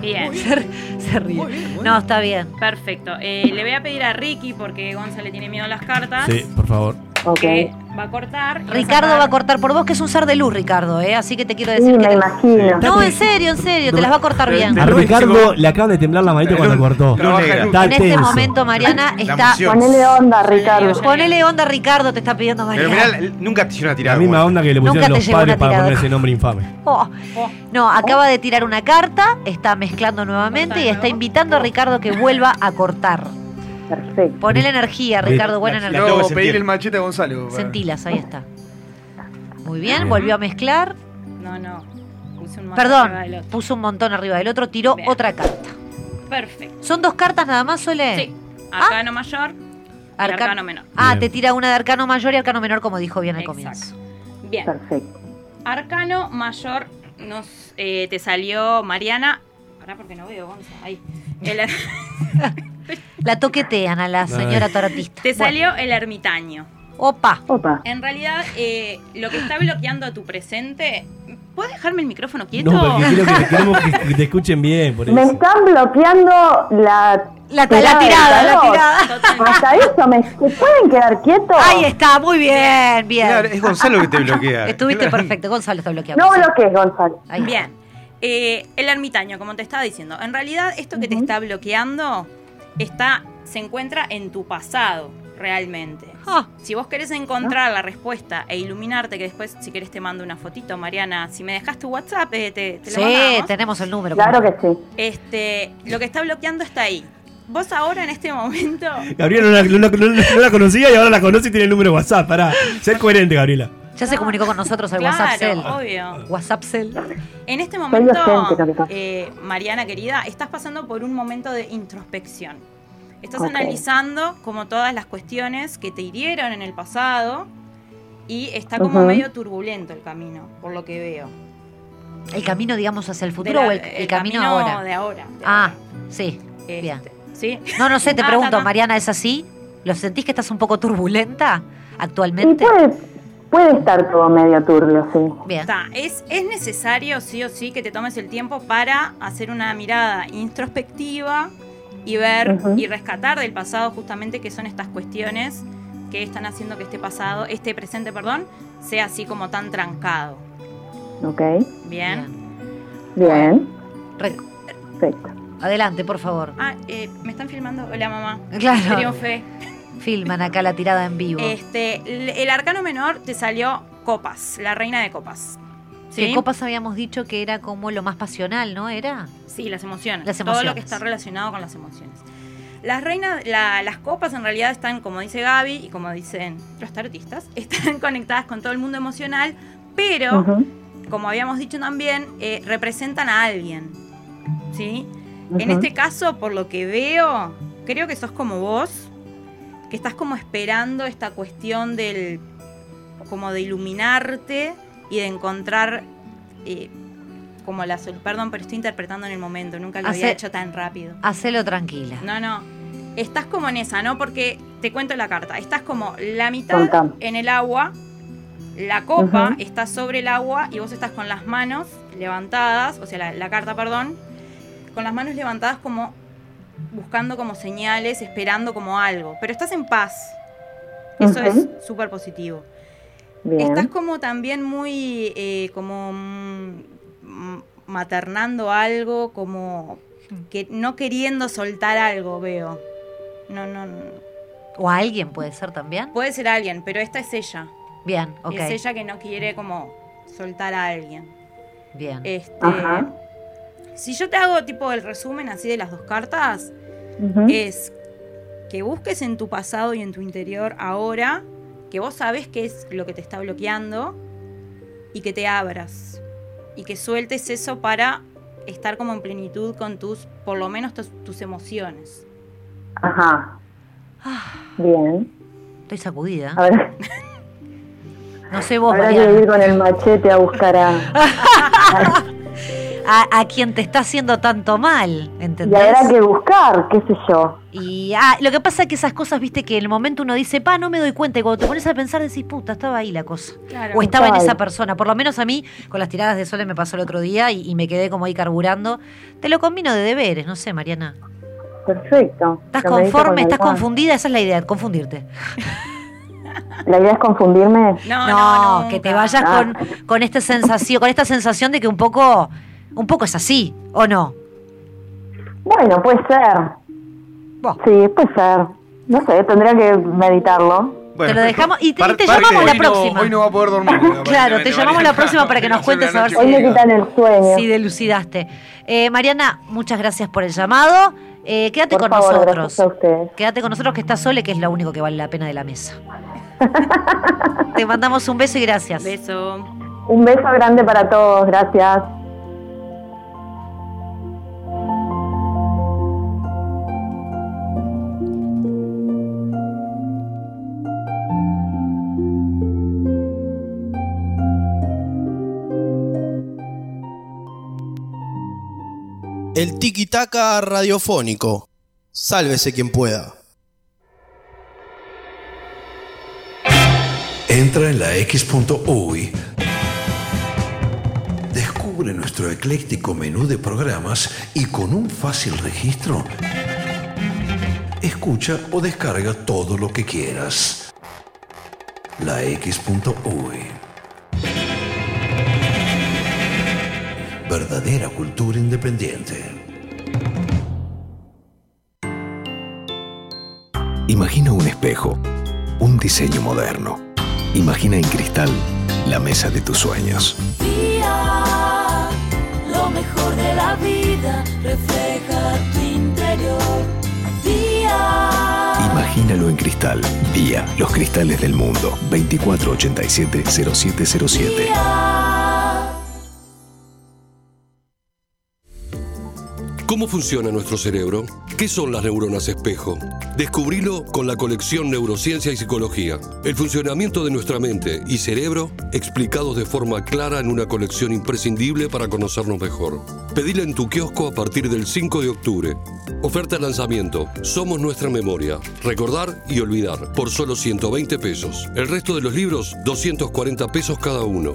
Speaker 20: Bien.
Speaker 4: Se ríe. No, está bien.
Speaker 20: Perfecto. Eh, le voy a pedir a Ricky, porque Gonza le tiene miedo a las cartas,
Speaker 6: Sí, por favor.
Speaker 20: que va a cortar. y va a
Speaker 4: Ricardo va a
Speaker 20: sacar-
Speaker 4: cortar por vos, que es un ser de luz, Ricardo, ¿eh? Así que te quiero
Speaker 21: Sí,
Speaker 4: decir que.
Speaker 21: me
Speaker 4: te-
Speaker 21: imagino.
Speaker 4: No, en serio, en serio, te las va a cortar bien.
Speaker 6: A Ricardo le acaban de temblar la manito cuando cortó. Está
Speaker 4: En este
Speaker 6: tenso.
Speaker 4: momento, Mariana
Speaker 2: La
Speaker 4: está.
Speaker 2: emoción. Ponele
Speaker 21: onda,
Speaker 2: Ricardo.
Speaker 4: Ponele onda, Ricardo, te está pidiendo
Speaker 2: Pero
Speaker 4: Mariana.
Speaker 2: mirá, l- nunca te hicieron una
Speaker 6: La
Speaker 2: tirada.
Speaker 6: misma onda que le
Speaker 4: Nunca
Speaker 6: pusieron
Speaker 4: te
Speaker 6: los
Speaker 4: llegó
Speaker 6: padres
Speaker 4: una
Speaker 6: para
Speaker 4: tirada.
Speaker 6: poner ese nombre infame.
Speaker 4: Oh. No, acaba de tirar una carta, está mezclando nuevamente y está invitando a Ricardo que vuelva a cortar.
Speaker 21: Perfecto.
Speaker 4: Ponele energía, Ricardo, buena
Speaker 5: Y luego
Speaker 4: energía.
Speaker 5: pedir el machete a Gonzalo. para-
Speaker 4: Sentilas, ahí está. Muy
Speaker 5: Bien.
Speaker 4: bien, volvió a mezclar.
Speaker 20: No, no. Puse un arriba del
Speaker 4: Perdón,
Speaker 20: otro.
Speaker 4: puso un montón arriba del otro, tiró otra carta.
Speaker 20: Perfecto.
Speaker 4: ¿Son dos cartas nada más, Sole? Sí.
Speaker 20: Arcano mayor y
Speaker 4: Ah. Arca-
Speaker 20: arcano menor.
Speaker 4: Ah, te tira una de arcano mayor y arcano menor, como dijo bien al comienzo.
Speaker 20: Bien.
Speaker 21: Perfecto.
Speaker 20: Arcano mayor nos eh, te salió Mariana. Pará porque no veo, Gonza. Ahí. El-
Speaker 4: La toquetean a la señora
Speaker 20: Ay.
Speaker 4: tarotista.
Speaker 20: te
Speaker 4: Bueno.
Speaker 20: salió el ermitaño.
Speaker 4: Opa.
Speaker 21: Opa.
Speaker 20: En realidad, eh, lo que está bloqueando a tu presente. ¿Puedes dejarme el micrófono quieto?
Speaker 6: No, porque quiero que, queremos que- que te escuchen bien, por
Speaker 21: Me
Speaker 6: eso.
Speaker 21: están bloqueando la.
Speaker 4: La- la
Speaker 21: del
Speaker 4: tirada, la
Speaker 21: tarot.
Speaker 4: tirada.
Speaker 21: Hasta eso, ¿me ¿se pueden quedar quietos?
Speaker 4: Ahí está, muy bien, bien.
Speaker 2: Claro, es Gonzalo que te bloquea.
Speaker 4: Estuviste
Speaker 2: Claro.
Speaker 4: perfecto, Gonzalo está bloqueado.
Speaker 21: No bloquees, Gonzalo.
Speaker 20: Bien. Eh, el ermitaño, como te estaba diciendo, en realidad esto que te está bloqueando está, se encuentra en tu pasado, realmente.
Speaker 4: Ah.
Speaker 20: Si vos querés encontrar la respuesta e iluminarte, que después, si querés, te mando una fotito, Mariana. Si me dejas tu WhatsApp, eh, te, te lo
Speaker 4: Sí,
Speaker 20: mandamos.
Speaker 4: tenemos el número.
Speaker 21: Claro que sí.
Speaker 20: Este, lo que está bloqueando está ahí. Vos ahora, en este momento,
Speaker 6: Gabriela no la, no la- no la- no la conocía y ahora la conoce y tiene el número de WhatsApp. Pará, ser coherente, Gabriela.
Speaker 4: Ya se comunicó con nosotros al
Speaker 20: Claro,
Speaker 4: WhatsApp Cell.
Speaker 20: obvio.
Speaker 4: WhatsApp Cell.
Speaker 20: en este
Speaker 4: docente,
Speaker 20: momento,
Speaker 4: capitán.
Speaker 20: eh, Mariana querida, estás pasando por un momento de introspección. Estás
Speaker 21: Ok.
Speaker 20: analizando como todas las cuestiones que te hirieron en el pasado y está como
Speaker 4: Ujú.
Speaker 20: medio turbulento el camino, por lo que veo.
Speaker 4: ¿El camino, digamos, hacia el futuro
Speaker 20: De la-
Speaker 4: o el, el camino, ahora?
Speaker 20: de ahora. Este,
Speaker 4: Ah, sí. Bien.
Speaker 20: ¿Sí?
Speaker 4: No, no sé, te
Speaker 20: Ah,
Speaker 4: pregunto,
Speaker 20: ta, ta.
Speaker 4: Mariana, ¿es así? ¿Lo sentís que estás un poco turbulenta
Speaker 21: Y
Speaker 4: actualmente?
Speaker 20: pues.
Speaker 21: puede, puede estar todo medio turbio, sí.
Speaker 20: Está. Es, es necesario, sí o sí, que te tomes el tiempo para hacer una mirada introspectiva y ver
Speaker 21: Ujú.
Speaker 20: y rescatar del pasado justamente qué son estas cuestiones que están haciendo que este pasado, este presente, perdón, sea así como tan trancado.
Speaker 21: Ok.
Speaker 20: Bien.
Speaker 21: Bien.
Speaker 4: Re-
Speaker 21: Perfecto.
Speaker 4: Adelante, por favor.
Speaker 20: Ah, eh, me están filmando. Hola, mamá.
Speaker 4: Claro.
Speaker 20: Triunfé.
Speaker 4: Filman acá la tirada en vivo.
Speaker 20: Este, el el arcano menor te salió copas, la reina de copas.
Speaker 4: Que copas habíamos dicho que era como lo más pasional, ¿no? ¿Era?
Speaker 20: Sí, las emociones.
Speaker 4: Las
Speaker 20: Todo lo que
Speaker 4: emociones.
Speaker 20: está relacionado con las emociones. Las reinas, la- las copas en realidad están, como dice Gaby y como dicen los tarotistas, están conectadas con todo el mundo emocional, pero,
Speaker 21: Ujú.
Speaker 20: como habíamos dicho también, eh, representan a alguien. ¿Sí? En
Speaker 21: Ujú.
Speaker 20: este caso, por lo que veo, creo que sos como vos, que estás como esperando esta cuestión del. como de iluminarte y de encontrar. eh, como la. sol- Perdón, pero estoy interpretando en el momento, nunca lo había
Speaker 4: Hace-
Speaker 20: hecho tan rápido.
Speaker 4: Hacelo tranquila.
Speaker 20: No, no. Estás como en esa, ¿no? Porque te cuento la carta. Estás como la mitad
Speaker 4: Contame.
Speaker 20: en el agua, la copa
Speaker 4: Ujú.
Speaker 20: está sobre el agua y vos estás con las manos levantadas, o sea, la, la carta, perdón, con las manos levantadas como buscando como señales, esperando como algo. Pero estás en paz. Eso
Speaker 21: Ujú.
Speaker 20: es súper positivo.
Speaker 21: Bien.
Speaker 20: Estás como también muy eh, como mm, mm, maternando algo, como que no queriendo soltar algo, veo. No, no, no.
Speaker 4: O a alguien puede ser también.
Speaker 20: Puede ser alguien, pero esta es ella.
Speaker 4: Bien, ok.
Speaker 20: Es ella que no quiere como soltar a alguien.
Speaker 4: Bien.
Speaker 20: Este,
Speaker 4: Ajá.
Speaker 20: Si yo te hago tipo el resumen así de las dos cartas,
Speaker 21: Ujú.
Speaker 20: es que busques en tu pasado y en tu interior ahora, que vos sabes qué es lo que te está bloqueando y que te abras y que sueltes eso para
Speaker 22: estar como en plenitud con tus, por lo menos tus, tus emociones.
Speaker 20: Ajá. Bien.
Speaker 4: Ah. Estoy sacudida.
Speaker 20: Habrá,
Speaker 4: No sé vos,
Speaker 20: habrá
Speaker 4: Mariana.
Speaker 20: que ir con el machete a buscar a.
Speaker 4: a, a quien te está haciendo tanto mal,
Speaker 20: Y
Speaker 4: ¿entendés?
Speaker 20: habrá que buscar, qué sé yo.
Speaker 4: Y, ah, lo que pasa es que esas cosas, viste, que en el momento uno dice, pa, no me doy cuenta, y cuando te pones a pensar decís, puta, estaba ahí la cosa.
Speaker 23: Claro.
Speaker 4: o estaba en
Speaker 23: Total.
Speaker 4: esa persona. Por lo menos a mí, con las tiradas de sol me pasó el otro día y, y me quedé como ahí carburando. Te lo combino de deberes, no sé, Mariana.
Speaker 20: Perfecto.
Speaker 4: ¿Estás
Speaker 20: Lo medito con
Speaker 4: conforme? ¿Estás
Speaker 20: alcohol.
Speaker 4: confundida? Esa es la idea, confundirte.
Speaker 20: ¿La idea es confundirme?
Speaker 4: No, que te vayas
Speaker 20: Ah.
Speaker 4: con, con esta sensación, con esta sensación de que un poco, un poco es así, ¿o no?
Speaker 20: Bueno, puede ser. Sí, puede ser. No sé, tendría que meditarlo.
Speaker 4: Te lo dejamos y te, y te llamamos la próxima.
Speaker 24: hoy no va a poder dormir.
Speaker 4: Claro, te llamamos la próxima para que nos cuentes a ver si,
Speaker 20: Hoy me quitan el sueño.
Speaker 4: si delucidaste. Eh, Mariana, muchas gracias por el llamado. Eh, quédate
Speaker 20: Por
Speaker 4: con
Speaker 20: favor,
Speaker 4: nosotros.
Speaker 20: gracias a ustedes.
Speaker 4: Quédate con nosotros que está Sole, que es lo único que vale la pena de la mesa. te mandamos un beso y gracias.
Speaker 22: Beso.
Speaker 20: Un beso grande para todos, gracias.
Speaker 7: El tiki-taka radiofónico. Sálvese quien pueda.
Speaker 13: Entra en la X.UI. Descubre nuestro ecléctico menú de programas y con un fácil registro, escucha o descarga todo lo que quieras. La X.UI. Verdadera cultura independiente.
Speaker 12: Imagina un espejo, un diseño moderno. Imagina en cristal la mesa de tus sueños.
Speaker 25: Día, lo mejor de la vida refleja tu interior. Día,
Speaker 12: Imagínalo en cristal. Día, los cristales del mundo. 2487-0707.
Speaker 10: ¿Cómo funciona nuestro cerebro? ¿Qué son las neuronas espejo? Descubrilo con la colección Neurociencia y Psicología. El funcionamiento de nuestra mente y cerebro explicados de forma clara en una colección imprescindible para conocernos mejor. Pedila en tu kiosco a partir del 5 de octubre. Oferta de lanzamiento. Somos nuestra memoria. Recordar y olvidar. Por solo 120 pesos. El resto de los libros, 240 pesos cada uno.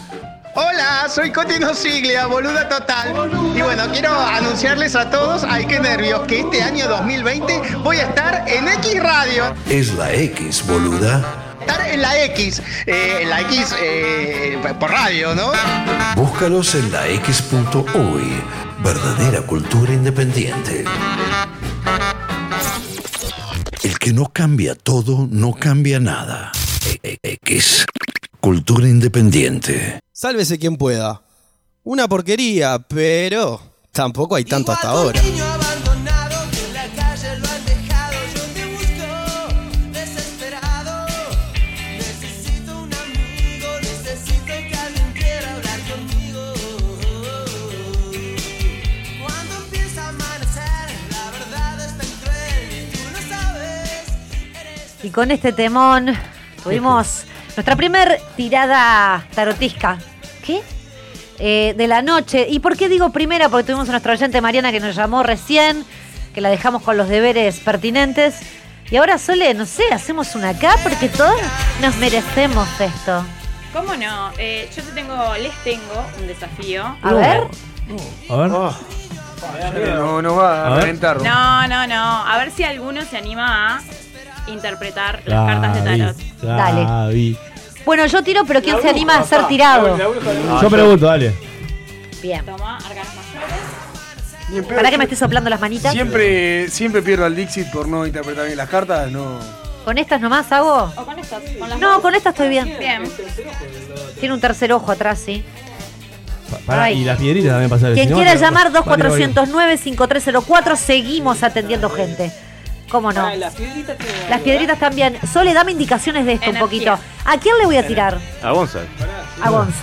Speaker 2: Hola, soy Cotino Siglia, boluda total. Y bueno, quiero anunciarles a todos, ay qué nervios, que este año 2020 voy a estar en X Radio.
Speaker 13: Es la X, boluda.
Speaker 2: Estar en la X, eh, en la X eh, por radio, ¿no?
Speaker 13: Búscalos en la X.uy. Verdadera cultura independiente. El que no cambia todo, no cambia nada. E- e- X. Cultura independiente.
Speaker 7: Sálvese quien pueda. Una porquería, pero tampoco hay tanto hasta ahora.
Speaker 1: En la calle lo han dejado, yo te busco desesperado. Necesito un amigo, necesito que alguien quiera hablar conmigo. Cuando empieza a amanecer, la verdad es tan cruel y tú lo sabes.
Speaker 4: Y con este temón tuvimos nuestra primer tirada tarotisca. ¿Qué? eh, de la noche. ¿Y por qué digo primera? Porque tuvimos a nuestra oyente Mariana que nos llamó recién, que la dejamos con los deberes pertinentes. Y ahora, Sole, no sé, hacemos una acá porque todos nos merecemos esto.
Speaker 20: ¿Cómo no? Eh, yo te tengo, les tengo un desafío. Uh.
Speaker 4: A ver.
Speaker 6: A ver.
Speaker 5: No, no va a,
Speaker 6: A ver.
Speaker 5: reventar.
Speaker 20: No, no, no. A ver si alguno se anima a interpretar las cartas de tarot.
Speaker 4: Dale. Bueno, yo tiro, pero ¿quién se anima a ser
Speaker 20: está.
Speaker 4: tirado?
Speaker 20: La bruja
Speaker 6: Yo pregunto, dale.
Speaker 4: Bien.
Speaker 20: Toma, arcanas mayores.
Speaker 4: ¿Para que me esté este soplando las manitas?
Speaker 5: Siempre, siempre pierdo al Dixit por no interpretar bien las cartas, no.
Speaker 4: ¿Con estas nomás hago?
Speaker 20: ¿O con estas? ¿Con las
Speaker 4: No,
Speaker 20: dos?
Speaker 4: con estas estoy bien.
Speaker 20: Bien.
Speaker 4: Tiene un tercer ojo atrás, sí.
Speaker 6: Pará,
Speaker 4: Ay.
Speaker 6: y las piedritas también pasaron.
Speaker 4: Quien
Speaker 6: Si no,
Speaker 4: quiera
Speaker 6: te-
Speaker 4: llamar
Speaker 6: vale, vale.
Speaker 4: 2409-5304, seguimos atendiendo gente. ¿Cómo no? Las
Speaker 20: piedritas
Speaker 4: también. Sole, dame indicaciones de esto un poquito. ¿A quién le voy a tirar?
Speaker 2: A Gonzalo.
Speaker 4: A Gonz.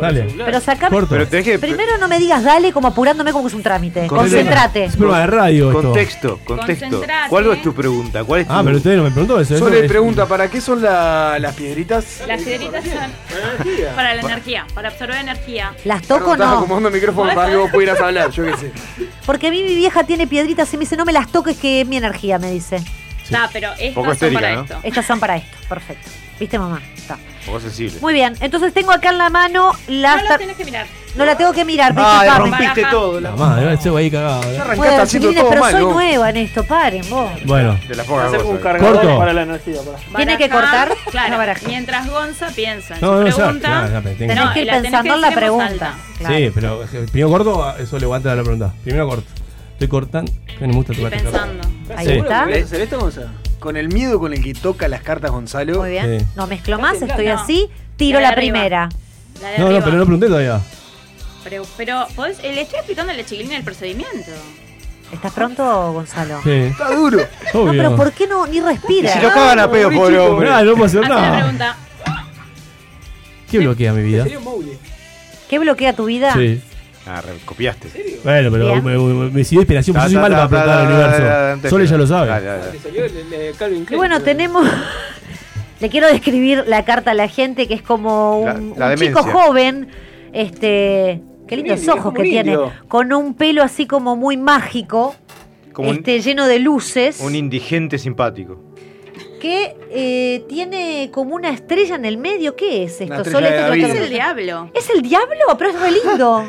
Speaker 6: Dale.
Speaker 4: Pero sacame.
Speaker 6: Corto. Pero tenés que-
Speaker 4: Primero no me digas dale como apurándome como que es un trámite. Concentrate.
Speaker 6: Es programa de radio. esto.
Speaker 2: Contexto, contexto.
Speaker 4: Concentrate.
Speaker 2: ¿Cuál es tu pregunta? ¿Cuál es
Speaker 6: Ah,
Speaker 2: tu-
Speaker 6: pero usted no me preguntó eso.
Speaker 2: Solo
Speaker 6: eso
Speaker 2: le
Speaker 6: es-
Speaker 5: Pregunta, ¿para qué son la- las piedritas?
Speaker 20: Las piedritas son para la energía, para absorber energía.
Speaker 4: ¿Las toco o
Speaker 5: Estás
Speaker 4: no?
Speaker 5: acomodando el micrófono para que vos pudieras hablar, yo qué sé.
Speaker 4: Porque a mí mi vieja tiene piedritas y me dice no me las toques que es mi energía, me dice.
Speaker 20: Está, pero estas
Speaker 2: Poco
Speaker 20: son
Speaker 2: estérica,
Speaker 20: para
Speaker 2: ¿no?
Speaker 20: esto.
Speaker 4: Estas son para esto. Perfecto. ¿Viste, mamá? Está.
Speaker 2: Poco sensible.
Speaker 4: Muy bien, entonces tengo acá en la mano las...
Speaker 20: No
Speaker 4: tar-
Speaker 20: las tenés que mirar.
Speaker 4: No la tengo que mirar,
Speaker 6: Ay,
Speaker 4: disculpame.
Speaker 2: Ah, todo.
Speaker 6: La madre, ese güey cagado. ¿eh?
Speaker 4: Bueno, chiquilines, pero soy nueva en esto, paren vos.
Speaker 6: Bueno.
Speaker 2: De las pocas
Speaker 6: Hacer un
Speaker 2: cosas.
Speaker 6: cargador Corto. para
Speaker 3: la energía.
Speaker 4: ¿Tiene que
Speaker 20: Barajar,
Speaker 4: cortar? Una
Speaker 20: Claro.
Speaker 4: baraja.
Speaker 20: Mientras Gonza piensa en
Speaker 6: No, no,
Speaker 20: su
Speaker 6: ya,
Speaker 20: pregunta.
Speaker 6: claro, ya, pero tengo- Tenés
Speaker 4: que ir
Speaker 20: y tenés
Speaker 4: pensando en la
Speaker 20: decir en voz
Speaker 4: pregunta.
Speaker 20: alta.
Speaker 6: Sí, pero eh, primero corto, eso le voy a entrar a la pregunta. Primero corto. Estoy cortando. Que no me gusta tu parte corta. Sí.
Speaker 5: hacer esto, Gonzalo? Con el miedo con el que toca las cartas, Gonzalo. Muy
Speaker 4: bien.
Speaker 6: Sí.
Speaker 4: No mezclo más,
Speaker 20: tembló,
Speaker 4: estoy
Speaker 20: no.
Speaker 4: así,
Speaker 20: La
Speaker 4: tiro
Speaker 20: de
Speaker 4: la
Speaker 20: arriba.
Speaker 4: primera.
Speaker 20: La de
Speaker 6: No, no,
Speaker 20: arriba.
Speaker 6: pero no pregunté todavía.
Speaker 20: Pero, pero ¿podés- Eh, le estoy explicando a la chiquilina el procedimiento.
Speaker 4: ¿Estás pronto, Gonzalo?
Speaker 6: Sí.
Speaker 5: Está duro.
Speaker 4: No,
Speaker 6: Obvio.
Speaker 4: pero ¿por qué no? Ni respira.
Speaker 2: Si lo cagan a pedo, pobre hombre.
Speaker 6: Nah, no puedo hacer nada.
Speaker 20: Pregunta.
Speaker 6: ¿Qué bloquea mi vida?
Speaker 4: ¿Qué bloquea tu vida?
Speaker 6: Sí.
Speaker 2: Ah, re- copiaste.
Speaker 6: Bueno, pero
Speaker 4: Bien.
Speaker 6: me, me, me siguió inspiración,
Speaker 2: Ta,
Speaker 6: porque yo soy
Speaker 2: ta,
Speaker 6: malo
Speaker 2: ta,
Speaker 6: para
Speaker 2: ta,
Speaker 6: explotar el
Speaker 2: ta, ta, ta, ta,
Speaker 6: universo.
Speaker 2: ta,
Speaker 6: Sole ya lo
Speaker 2: Dale, dale,
Speaker 6: sabe.
Speaker 2: dale.
Speaker 4: Y bueno, tenemos... Le quiero describir la carta a la gente, que es como
Speaker 2: La-
Speaker 4: un,
Speaker 2: la
Speaker 4: un chico
Speaker 2: demencia.
Speaker 4: joven, este... Qué lindos
Speaker 2: indio, es
Speaker 4: ojos
Speaker 2: como
Speaker 4: que
Speaker 2: un
Speaker 4: tiene,
Speaker 2: indio.
Speaker 4: con un pelo así como muy mágico,
Speaker 2: Como un-
Speaker 4: este, lleno de luces.
Speaker 2: Un indigente simpático.
Speaker 4: que eh, tiene como una estrella en el medio. ¿Qué es esto?
Speaker 2: estrella de
Speaker 4: esto te lo
Speaker 2: David.
Speaker 4: tengo que-
Speaker 2: Es
Speaker 20: El diablo.
Speaker 4: ¿Es el diablo? Pero es re lindo.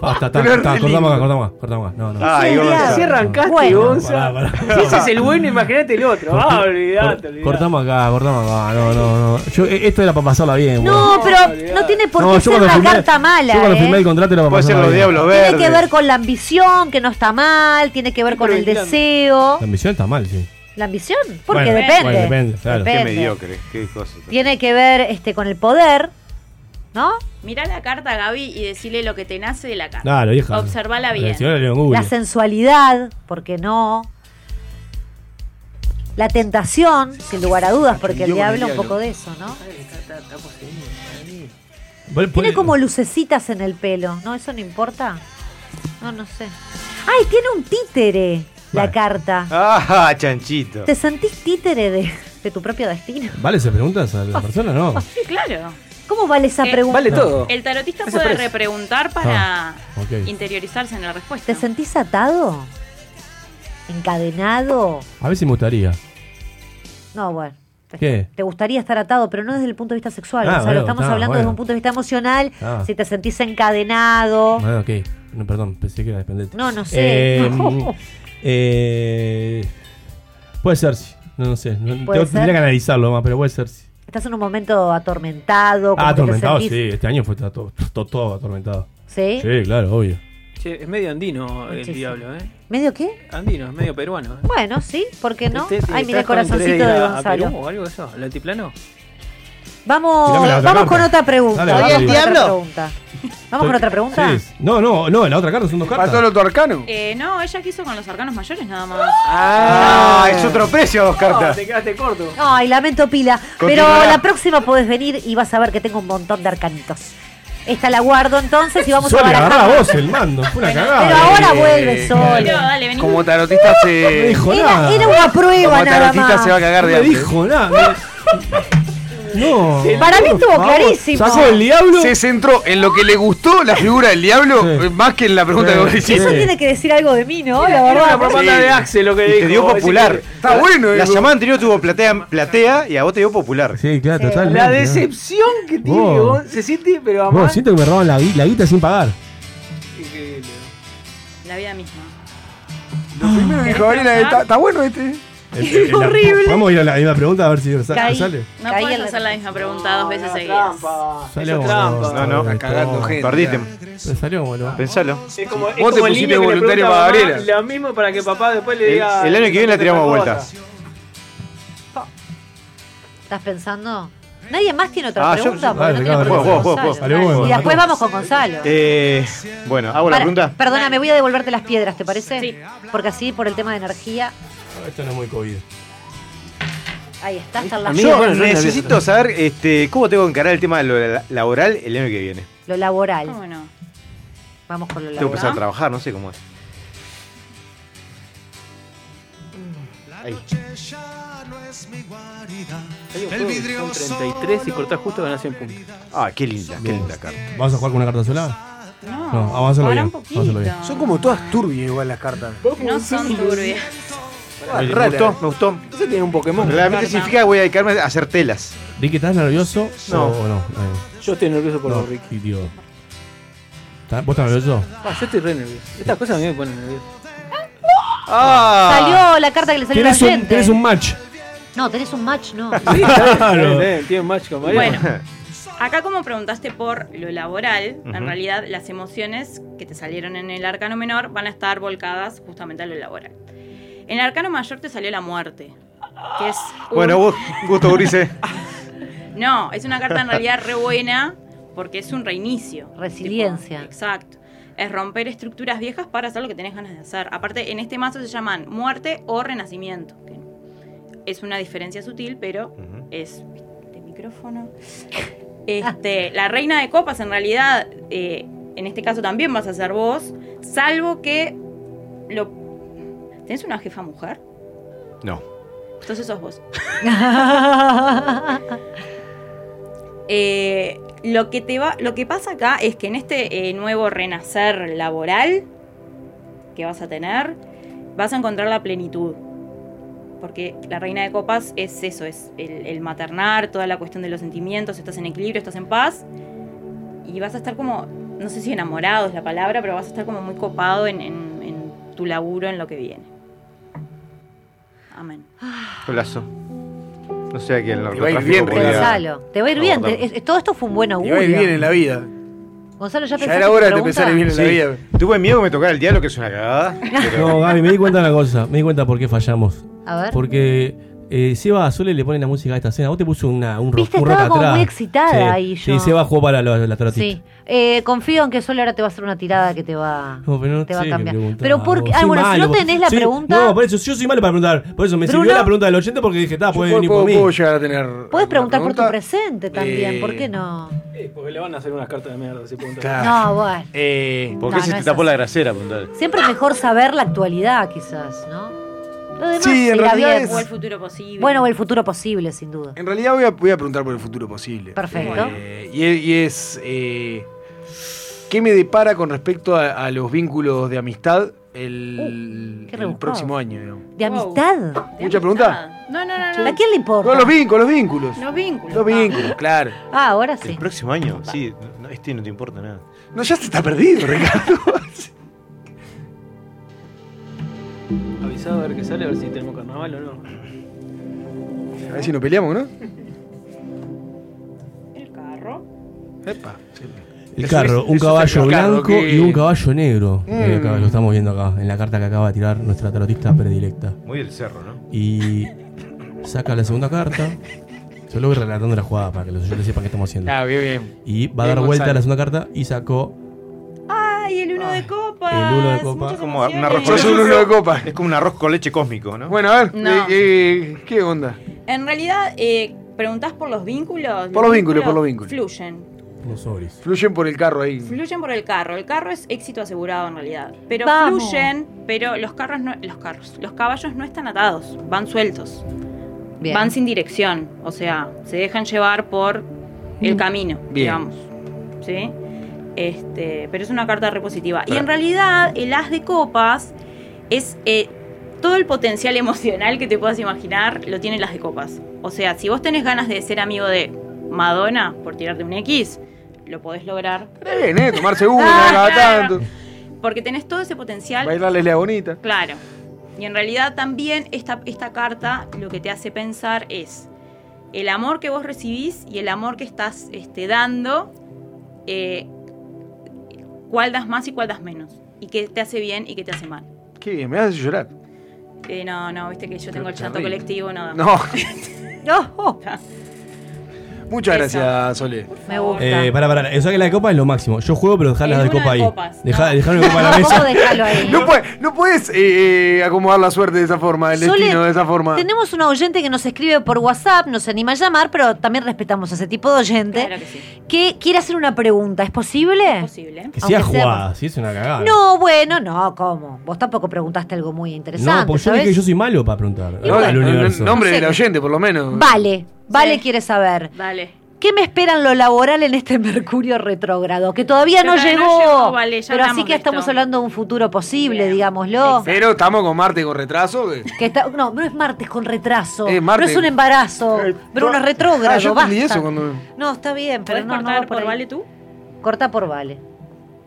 Speaker 6: Basta, está,
Speaker 5: Pero es
Speaker 6: está,
Speaker 5: re
Speaker 6: cortamos
Speaker 5: lindo.
Speaker 6: acá, cortamos acá, cortamos acá. No, no.
Speaker 2: Ay, Gonza.
Speaker 3: Si arrancaste,
Speaker 4: Bueno.
Speaker 3: Gonza.
Speaker 6: Pará, pará.
Speaker 3: Si ese es el bueno, imagínate el otro.
Speaker 6: Corti-
Speaker 3: Ah,
Speaker 6: cor-
Speaker 3: olvidate, olvidate.
Speaker 6: Cortamos acá, cortamos acá. No, no, no. Yo, eh, esto era para pasarla bien,
Speaker 4: No,
Speaker 6: weón.
Speaker 4: pero no tiene por
Speaker 6: No,
Speaker 4: qué
Speaker 6: yo
Speaker 4: ser
Speaker 6: cuando
Speaker 4: una
Speaker 6: firmé-
Speaker 4: carta mala.
Speaker 6: Yo cuando
Speaker 4: ¿eh?
Speaker 6: firmé el contrato era para
Speaker 2: Puede ser
Speaker 6: pasarla
Speaker 2: los
Speaker 6: bien.
Speaker 2: diablos
Speaker 4: Tiene
Speaker 2: verdes.
Speaker 4: que ver con la ambición, que no está mal, tiene que ver con el deseo.
Speaker 6: La misión está mal, sí.
Speaker 4: ¿La ambición? Porque
Speaker 6: Bueno,
Speaker 4: depende.
Speaker 6: bueno, depende, claro.
Speaker 2: Qué
Speaker 4: Depende.
Speaker 2: mediocre, qué cosa.
Speaker 4: Tiene que ver este, con el poder, ¿no?
Speaker 20: Mirá la carta, Gaby, y decirle lo que te nace de la carta.
Speaker 6: Dale, vieja.
Speaker 20: Observala bien.
Speaker 6: La señora León
Speaker 4: La
Speaker 6: Guglia.
Speaker 4: sensualidad, porque no? La tentación, sin lugar a dudas, porque el
Speaker 6: Atendió con el
Speaker 4: diablo un
Speaker 6: diablo.
Speaker 4: poco de eso, ¿no?
Speaker 6: Vos le
Speaker 4: Tiene
Speaker 6: ponés-
Speaker 4: como lucecitas en el pelo, ¿no? ¿Eso no importa? No, no sé. ¡Ay, tiene un títere la carta!
Speaker 2: Ah, chanchito.
Speaker 4: ¿Te sentís títere de, de tu propio destino?
Speaker 6: ¿Vale se preguntas a
Speaker 4: Oh.
Speaker 6: la persona? No.
Speaker 20: Oh, Sí, claro.
Speaker 4: ¿Cómo vale esa
Speaker 20: Eh,
Speaker 4: pregunta?
Speaker 6: vale todo.
Speaker 20: El tarotista
Speaker 4: Ese
Speaker 20: puede
Speaker 4: precio.
Speaker 20: repreguntar para
Speaker 6: Ah. ok.
Speaker 20: interiorizarse en la respuesta.
Speaker 4: ¿Te sentís atado? ¿Encadenado?
Speaker 6: A ver si me gustaría.
Speaker 4: No, bueno. te-
Speaker 6: ¿Qué?
Speaker 4: Te gustaría estar atado, pero no desde el punto de vista sexual.
Speaker 6: Ah,
Speaker 4: Gonzalo.
Speaker 6: bueno,
Speaker 4: estamos
Speaker 6: está,
Speaker 4: hablando
Speaker 6: bueno.
Speaker 4: desde un punto de vista emocional.
Speaker 6: Ah.
Speaker 4: Si te sentís encadenado.
Speaker 6: Ah, ok. No, perdón, pensé que era dependiente.
Speaker 4: No, no sé.
Speaker 6: Eh,
Speaker 4: No.
Speaker 6: eh, puede ser, sí. No, no sé. No,
Speaker 4: Puede
Speaker 6: tengo-
Speaker 4: ser.
Speaker 6: Tendría que analizarlo más, pero puede ser, sí.
Speaker 4: Estás en un momento atormentado. como
Speaker 6: Ah,
Speaker 4: que te
Speaker 6: atormentado,
Speaker 4: sentís-
Speaker 6: sí. Este año fue todo, todo- todo atormentado.
Speaker 4: ¿Sí?
Speaker 6: Sí, claro, obvio.
Speaker 3: Che, es medio andino el
Speaker 4: Muchísimo.
Speaker 3: diablo, ¿eh?
Speaker 4: ¿Medio qué?
Speaker 3: Andino, es medio peruano. ¿eh?
Speaker 4: Bueno, sí, ¿por qué no?
Speaker 3: ¿Usted está
Speaker 4: Ay, mira el
Speaker 3: con interés
Speaker 4: corazoncito
Speaker 3: ir
Speaker 4: de
Speaker 3: a- a Perú
Speaker 4: Gonzalo.
Speaker 3: o algo de eso? ¿El altiplano?
Speaker 4: Vamos,
Speaker 6: Tirame la otra
Speaker 4: Oh, vamos con
Speaker 6: carta.
Speaker 4: otra pregunta.
Speaker 6: Dale, dale.
Speaker 4: vamos con
Speaker 6: ¿El
Speaker 4: otra
Speaker 6: diablo?
Speaker 4: pregunta. ¿Vamos con otra pregunta?
Speaker 6: Sí. No, no, no, la otra carta son dos cartas.
Speaker 5: ¿Pasó el otro arcano?
Speaker 20: Eh, no, ella quiso con los arcanos mayores nada más.
Speaker 2: Ah, es otro precio dos cartas.
Speaker 3: quedaste corto.
Speaker 4: Ay, lamento pila.
Speaker 2: Continuará.
Speaker 4: Pero la próxima podés venir y vas a ver que tengo un montón de arcanitos. Esta la guardo entonces y vamos a
Speaker 6: Sole,
Speaker 4: barajar.
Speaker 6: agarrá vos el mando. Fue una cagada.
Speaker 4: Pero ahora vuelve
Speaker 6: Sole.
Speaker 4: Sole.
Speaker 5: Como tarotista se.
Speaker 6: dijo
Speaker 4: Era,
Speaker 6: nada.
Speaker 4: era una prueba
Speaker 5: Como
Speaker 4: nada
Speaker 5: tarotista
Speaker 4: más.
Speaker 5: se va a cagar
Speaker 6: No
Speaker 5: de
Speaker 6: me
Speaker 5: hambre.
Speaker 6: dijo nada.
Speaker 5: No.
Speaker 4: Para mí estuvo clarísimo.
Speaker 5: Se centró en lo que le gustó la figura del diablo eh, más que en la pregunta que vos hiciste.
Speaker 4: Eso tiene que decir algo de mí, ¿no? La
Speaker 2: Era
Speaker 4: verdad.
Speaker 2: una propaganda
Speaker 3: de Axel lo que
Speaker 2: Y
Speaker 3: dijo.
Speaker 2: te dio
Speaker 3: Así
Speaker 2: popular.
Speaker 3: que- Está bueno,
Speaker 2: La
Speaker 3: digo.
Speaker 2: llamada anterior tuvo platea, platea y a vos te dio popular.
Speaker 6: Sí, claro, totalmente.
Speaker 3: La decepción que tiene,
Speaker 6: Wow.
Speaker 3: vos, se siente, pero a
Speaker 6: Bueno,
Speaker 3: más.
Speaker 6: siento que me roban la, gui- la guita sin pagar.
Speaker 20: La vida misma.
Speaker 5: Lo
Speaker 21: Ah.
Speaker 5: primero que dijo Gabriela, "Está- está bueno este.
Speaker 6: Es horrible. Vamos a ir a la misma pregunta a ver si sa-
Speaker 20: Caí.
Speaker 6: sale.
Speaker 20: No
Speaker 3: Caí
Speaker 20: puedes
Speaker 3: en la-
Speaker 20: hacer la misma pregunta dos veces seguidas.
Speaker 4: Ah,
Speaker 6: Salió
Speaker 2: Eso
Speaker 6: como
Speaker 2: trampa.
Speaker 6: lo-
Speaker 2: No, no,
Speaker 6: Ay,
Speaker 2: cagando
Speaker 6: todo.
Speaker 2: gente. Perdiste.
Speaker 6: Pero Salió como lo-
Speaker 2: Pensalo.
Speaker 3: Es como, es
Speaker 2: Vos te
Speaker 3: como el
Speaker 2: pusiste
Speaker 3: niño que le
Speaker 2: voluntario
Speaker 3: pregunta a
Speaker 2: para
Speaker 3: mamá
Speaker 2: Gabriela.
Speaker 3: Lo mismo para que papá después le
Speaker 2: El,
Speaker 3: diga.
Speaker 2: el año que viene la tiramos vuelta.
Speaker 4: ¿Estás pensando? Nadie más tiene otra
Speaker 2: Ah, yo-
Speaker 4: pregunta.
Speaker 2: yo-
Speaker 4: porque
Speaker 2: dale,
Speaker 4: no tenemos
Speaker 2: Ricardo,
Speaker 4: más
Speaker 2: vos, vos,
Speaker 4: Gonzalo.
Speaker 2: vos, vos. Dale, vos,
Speaker 4: Y
Speaker 2: Mateo.
Speaker 4: después vamos con Gonzalo.
Speaker 2: Eh, bueno, hago la
Speaker 4: Para-
Speaker 2: pregunta.
Speaker 4: Perdóname, voy a devolverte las piedras, ¿te parece? Sí. Porque así, por el tema de energía,
Speaker 6: Ah, Esto no es muy COVID.
Speaker 4: ahí está, están las
Speaker 2: Yo
Speaker 4: piedras.
Speaker 2: necesito saber este, cómo tengo que encarar el tema de lo la- laboral el año que viene.
Speaker 4: Lo laboral. Vamos con lo
Speaker 2: Tengo que empezar a
Speaker 4: laboral.
Speaker 2: trabajar, no sé cómo es. Ahí.
Speaker 3: Son 33 y cortás justo ganas 100 puntos.
Speaker 2: Ah, qué linda, qué linda carta.
Speaker 6: ¿Vas a jugar con una carta sola? No, ah, vamos a hacerlo bien. Vamos a hacerlo bien.
Speaker 26: Son como todas turbias igual las cartas.
Speaker 20: No son turbias.
Speaker 2: Oye, me
Speaker 26: Rara.
Speaker 2: gustó, me gustó.
Speaker 26: Ese tiene un Pokémon.
Speaker 2: Realmente significa que voy a dedicarme a hacer telas.
Speaker 6: Ricky, ¿estás nervioso?
Speaker 2: No.
Speaker 6: O, o no?
Speaker 3: Yo estoy nervioso por
Speaker 6: No,
Speaker 3: vos, Ricky.
Speaker 6: y digo, ¿tá- ¿Vos estás nervioso?
Speaker 3: Ah, yo estoy re nervioso. Estas cosas a mí me ponen nervioso.
Speaker 2: Ah.
Speaker 4: Salió la carta que le salió al
Speaker 6: Tenés un,
Speaker 4: oyente.
Speaker 6: tenés un match.
Speaker 4: No, tenés un match, no.
Speaker 3: Sí,
Speaker 6: Claro.
Speaker 3: Tiene tiene match con María.
Speaker 20: Bueno. Acá como preguntaste por lo laboral,
Speaker 3: Ujú.
Speaker 20: en realidad las emociones que te salieron en el arcano menor van a estar volcadas justamente a lo laboral. En el arcano mayor te salió la muerte, que es un-
Speaker 2: Bueno, gu- gusto, Gurice.
Speaker 20: No, es una carta en realidad re buena porque es un reinicio. Resiliencia. exacto. Es romper estructuras viejas para hacer lo que tenés ganas de hacer. Aparte, en este mazo se llaman muerte o renacimiento. que Es una diferencia sutil, pero es de micrófono. Este, La reina de copas, en realidad, eh, en este caso también vas a ser vos, salvo que lo... ¿Tenés una jefa mujer?
Speaker 2: No.
Speaker 20: Entonces sos vos. Eh, lo, que te va, lo que pasa acá es que en este eh, nuevo renacer laboral que vas a tener, vas a encontrar la plenitud. Porque la reina de copas es eso, es el, el maternar, toda la cuestión de los sentimientos, estás en equilibrio, estás en paz. Y vas a estar como, no sé si enamorado es la palabra, pero vas a estar como muy copado en, en- en tu laburo, en lo que viene. Amén.
Speaker 2: Golazo. No sé a quién lo
Speaker 26: Te va a ir bien,
Speaker 4: Gonzalo, te va a ir bien.
Speaker 2: Abordamos.
Speaker 4: te- es- todo esto fue un buen augurio.
Speaker 2: va a ir bien en la vida.
Speaker 4: Gonzalo, ya,
Speaker 2: era
Speaker 4: pensaste tu pregunta?
Speaker 2: Tuve miedo que me tocara el diablo, que es una cagada.
Speaker 6: No, Gaby, me di cuenta de una cosa. Me di cuenta por qué fallamos.
Speaker 4: A ver.
Speaker 6: Porque eh, Seba Sole le pone la música a esta escena. Vos te puso una, un, ro-
Speaker 4: Viste,
Speaker 6: un rock
Speaker 4: estaba como
Speaker 6: atrás.
Speaker 4: muy excitada
Speaker 6: Sí,
Speaker 4: ahí yo.
Speaker 6: Sí, Seba jugó para la, la tarotita.
Speaker 4: Sí. Eh, confío en que solo ahora te va a hacer una tirada que te va,
Speaker 6: No, pero no
Speaker 4: te va a
Speaker 6: sé
Speaker 4: cambiar.
Speaker 6: qué preguntar.
Speaker 4: Pero porque,
Speaker 6: Soy
Speaker 4: ah, bueno, si
Speaker 6: malo,
Speaker 4: no tenés la
Speaker 6: soy-
Speaker 4: pregunta,
Speaker 6: No, por eso yo soy malo para preguntar. Por eso me
Speaker 4: Bruno.
Speaker 6: sirvió la pregunta del 80 porque dije, está, puede
Speaker 26: puedo-
Speaker 6: venir por
Speaker 26: puedo-
Speaker 6: mí.
Speaker 26: puedo llegar a tener.
Speaker 4: podés preguntar por tu
Speaker 26: pregunta?
Speaker 4: presente también, ¿por qué no?
Speaker 3: Eh, ah. porque le van a hacer unas cartas de mierda si preguntas.
Speaker 4: No, bueno.
Speaker 2: ¿Por qué
Speaker 4: No,
Speaker 2: se eh,
Speaker 4: no
Speaker 2: te
Speaker 4: es
Speaker 2: tapó la grasera? preguntale?
Speaker 4: Siempre es mejor saber la actualidad, quizás, ¿no? Lo demás
Speaker 26: Sí, en
Speaker 4: irá
Speaker 26: realidad
Speaker 4: bien.
Speaker 26: es- O el
Speaker 20: futuro posible.
Speaker 4: Bueno, o el futuro posible, sin duda.
Speaker 26: En realidad voy a, voy a preguntar por el futuro posible.
Speaker 4: Perfecto.
Speaker 26: Eh, y, es- y es, eh, ¿qué me depara con respecto a, a los vínculos de amistad el,
Speaker 4: Uh, qué
Speaker 26: el
Speaker 4: rebuscado.
Speaker 26: próximo año? digamos?
Speaker 4: ¿De amistad?
Speaker 26: ¿Mucha pregunta?
Speaker 20: No, no, no, no.
Speaker 4: ¿A quién le importa?
Speaker 26: No, los vínculos, los vínculos.
Speaker 20: Los vínculos.
Speaker 26: Los vínculos, claro.
Speaker 4: Ah, ahora sí.
Speaker 2: El próximo año, sí. no, este no te importa nada.
Speaker 26: No, ya se está perdido, Ricardo.
Speaker 3: Avisado a ver qué sale, a ver si tenemos carnaval o no.
Speaker 26: A ver si nos peleamos, ¿no?
Speaker 20: El carro.
Speaker 26: Epa.
Speaker 6: El carro, un
Speaker 26: Eso
Speaker 6: caballo
Speaker 26: es el carro
Speaker 6: blanco
Speaker 26: que-
Speaker 6: y un caballo negro.
Speaker 26: Mm.
Speaker 6: Eh, acá lo estamos viendo acá, en la carta que acaba de tirar nuestra tarotista predilecta.
Speaker 2: Muy del cerro, ¿no?
Speaker 6: Y saca la segunda carta. Yo lo voy relatando la jugada para que los oyentes sepan qué estamos haciendo.
Speaker 26: Ah, bien, bien.
Speaker 6: Y va a
Speaker 26: Bien,
Speaker 6: dar vuelta
Speaker 26: Gonzalo.
Speaker 6: a la segunda carta y sacó
Speaker 20: ¡Ay, el uno de copas!
Speaker 4: Ah,
Speaker 6: el uno de copa.
Speaker 2: Como un arroz
Speaker 20: emociones.
Speaker 2: con
Speaker 26: Sos
Speaker 2: leche.
Speaker 26: un uno de copa.
Speaker 2: Es como un arroz con leche cósmico, ¿no?
Speaker 26: Bueno, a ver,
Speaker 20: No.
Speaker 26: eh, eh, ¿qué onda?
Speaker 20: En realidad, eh, preguntás por los vínculos.
Speaker 26: Por los vínculos, por los vínculos.
Speaker 20: Fluyen.
Speaker 6: Los sobres.
Speaker 26: Fluyen por el carro
Speaker 5: Mm.
Speaker 26: ahí.
Speaker 20: Fluyen por el carro. El carro es éxito asegurado en realidad. Pero
Speaker 4: Vamos.
Speaker 20: fluyen, pero los carros no, los carros, los caballos no están atados, van sueltos.
Speaker 15: Bien.
Speaker 20: van sin dirección, o sea, se dejan llevar por el camino,
Speaker 26: Bien.
Speaker 20: digamos. ¿Sí? Este, pero es una carta repositiva. Y
Speaker 26: Claro.
Speaker 20: en realidad, el as de copas es eh, todo el potencial emocional que te puedas imaginar lo tiene el as de copas. O sea, si vos tenés ganas de ser amigo de Madonna por tirarte un X, lo podés lograr.
Speaker 26: Está bien, ¿eh? Tomarse
Speaker 4: Ah,
Speaker 26: una cada tanto.
Speaker 20: Porque tenés todo ese potencial.
Speaker 26: Bailarles la bonita.
Speaker 20: Claro. Y en realidad también esta, esta carta lo que te hace pensar es el amor que vos recibís y el amor que estás este, dando, eh, cuál das más y cuál das menos. Y qué te hace bien y qué te hace mal.
Speaker 26: Qué bien, me hace llorar.
Speaker 20: Eh, no, no, viste que yo tengo el
Speaker 26: Pero
Speaker 20: chato
Speaker 26: terrible.
Speaker 20: colectivo, no.
Speaker 26: No.
Speaker 20: no.
Speaker 26: Muchas gracias, Sole.
Speaker 20: Me gusta.
Speaker 6: Eh, para, para, eso que la de copa es lo máximo. Yo juego, pero dejar las de
Speaker 26: Ninguna
Speaker 6: copa
Speaker 26: de
Speaker 6: ahí.
Speaker 26: copas,
Speaker 6: Dejar de copa en la mesa.
Speaker 26: No, puede- no puedes eh, acomodar la suerte de esa forma, el
Speaker 4: Sole,
Speaker 26: destino de esa forma.
Speaker 4: Tenemos una oyente que nos escribe por WhatsApp, nos anima a llamar, pero también respetamos a ese tipo de oyente
Speaker 20: Claro que sí.
Speaker 4: que quiere hacer una pregunta. ¿Es posible? Es
Speaker 20: posible.
Speaker 6: Que sea jugada, si es una cagada.
Speaker 4: No, bueno, no, ¿cómo? Vos tampoco preguntaste algo muy interesante.
Speaker 6: No, porque yo
Speaker 4: ¿sabés?
Speaker 6: dije que yo soy malo para preguntar. eh,
Speaker 4: Y bueno.
Speaker 6: al universo.
Speaker 26: el nombre del oyente, por lo menos.
Speaker 4: Vale, vale quiere saber.
Speaker 20: Vale.
Speaker 4: ¿Qué me esperan lo laboral en este Mercurio retrógrado? Que todavía no
Speaker 20: Todavía
Speaker 4: llegó.
Speaker 20: no llegó, vale, ya
Speaker 4: pero así
Speaker 20: hablamos
Speaker 4: que
Speaker 20: de
Speaker 4: estamos
Speaker 20: esto.
Speaker 4: hablando de un futuro posible, digámoslo.
Speaker 26: Pero estamos con Marte con retraso. eh.
Speaker 4: Que está, no, no es martes con retraso.
Speaker 26: Es martes. Eh,
Speaker 4: No es un embarazo. Bruno es retrógrado.
Speaker 26: Ah, yo entendí
Speaker 4: basta.
Speaker 26: eso cuando.
Speaker 4: No, está bien, pero
Speaker 20: ¿Podés
Speaker 4: no, no
Speaker 20: cortar
Speaker 4: va por,
Speaker 20: por
Speaker 4: ahí.
Speaker 20: vale tú?
Speaker 4: Corta por vale.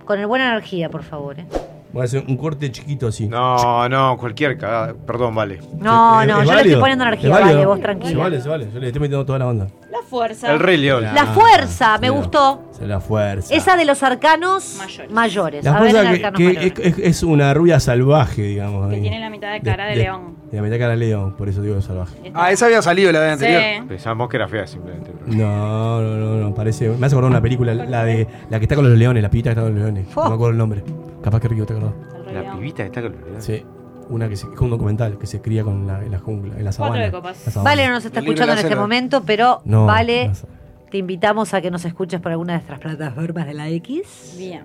Speaker 4: Con el buena energía, por favor. ¿eh?
Speaker 6: Voy a hacer un corte chiquito así.
Speaker 2: No, no, cualquier cagada. Perdón, vale.
Speaker 4: No,
Speaker 6: Eh,
Speaker 4: no, yo le estoy poniendo energía, vale, vos
Speaker 6: Se
Speaker 4: tranquila.
Speaker 6: vale, se vale. Yo le estoy metiendo toda la banda.
Speaker 20: La fuerza.
Speaker 2: El Rey León.
Speaker 6: Ah,
Speaker 4: La fuerza, me
Speaker 6: sí.
Speaker 4: gustó.
Speaker 6: Se la fuerza.
Speaker 4: Esa de los arcanos mayores.
Speaker 6: La
Speaker 4: A ver,
Speaker 6: fuerza
Speaker 4: el
Speaker 6: que,
Speaker 4: arcano
Speaker 6: que
Speaker 4: mayor.
Speaker 6: es, es- es una rubia salvaje, digamos.
Speaker 20: Que
Speaker 6: ahí.
Speaker 20: tiene la mitad de cara de, león.
Speaker 6: De la mitad cara de león, por eso digo salvaje.
Speaker 26: Ah, esa había salido la vez
Speaker 20: Sí.
Speaker 26: anterior.
Speaker 2: Pensamos que era fea simplemente.
Speaker 6: No, no, no, no, parece. Me hace acordar una película, la de la que está con los leones, la pibita que está con los leones. No me acuerdo el nombre. Capaz que Rico te acordás.
Speaker 2: La pibita que está con los leones.
Speaker 6: Sí. Una que se, es un documental que se cría con la, en la jungla, en la
Speaker 4: Cuatro
Speaker 6: sabana.
Speaker 4: de copas.
Speaker 6: La sabana.
Speaker 4: Vale no nos está
Speaker 6: El libro
Speaker 4: escuchando en
Speaker 6: de la
Speaker 4: este
Speaker 6: selva.
Speaker 4: momento, pero
Speaker 6: No,
Speaker 4: Vale,
Speaker 6: no
Speaker 4: te invitamos a que nos escuches por alguna de nuestras plataformas de la X.
Speaker 20: Bien.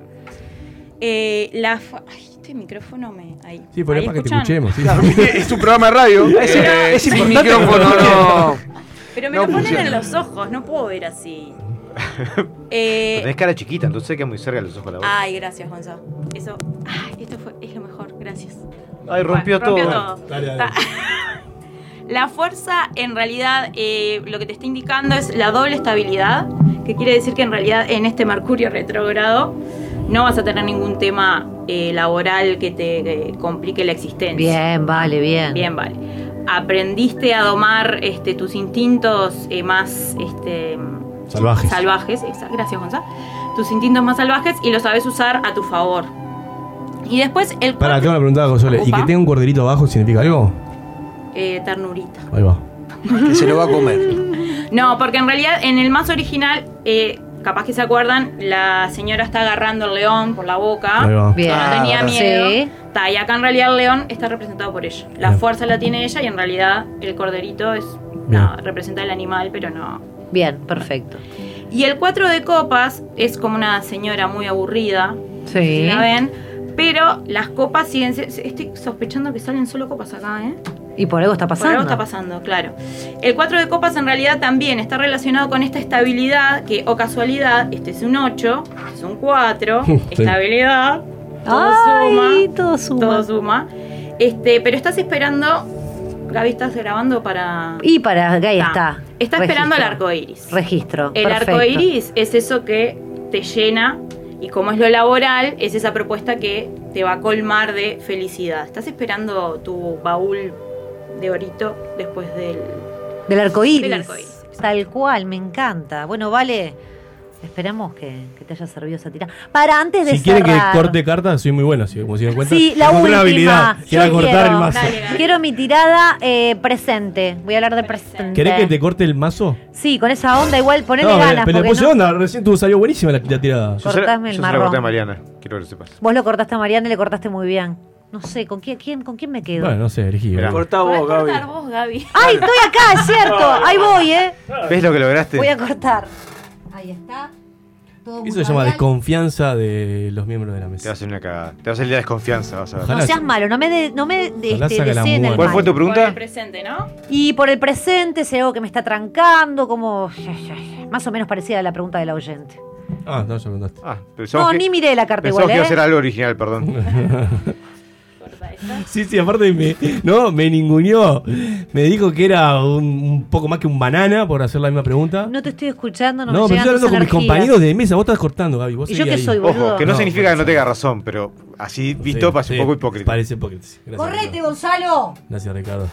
Speaker 20: Eh, la fu- Ay, este micrófono me. Ahí.
Speaker 6: Sí, pero
Speaker 20: Ahí
Speaker 6: es para que te
Speaker 20: escuchan.
Speaker 6: escuchemos. sí.
Speaker 26: Es un programa de radio.
Speaker 6: Es-
Speaker 26: eh,
Speaker 6: es
Speaker 26: sin
Speaker 6: importante
Speaker 26: micrófono,
Speaker 6: que
Speaker 26: no.
Speaker 20: Pero me
Speaker 26: No
Speaker 20: lo ponen
Speaker 26: funciona.
Speaker 20: en los eh, ojos, no puedo ver así. Eh,
Speaker 2: Pero tenés cara chiquita, entonces queda muy cerca de los ojos de la boca.
Speaker 20: ay, gracias, Gonzalo. Eso. Ay, esto fue, es lo mejor, gracias.
Speaker 2: Ay, rompió
Speaker 20: Bueno, Ah,
Speaker 2: todo. Dale, dale.
Speaker 20: Ta- La fuerza, en realidad, eh, lo que te está indicando es la doble estabilidad, que quiere decir que en realidad en este Mercurio retrógrado no vas a tener ningún tema eh, laboral que te eh, complique la existencia.
Speaker 4: Bien, vale, bien.
Speaker 20: Bien, vale. Aprendiste a domar este, tus instintos eh, más este,
Speaker 6: Salvajes.
Speaker 20: salvajes, exa- gracias Gonzalo. Tus instintos más salvajes y los sabes usar a tu favor. Y después el
Speaker 6: Para, tengo una pregunta, Consuelo. ¿Y
Speaker 20: Opa.
Speaker 6: que tenga un corderito abajo significa algo?
Speaker 20: eh, ternurita.
Speaker 6: Ahí va.
Speaker 26: Que se lo va a comer.
Speaker 20: No, porque en realidad en el más original, eh, capaz que se acuerdan, la señora está agarrando al león por la boca.
Speaker 6: Ahí va.
Speaker 20: Bien.
Speaker 6: Ah,
Speaker 20: No tenía
Speaker 6: verdad.
Speaker 20: miedo.
Speaker 6: Sí.
Speaker 20: Ta, y acá en realidad el león está representado por ella. La
Speaker 6: Bien.
Speaker 20: fuerza la tiene ella y en realidad el corderito es
Speaker 6: Bien.
Speaker 20: no, representa el animal, pero no.
Speaker 4: Bien, perfecto.
Speaker 20: Y el cuatro de copas es como una señora muy aburrida.
Speaker 4: Sí.
Speaker 20: si la ven. Pero las copas siguen. se- se- Estoy sospechando que salen solo copas acá, ¿eh?
Speaker 4: Y por algo está pasando.
Speaker 20: Por algo está pasando, claro. El 4 de copas en realidad también está relacionado con esta estabilidad, que o casualidad, este es un 8, es un 4,
Speaker 4: Sí.
Speaker 20: estabilidad, todo
Speaker 4: Ay,
Speaker 20: suma,
Speaker 4: todo suma.
Speaker 20: todo suma. Este, pero estás esperando, Gaby, estás grabando para...
Speaker 4: Y para Gay
Speaker 20: Ah,
Speaker 4: está.
Speaker 20: está
Speaker 4: Registro.
Speaker 20: esperando el arco iris.
Speaker 4: Registro.
Speaker 20: El
Speaker 4: perfecto.
Speaker 20: arco iris es eso que te llena y como es lo laboral, es esa propuesta que te va a colmar de felicidad. Estás esperando tu baúl de orito después del...
Speaker 4: Del arco iris.
Speaker 20: Del arco iris.
Speaker 4: Tal cual, me encanta. Bueno, vale. Esperamos que, que te haya servido esa tirada. Para antes de
Speaker 6: Si quieren que
Speaker 4: cerrar.
Speaker 6: corte cartas, soy muy bueno, si como se dieron cuenta.
Speaker 4: Sí, la
Speaker 6: Tengo
Speaker 4: última.
Speaker 6: una habilidad, que
Speaker 4: Yo
Speaker 6: era cortar
Speaker 4: quiero.
Speaker 6: el mazo.
Speaker 4: Quiero mi tirada eh, presente. Voy a hablar de presente.
Speaker 6: ¿Querés que te corte el mazo?
Speaker 4: Sí, con esa onda igual ponele
Speaker 6: no, eh, pero
Speaker 4: ganas.
Speaker 6: pues le
Speaker 4: porque
Speaker 6: puse
Speaker 4: no-
Speaker 6: onda, recién tuvo salió buenísima la, la tirada.
Speaker 2: Yo se la-
Speaker 4: Cortame el
Speaker 2: yo se la
Speaker 4: marrón.
Speaker 2: corté a Mariana, quiero que lo sepas.
Speaker 4: Vos lo cortaste a Mariana y le cortaste muy bien. No sé, ¿con quién, quién- con quién me quedo?
Speaker 6: Bueno, no sé, elegí.
Speaker 2: Mirá.
Speaker 6: Cortá
Speaker 20: vos, Gaby. vos, Gaby.
Speaker 4: ¡Ay, estoy acá, es cierto! Ahí voy, ¿eh?
Speaker 2: ¿Ves lo que lograste?
Speaker 4: Voy a cortar. Ahí está.
Speaker 15: puedo
Speaker 6: Eso se llama
Speaker 15: culpar de algo.
Speaker 6: desconfianza de los miembros de la mesa. Te
Speaker 2: vas a una cagada. Te vas a ir la desconfianza, vas a
Speaker 4: No seas malo, no me, de- no me de-
Speaker 6: Ojalá
Speaker 4: este,
Speaker 6: saque la
Speaker 4: deseen el
Speaker 6: muerte.
Speaker 2: ¿Cuál
Speaker 4: mal.
Speaker 2: fue tu pregunta?
Speaker 20: presente, ¿no?
Speaker 4: Y por el presente, si hay algo que me está trancando, como. Más o menos parecida a la pregunta de la oyente.
Speaker 6: Ah, no, ya preguntaste.
Speaker 2: Ah,
Speaker 4: No, ni miré la carta
Speaker 2: Pensamos
Speaker 4: igual,
Speaker 2: que iba a
Speaker 4: ¿eh?
Speaker 2: ser algo original, perdón.
Speaker 6: Sí, sí, aparte me, no, me ninguneó. Me dijo que era un, un poco más que un banana por hacer la misma pregunta.
Speaker 4: No te estoy escuchando, no,
Speaker 6: No,
Speaker 4: me
Speaker 6: pero
Speaker 4: llegan
Speaker 6: estoy
Speaker 4: tus
Speaker 6: hablando con mis
Speaker 4: energías.
Speaker 6: compañeros de mesa. Vos estás cortando, Gaby. Vos
Speaker 4: ¿Y yo
Speaker 6: seguí
Speaker 4: qué
Speaker 6: ahí.
Speaker 4: soy, boludo?
Speaker 2: Ojo, que no, significa que no tenga razón, pero así visto parece un poco hipócrita.
Speaker 6: Parece hipócrita. sí. Gracias, Ricardo.
Speaker 4: ¡Correte, Gonzalo!
Speaker 6: Gracias, Ricardo.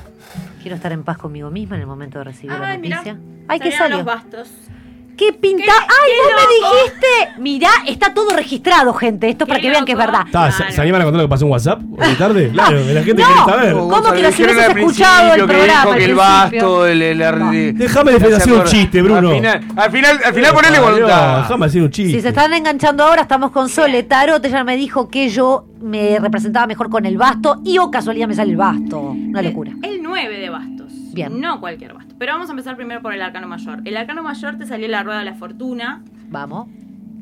Speaker 4: Quiero estar en paz conmigo misma en el momento de recibir la
Speaker 20: Ay, mirá.
Speaker 4: noticia. ¡Ay, qué
Speaker 20: Salieron
Speaker 4: salió!
Speaker 20: los bastos.
Speaker 4: ¡Qué pinta! ¡Ay,
Speaker 20: qué
Speaker 4: vos
Speaker 20: loco!
Speaker 4: me dijiste! Mirá, está todo registrado, gente. Esto es para que vean que es verdad.
Speaker 6: Ta, ¿se- ¿Se animan a contar lo que pasó en WhatsApp hoy tarde? Claro, la gente
Speaker 4: No.
Speaker 6: quiere saber.
Speaker 4: ¿Cómo Gonzalo, que los dijeron hubieses al escuchado el principio que programa, dijo al que el principio? basto,
Speaker 6: Déjame de hacer un chiste, Bruno.
Speaker 5: Al final, al final, al final
Speaker 6: Pero,
Speaker 5: ponele
Speaker 6: Dios,
Speaker 5: voluntad.
Speaker 6: Déjame hacer un
Speaker 4: Si se
Speaker 6: chiste.
Speaker 4: están enganchando ahora, estamos con Sole Tarot. Ella me dijo que yo me representaba mejor con el basto y, oh, casualidad, me sale el basto.
Speaker 20: Eh,
Speaker 4: Una locura.
Speaker 20: El 9 de bastos.
Speaker 4: Bien.
Speaker 20: No cualquier basto. Pero vamos a empezar primero por el arcano mayor. El arcano mayor te salió la rueda de la fortuna.
Speaker 4: Vamos.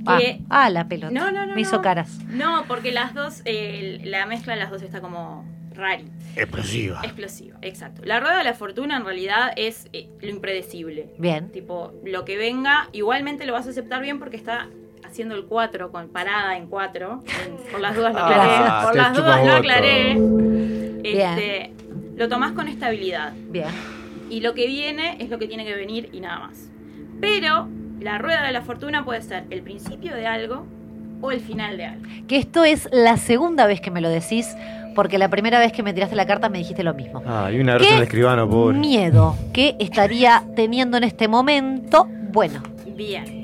Speaker 4: Ah,
Speaker 20: Que-
Speaker 4: ah, la pelota.
Speaker 20: No, no, no,
Speaker 4: me hizo
Speaker 20: no.
Speaker 4: caras.
Speaker 20: No, porque las dos, eh, la mezcla de las dos está como rari.
Speaker 2: Explosiva.
Speaker 20: Explosiva, exacto. La rueda de la fortuna en realidad es eh, lo impredecible.
Speaker 4: Bien.
Speaker 20: Tipo, lo que venga, igualmente lo vas a aceptar bien porque está haciendo el 4, con parada en 4. Por las dudas lo
Speaker 1: Ah,
Speaker 20: aclaré.
Speaker 1: te
Speaker 20: por las
Speaker 1: chupa
Speaker 20: dudas lo
Speaker 1: voto.
Speaker 20: aclaré. Este, lo tomás con estabilidad.
Speaker 4: Bien.
Speaker 20: Y lo que viene es lo que tiene que venir y nada más. Pero la rueda de la fortuna puede ser el principio de algo o el final de algo.
Speaker 4: Que esto es la segunda vez que me lo decís, porque la primera vez que me tiraste la carta me dijiste lo mismo.
Speaker 2: Ah, y una rosa
Speaker 4: ¿Qué
Speaker 2: al escribano, pobre.
Speaker 4: Miedo que estaría teniendo en este momento. Bueno,
Speaker 20: Bien.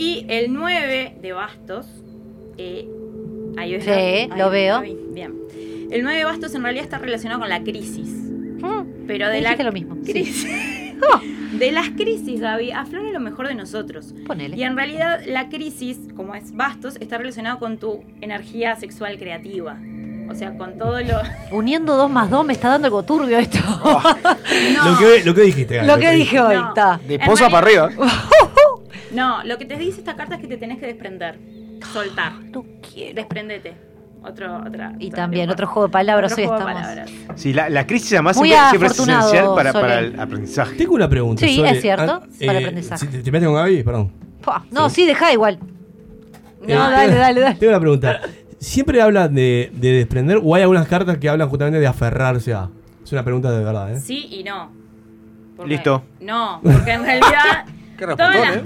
Speaker 20: Y el 9 de bastos. eh, ahí ves,
Speaker 4: Sí,
Speaker 20: ahí
Speaker 4: lo veo.
Speaker 20: vi, Bien. El 9 de bastos en realidad está relacionado con la crisis. Pero
Speaker 4: Ah, me
Speaker 20: de la
Speaker 4: dijiste lo mismo. sí.
Speaker 20: crisis. De las crisis, Gaby, aflora lo mejor de nosotros.
Speaker 4: Ponele.
Speaker 20: Y en realidad la crisis, como es bastos, está relacionado con tu energía sexual creativa. O sea, con todo lo...
Speaker 4: Uniendo dos más dos me está dando algo turbio esto.
Speaker 6: Lo, que, lo que dijiste, Gaby,
Speaker 4: lo que dije hoy.
Speaker 20: No.
Speaker 4: está.
Speaker 20: De posa para
Speaker 5: arriba.
Speaker 20: No, lo que te dice esta carta es que te tenés que desprender, soltar.
Speaker 4: No quiero.
Speaker 20: Desprendete. Otro, otra.
Speaker 4: Y también otro juego de palabras
Speaker 20: Otro
Speaker 4: hoy
Speaker 20: juego de
Speaker 4: estamos.
Speaker 20: palabras.
Speaker 2: Sí, la, la crisis además
Speaker 4: Muy
Speaker 2: siempre, siempre es
Speaker 4: afortunado,
Speaker 2: esencial para, para
Speaker 4: Sole.
Speaker 2: el aprendizaje.
Speaker 6: Tengo una pregunta.
Speaker 4: Sí,
Speaker 6: Sole.
Speaker 4: es cierto, para aprendizaje.
Speaker 6: aprendizaje. ¿Te, te metes con Gaby? Perdón.
Speaker 4: Pua, No, sí, deja igual. No,
Speaker 6: Eh,
Speaker 4: dale, dale, dale.
Speaker 6: Tengo una pregunta. ¿Siempre hablan de, de desprender o hay algunas cartas que hablan justamente de aferrarse a? Es una pregunta de verdad, ¿eh?
Speaker 20: Sí y no. Porque-
Speaker 6: Listo.
Speaker 20: No, porque en realidad
Speaker 6: Qué
Speaker 20: todas,
Speaker 6: respondón,
Speaker 20: las
Speaker 6: ¿eh?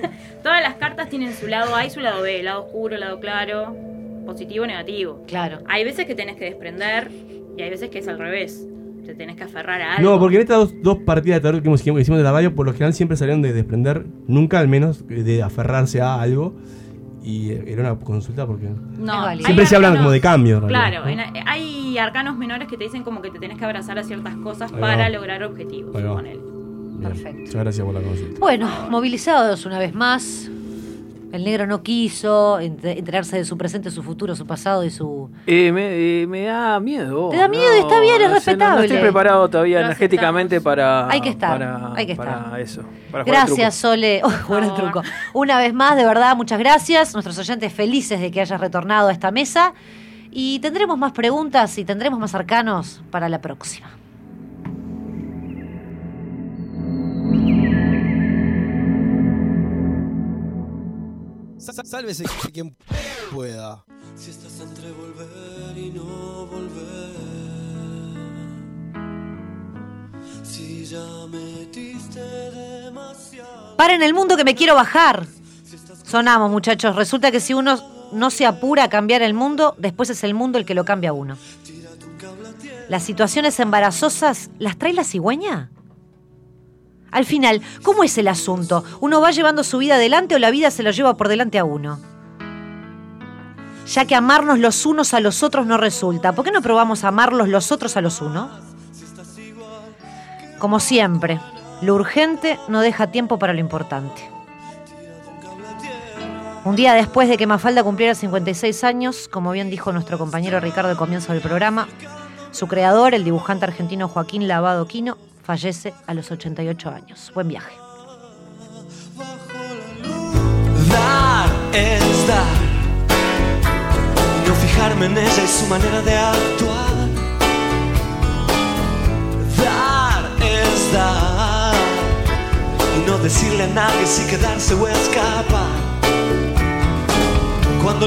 Speaker 20: car- todas las cartas tienen su lado A y su lado B, lado oscuro, lado claro, positivo, negativo.
Speaker 4: Claro.
Speaker 20: Hay veces que tenés que desprender y hay veces que es al revés. Te tenés que aferrar a algo.
Speaker 6: No, porque en estas dos, dos partidas de tarot que hemos- que hicimos de la radio, por lo general siempre salieron de desprender, nunca al menos, de aferrarse a algo. Y eh, era una consulta porque.
Speaker 20: No, hay
Speaker 6: Siempre se hablan
Speaker 20: arcanos-
Speaker 6: como de cambio, en realidad,
Speaker 20: Claro, en- hay arcanos menores que te dicen como que te tenés que abrazar a ciertas cosas
Speaker 6: Ahí va.
Speaker 20: para lograr objetivos.
Speaker 6: Ahí va.
Speaker 20: ponele.
Speaker 6: Bien. Muchas gracias por la consulta.
Speaker 4: Bueno, movilizados una vez más. El negro no quiso entre- enterarse de su presente, su futuro, su pasado y su.
Speaker 26: Eh, me, eh, me da miedo.
Speaker 4: Te da miedo, está bien, es
Speaker 26: o sea, Oh, no- No,
Speaker 4: respetable.
Speaker 26: estoy preparado todavía
Speaker 4: Lo
Speaker 26: energéticamente para.
Speaker 4: Hay que estar,
Speaker 26: Para,
Speaker 4: hay que
Speaker 26: para eso. para jugar al
Speaker 4: Gracias, Sole. Oh, jugar al truco. Una vez más, de verdad, muchas gracias. Nuestros oyentes felices de que hayas retornado a esta mesa. Y tendremos más preguntas y tendremos más arcanos para la próxima.
Speaker 7: Sa- Sálvese quien pueda.
Speaker 1: Si estás entre volver y no volver. Si ya metiste demasiado.
Speaker 4: Paren el mundo que me quiero bajar. Sonamos, muchachos. Resulta que si uno no se apura a cambiar el mundo, después es el mundo el que lo cambia a uno. Las situaciones embarazosas, ¿las trae la cigüeña? Al final, ¿cómo es el asunto? ¿Uno va llevando su vida adelante o la vida se lo lleva por delante a uno? Ya que amarnos los unos a los otros no resulta, ¿por qué no probamos amarlos los otros a los unos? Como siempre, lo urgente no deja tiempo para lo importante. Un día después de que Mafalda cumpliera 56 años, como bien dijo nuestro compañero Ricardo al comienzo del programa, su creador, el dibujante argentino Joaquín Lavado Quino, fallece a los 88 años. Buen viaje.
Speaker 1: Dar
Speaker 11: es dar. No fijarme en ella y su manera de actuar. Dar es dar. Y no decirle a nadie si quedarse o escapar. Cuando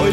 Speaker 11: Hoy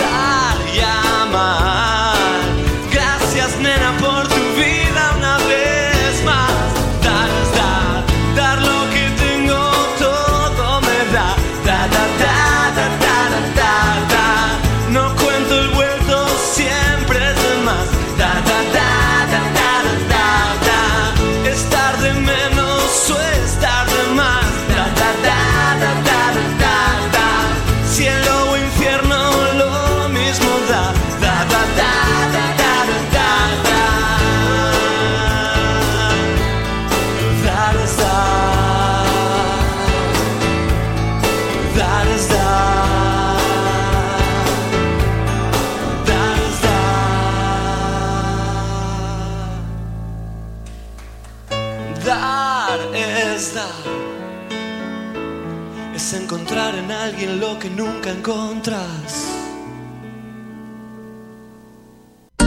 Speaker 11: dar y amar. Gracias nena por tu vida una vez más. Dar es dar, dar lo que tengo todo me da. Da da da da da da da da. No cuento el vuelto, siempre es de más. Da, da, da, da, da, da, da, da. Es tarde menos o es tarde más. Da, da, da, da, da, da, da, da. Cielo o infierno, lo mismo da. Da, da, da, da, da, da, da, da. Dar es dar. Dar es dar. Dar es dar. Dar es dar. Es encontrar en alguien lo que nunca encontras.